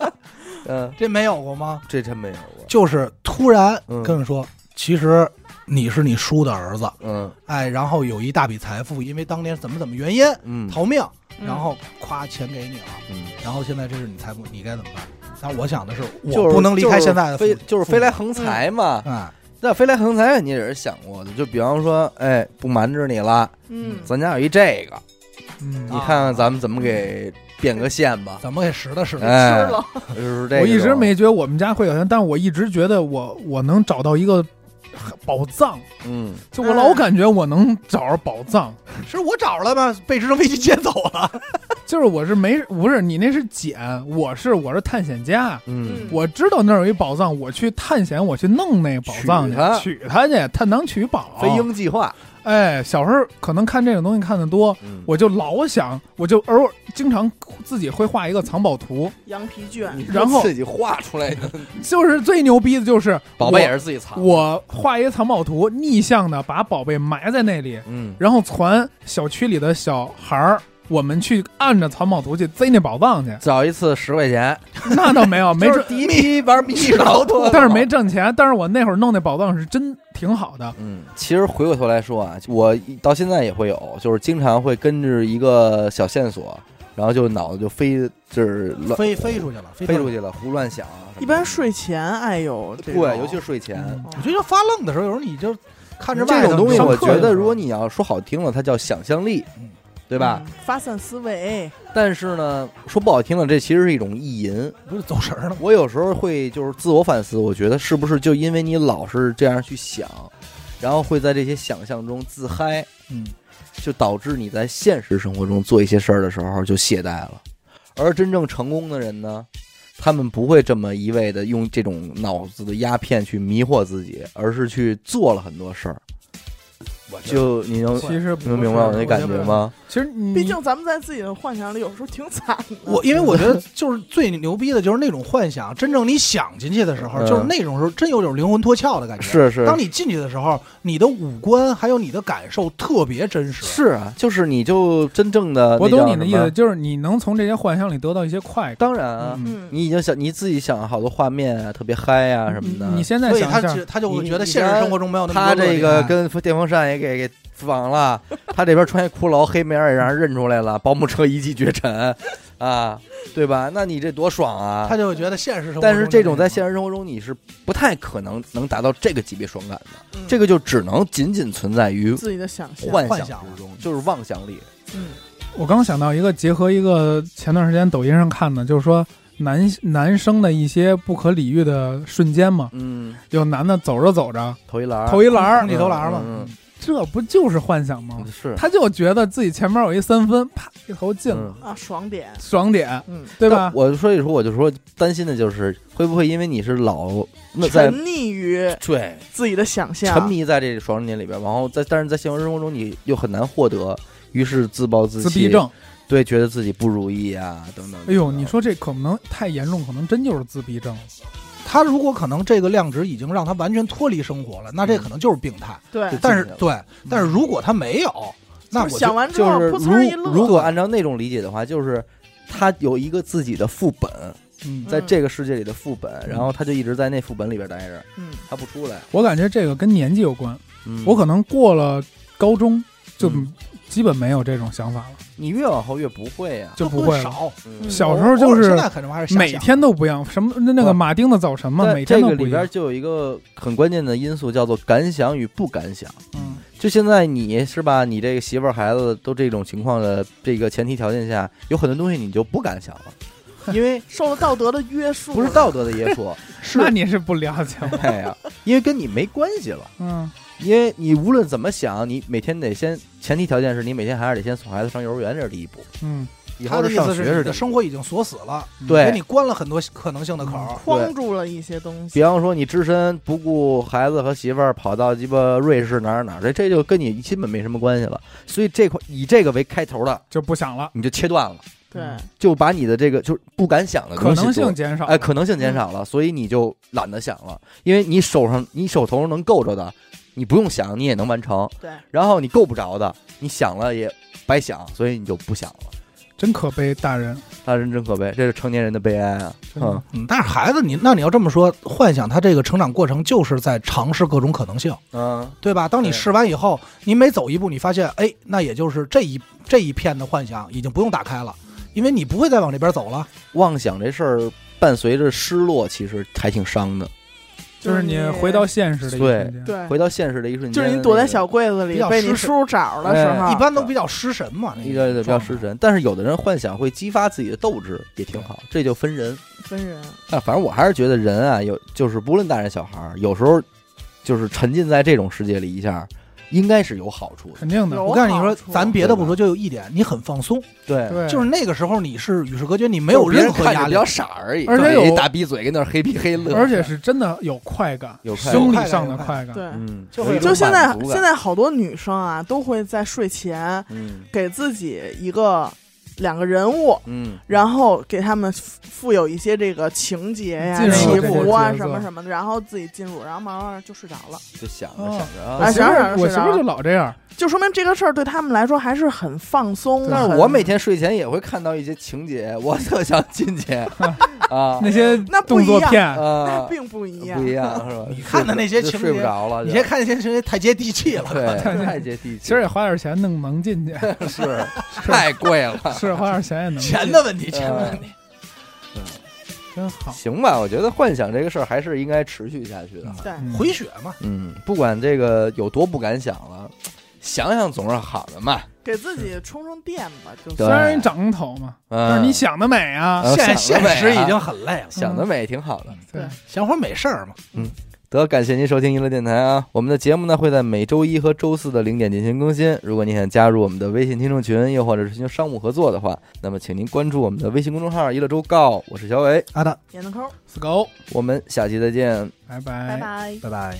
S1: 嗯，
S4: *laughs* 这没有过吗？
S1: 这真没有过，啊
S4: 就是突然
S1: 嗯
S4: 跟你说，其实你是你叔的儿子，
S1: 嗯
S4: 哎，然后有一大笔财富，因为当年怎么怎么原因
S1: 嗯
S4: 逃命，
S3: 嗯
S4: 然后夸钱给你了，
S1: 嗯
S4: 然后现在这是你财富，你该怎么办？但我想的是，
S1: 就
S4: 我
S1: 是
S4: 不能离开现在的父
S1: 飞，就是飞来。横
S3: 嗯
S1: 财嘛
S4: 父。母哎，
S1: 那飞来横财，你也是想过的。就比方说，哎，不瞒着你了，
S3: 嗯，
S1: 咱家有一这个，
S2: 嗯
S1: 你看看咱们怎么给变个现吧。
S4: 怎么给拾掇拾掇？
S1: 哎，
S3: 吃了，
S1: 就是这个。
S2: 我一直没觉得我们家会有钱，但我一直觉得我我能找到一个宝藏，
S1: 嗯，
S2: 就我老感觉我能找着宝藏，
S4: 是我找着了吗？被直升飞机接走了。
S1: *laughs*
S2: 就是我是没不是你那是捡，我是我是探险家。
S1: 嗯
S2: 我知道那儿有一宝藏，我去探险，我去弄那宝藏
S1: 取它
S2: 去，取它去，探囊取宝。
S1: 飞鹰计划，
S2: 哎，小时候可能看这种东西看得多，
S1: 嗯
S2: 我就老想，我就偶尔经常自己会画一个藏宝图。
S3: 羊皮
S1: *laughs*
S3: 卷，
S1: 你是
S2: 然后
S1: 自己画出来的，
S2: 就是最牛逼的就是
S1: 宝贝也
S2: 我
S1: 是自己藏。
S2: 我画一个藏宝图，逆向的把宝贝埋在那里，
S1: 嗯，
S2: 然后传小区里的小孩儿。我们去按着藏宝图去贼那宝藏去
S1: *laughs* 找一次十块钱，
S2: 那倒没有，没
S1: 就
S2: 挣
S1: 是，第一批玩密室逃脱，
S2: 但是没挣钱。但是我那会儿弄那宝藏是真挺好的，
S1: 嗯，其实回过头来说啊，我到现在也会有，就是经常会跟着一个小线索，然后就脑子就飞，就是乱
S4: 飞飞出去了，飞
S1: 飞出
S4: 去。
S1: 去了，胡乱想啊什么的。
S3: 一般睡前爱有这种
S1: 对，尤其是睡前
S2: 嗯。
S4: 我觉得发愣的时候，有时候你就看着外
S1: 这
S4: 头
S1: 种东西，
S4: 上
S1: 我
S4: 课
S1: 觉
S4: 的时
S1: 得
S4: 候
S1: 如果你要说好听了，它叫想象力
S4: 嗯，
S1: 对吧？
S3: 嗯发散思维，
S1: 但是呢，说不好听了，这其实是一种意淫。
S4: 不是走神儿了吗？啊
S1: 我有时候会就是自我反思，我觉得是不是就因为你老是这样去想，然后会在这些想象中自嗨，
S4: 嗯，
S1: 就导致你在现实生活中做一些事儿的时候就懈怠了。而真正成功的人呢，他们不会这么一味的用这种脑子的鸦片去迷惑自己，而是去做了很多事儿。
S4: 我觉得
S1: 就你能
S2: 其实不
S1: 你能明白我
S2: 是
S1: 那感觉吗？
S2: 其实
S1: 嗯
S2: 你
S3: 毕竟咱们在自己的幻想里有时候挺惨的。
S4: *laughs* 我因为我觉
S2: 嗯
S4: 得就是最牛逼的就是那种幻想，真正你想进去的时候，
S1: 嗯
S4: 就是那种时候真有种灵魂脱壳的感觉。，
S1: 是是
S4: 当你进去的时候，你的五官还有你的感受特别真实。
S1: 是啊，就是你就真正的
S2: 我
S1: 呃那
S2: 懂
S1: 叫
S2: 你的
S1: 什
S2: 意
S1: 么
S2: 思，，就是你能从这些幻想里得到一些快感。
S1: 当然啊，
S2: 嗯
S3: 嗯，
S1: 你已经想你自己想了好多画面啊，特别嗨啊什么的。
S2: 你你现在
S4: 所以
S2: 想
S4: 他
S2: 一下
S4: 就，他就会
S1: 你
S4: 觉得
S1: 你
S4: 现实
S1: 家
S4: 生活中没有那么
S1: 他
S4: 多乐
S1: 这
S4: 趣
S1: 个
S4: 感
S1: 跟电风扇也给给仿了，他这边穿一骷髅黑面儿也让人认出来了，保姆车一骑绝尘啊，对吧？那你这多爽啊！
S4: 他就会觉得现实生活中
S1: 但是这种在
S4: 实
S1: 现实生活中你是不太可能能达到这个级别爽感的，
S3: 嗯
S1: 这个就只能仅仅存在于
S3: 自己的想象，
S1: 幻
S4: 幻
S1: 想
S4: 想
S1: 之中，就是妄想力。
S3: 嗯
S2: 我刚想到一个，结合一个前段时间抖音上看的，就是说男男生的一些不可理喻的瞬间嘛。
S1: 嗯，
S2: 有男的走着走着
S1: 投一篮，
S2: 投一篮儿
S4: 空，气投篮儿嘛，
S1: 嗯
S2: 这不就是幻想吗
S1: 嗯？是
S2: 他就觉得自己前面有一三分，啪一投进了，
S1: 嗯
S3: 啊，爽点，
S2: 爽点，
S3: 嗯，
S2: 对
S1: 但
S2: 吧？
S1: 我所以说，我就说担心的就是会不会因为你是老那在
S3: 沉溺于
S1: 对
S3: 自己的想象，
S1: 沉迷在这爽人节里边，然后在但是在现实生活中你又很难获得，于是自暴自弃，
S2: 自闭症，
S1: 对，觉得自己不如意啊等等。
S2: 哎呦，
S1: 等等
S2: 你说这可能太严重，可能真就是自闭症。
S4: 他如果可能这个量值已经让他完全脱离生活了，那这可能就是病态。
S3: 对，
S1: 就
S4: 但是
S1: 嗯进去嗯
S4: 对，但是如果他没有，那我
S3: 就是
S4: 就
S3: 想完之
S1: 就
S3: 后
S1: 是
S3: 噗呲儿一
S1: 如如
S3: 乐，
S1: 果按照那种理解的话，就是他有一个自己的副本，
S2: 嗯，
S1: 在这个世界里的副本，然后他就一直在那副本里边待着，
S3: 嗯，
S1: 他不出来。
S2: 我感觉这个跟年纪有关，
S1: 嗯
S2: 我可能过了高中就
S1: 嗯
S2: 基本没有这种想法了，
S1: 你越往后越不会啊呀、
S2: 就
S4: 就
S2: 不会了。
S4: 少。
S1: 嗯
S2: 小时候就
S4: 偶尔
S2: 是
S4: 现在可能还是瞎
S2: 每
S4: 想
S2: 天都不一样，什么那那个
S1: 不
S2: 马丁的早晨嘛，每
S1: 但这
S2: 天都
S1: 个
S2: 不
S1: 里
S2: 一
S1: 边
S2: 样。
S1: 就有一个很关键的因素，叫做敢想与不敢想。
S2: 嗯，
S1: 就现在你是吧，你这个媳妇儿、孩子都这种情况的这个前提条件下，有很多东西你就不敢想了，因为
S3: *laughs* 受了道德的约束，
S1: 不是道德的约束，
S2: 那
S1: 是
S2: 你是不了解我。
S1: 哎呀，因为跟你没关系了。
S2: 嗯，
S1: 因为你无论怎么想，你每天得先前提条件是你每天还是得先送孩子上幼儿园，这是第一步。
S2: 嗯，
S1: 以
S4: 他
S1: 后
S4: 的
S1: 是
S4: 意
S1: 上
S4: 思
S1: 学
S4: 是你
S1: 这
S4: 的
S1: 个。
S4: 生活已经锁死了，给你
S1: 对，
S4: 关了很多可能性的口儿。
S3: 框住了一些东
S1: 比
S3: 西，
S1: 方说你只身不顾孩子和媳妇儿跑到鸡巴瑞士哪儿哪儿，这这就跟你根本没什么关系了。所以这块以这个为开头的，
S2: 就不想了，
S1: 你就切断了，
S3: 对，
S1: 就把你的这个就是不敢想的
S2: 可
S1: 东西
S2: 能
S1: 做
S2: 性减少。
S1: 哎，可能性减少
S3: 嗯
S1: 了，所以你就懒得想了，因为你手上你手头上能够着的，你不用想你也能完成，
S3: 对，
S1: 然后你够不着的，你想了也白想，所以你就不想了。
S2: 真可悲，大人。
S1: 大人真可悲，这是成年人的悲哀啊！
S2: 真的
S1: 嗯，
S4: 嗯，但是孩子你，那你要这么说，幻想他这个成长过程就是在尝试各种可能性，
S1: 嗯，
S4: 对吧？当你
S1: 对
S4: 试完以后，你每走一步，你发现，哎，那也就是这一这一片的幻想已经不用打开了，因为你不会再往这边走了。
S1: 妄想这事儿伴随着失落，其实还挺伤的。
S2: 就是你回到现实的一瞬间，
S3: 对，
S1: 回到现实的一瞬间，
S3: 就是你躲在小柜子
S4: 比
S3: 里
S4: 较
S3: 被你
S4: 失实
S3: 叔找的时候，
S1: 哎
S4: 一般都比较失神嘛，那
S1: 一个
S4: 啊个
S1: 比较
S3: 嗯
S4: 状态
S1: 失。神，但是有的人幻想会激发自己的斗志，也挺好，这就分人。
S3: 分人。
S1: 但反正我还是觉得人啊，有就是不论大人小孩儿，有时候就是沉浸在这种世界里一下，应该是有好处的。
S2: 肯定的。
S3: 有
S4: 我告诉你说
S3: 好，处
S4: 咱别的不说，就有一点，你很放松，
S1: 对
S2: 对，
S4: 就是那个时候你是与世隔绝，你没有
S1: 就是别
S4: 任
S1: 人
S4: 何
S1: 看着
S4: 压
S1: 比
S4: 力
S1: 较。傻而已，
S2: 而且
S1: 就
S2: 有
S1: 一大逼嘴跟那儿嘿皮嘿乐，
S2: 而且是真的有快感，
S1: 有快感
S2: 生理上的快感。
S3: 对，
S1: 嗯，
S4: 就
S1: 有一
S4: 会
S1: 种
S3: 就现在
S1: 满足感
S3: 现在好多女生啊，都会在睡前
S1: 嗯
S3: 给自己一个两个人物，
S1: 嗯
S3: 然后给他们附附有一些这个情节呀、
S2: 进入
S3: 祈
S2: 这个
S3: 福啊
S2: 角色
S3: 什么什么的，然后自己进入，然后慢慢就睡着了，
S1: 就想着
S2: 哦
S1: 想着啊
S2: 我
S3: 哎。
S2: 媳妇
S3: 想想
S2: 儿，
S3: 是
S2: 我媳妇
S3: 啊
S2: 儿就老这样，
S3: 就说明这个事儿对他们来说还是很放松。
S1: 但
S2: 哎
S1: 是
S3: 很
S1: 我每天睡前也会看到一些情节，我特想进
S2: *laughs*
S1: 去啊
S2: 那些
S3: 那不
S2: 动
S3: 一
S2: 作
S3: 样
S2: 片，
S3: 那
S1: 啊，
S3: *laughs* 并不一样
S1: 不，一样是吧？你
S4: 看的那些情节
S1: 睡不着了就，
S4: 你先看这些人太接地气了，
S1: 对，太接地气，
S2: 其实也花点钱弄能进去，
S1: 是太贵了。
S2: 是花点钱也能进
S4: 钱的问题，钱的问题。
S2: 真好。
S1: 行吧，我觉得幻想这个事儿还是应该持续下去的。
S3: 对，
S2: 嗯
S4: 回血嘛，
S1: 嗯，不管这个有多不敢想了，想想总是好的嘛。
S3: 给自己充充电吧，就
S1: 对
S2: 虽然你长工头嘛，
S1: 嗯，
S2: 但是你想得嗯美啊！
S1: 嗯
S4: 现
S1: 想
S4: 现
S1: 得美啊
S4: 实已经很累了，
S1: 想得美挺好的。
S2: 对，
S4: 想会儿美事儿嘛。
S1: 得，感谢您收听娱乐电台啊！我们的节目呢会在每周一和周四的零点进行更新。如果您想加入我们的微信听众群，又或者是寻求商务合作的话，那么请您关注我们的微信公众号“娱乐周告”。我是小伟，
S4: 好的，
S3: 点个扣，
S2: 死狗，
S1: 我们下期再见。
S2: 拜
S3: 拜拜。
S4: 拜拜。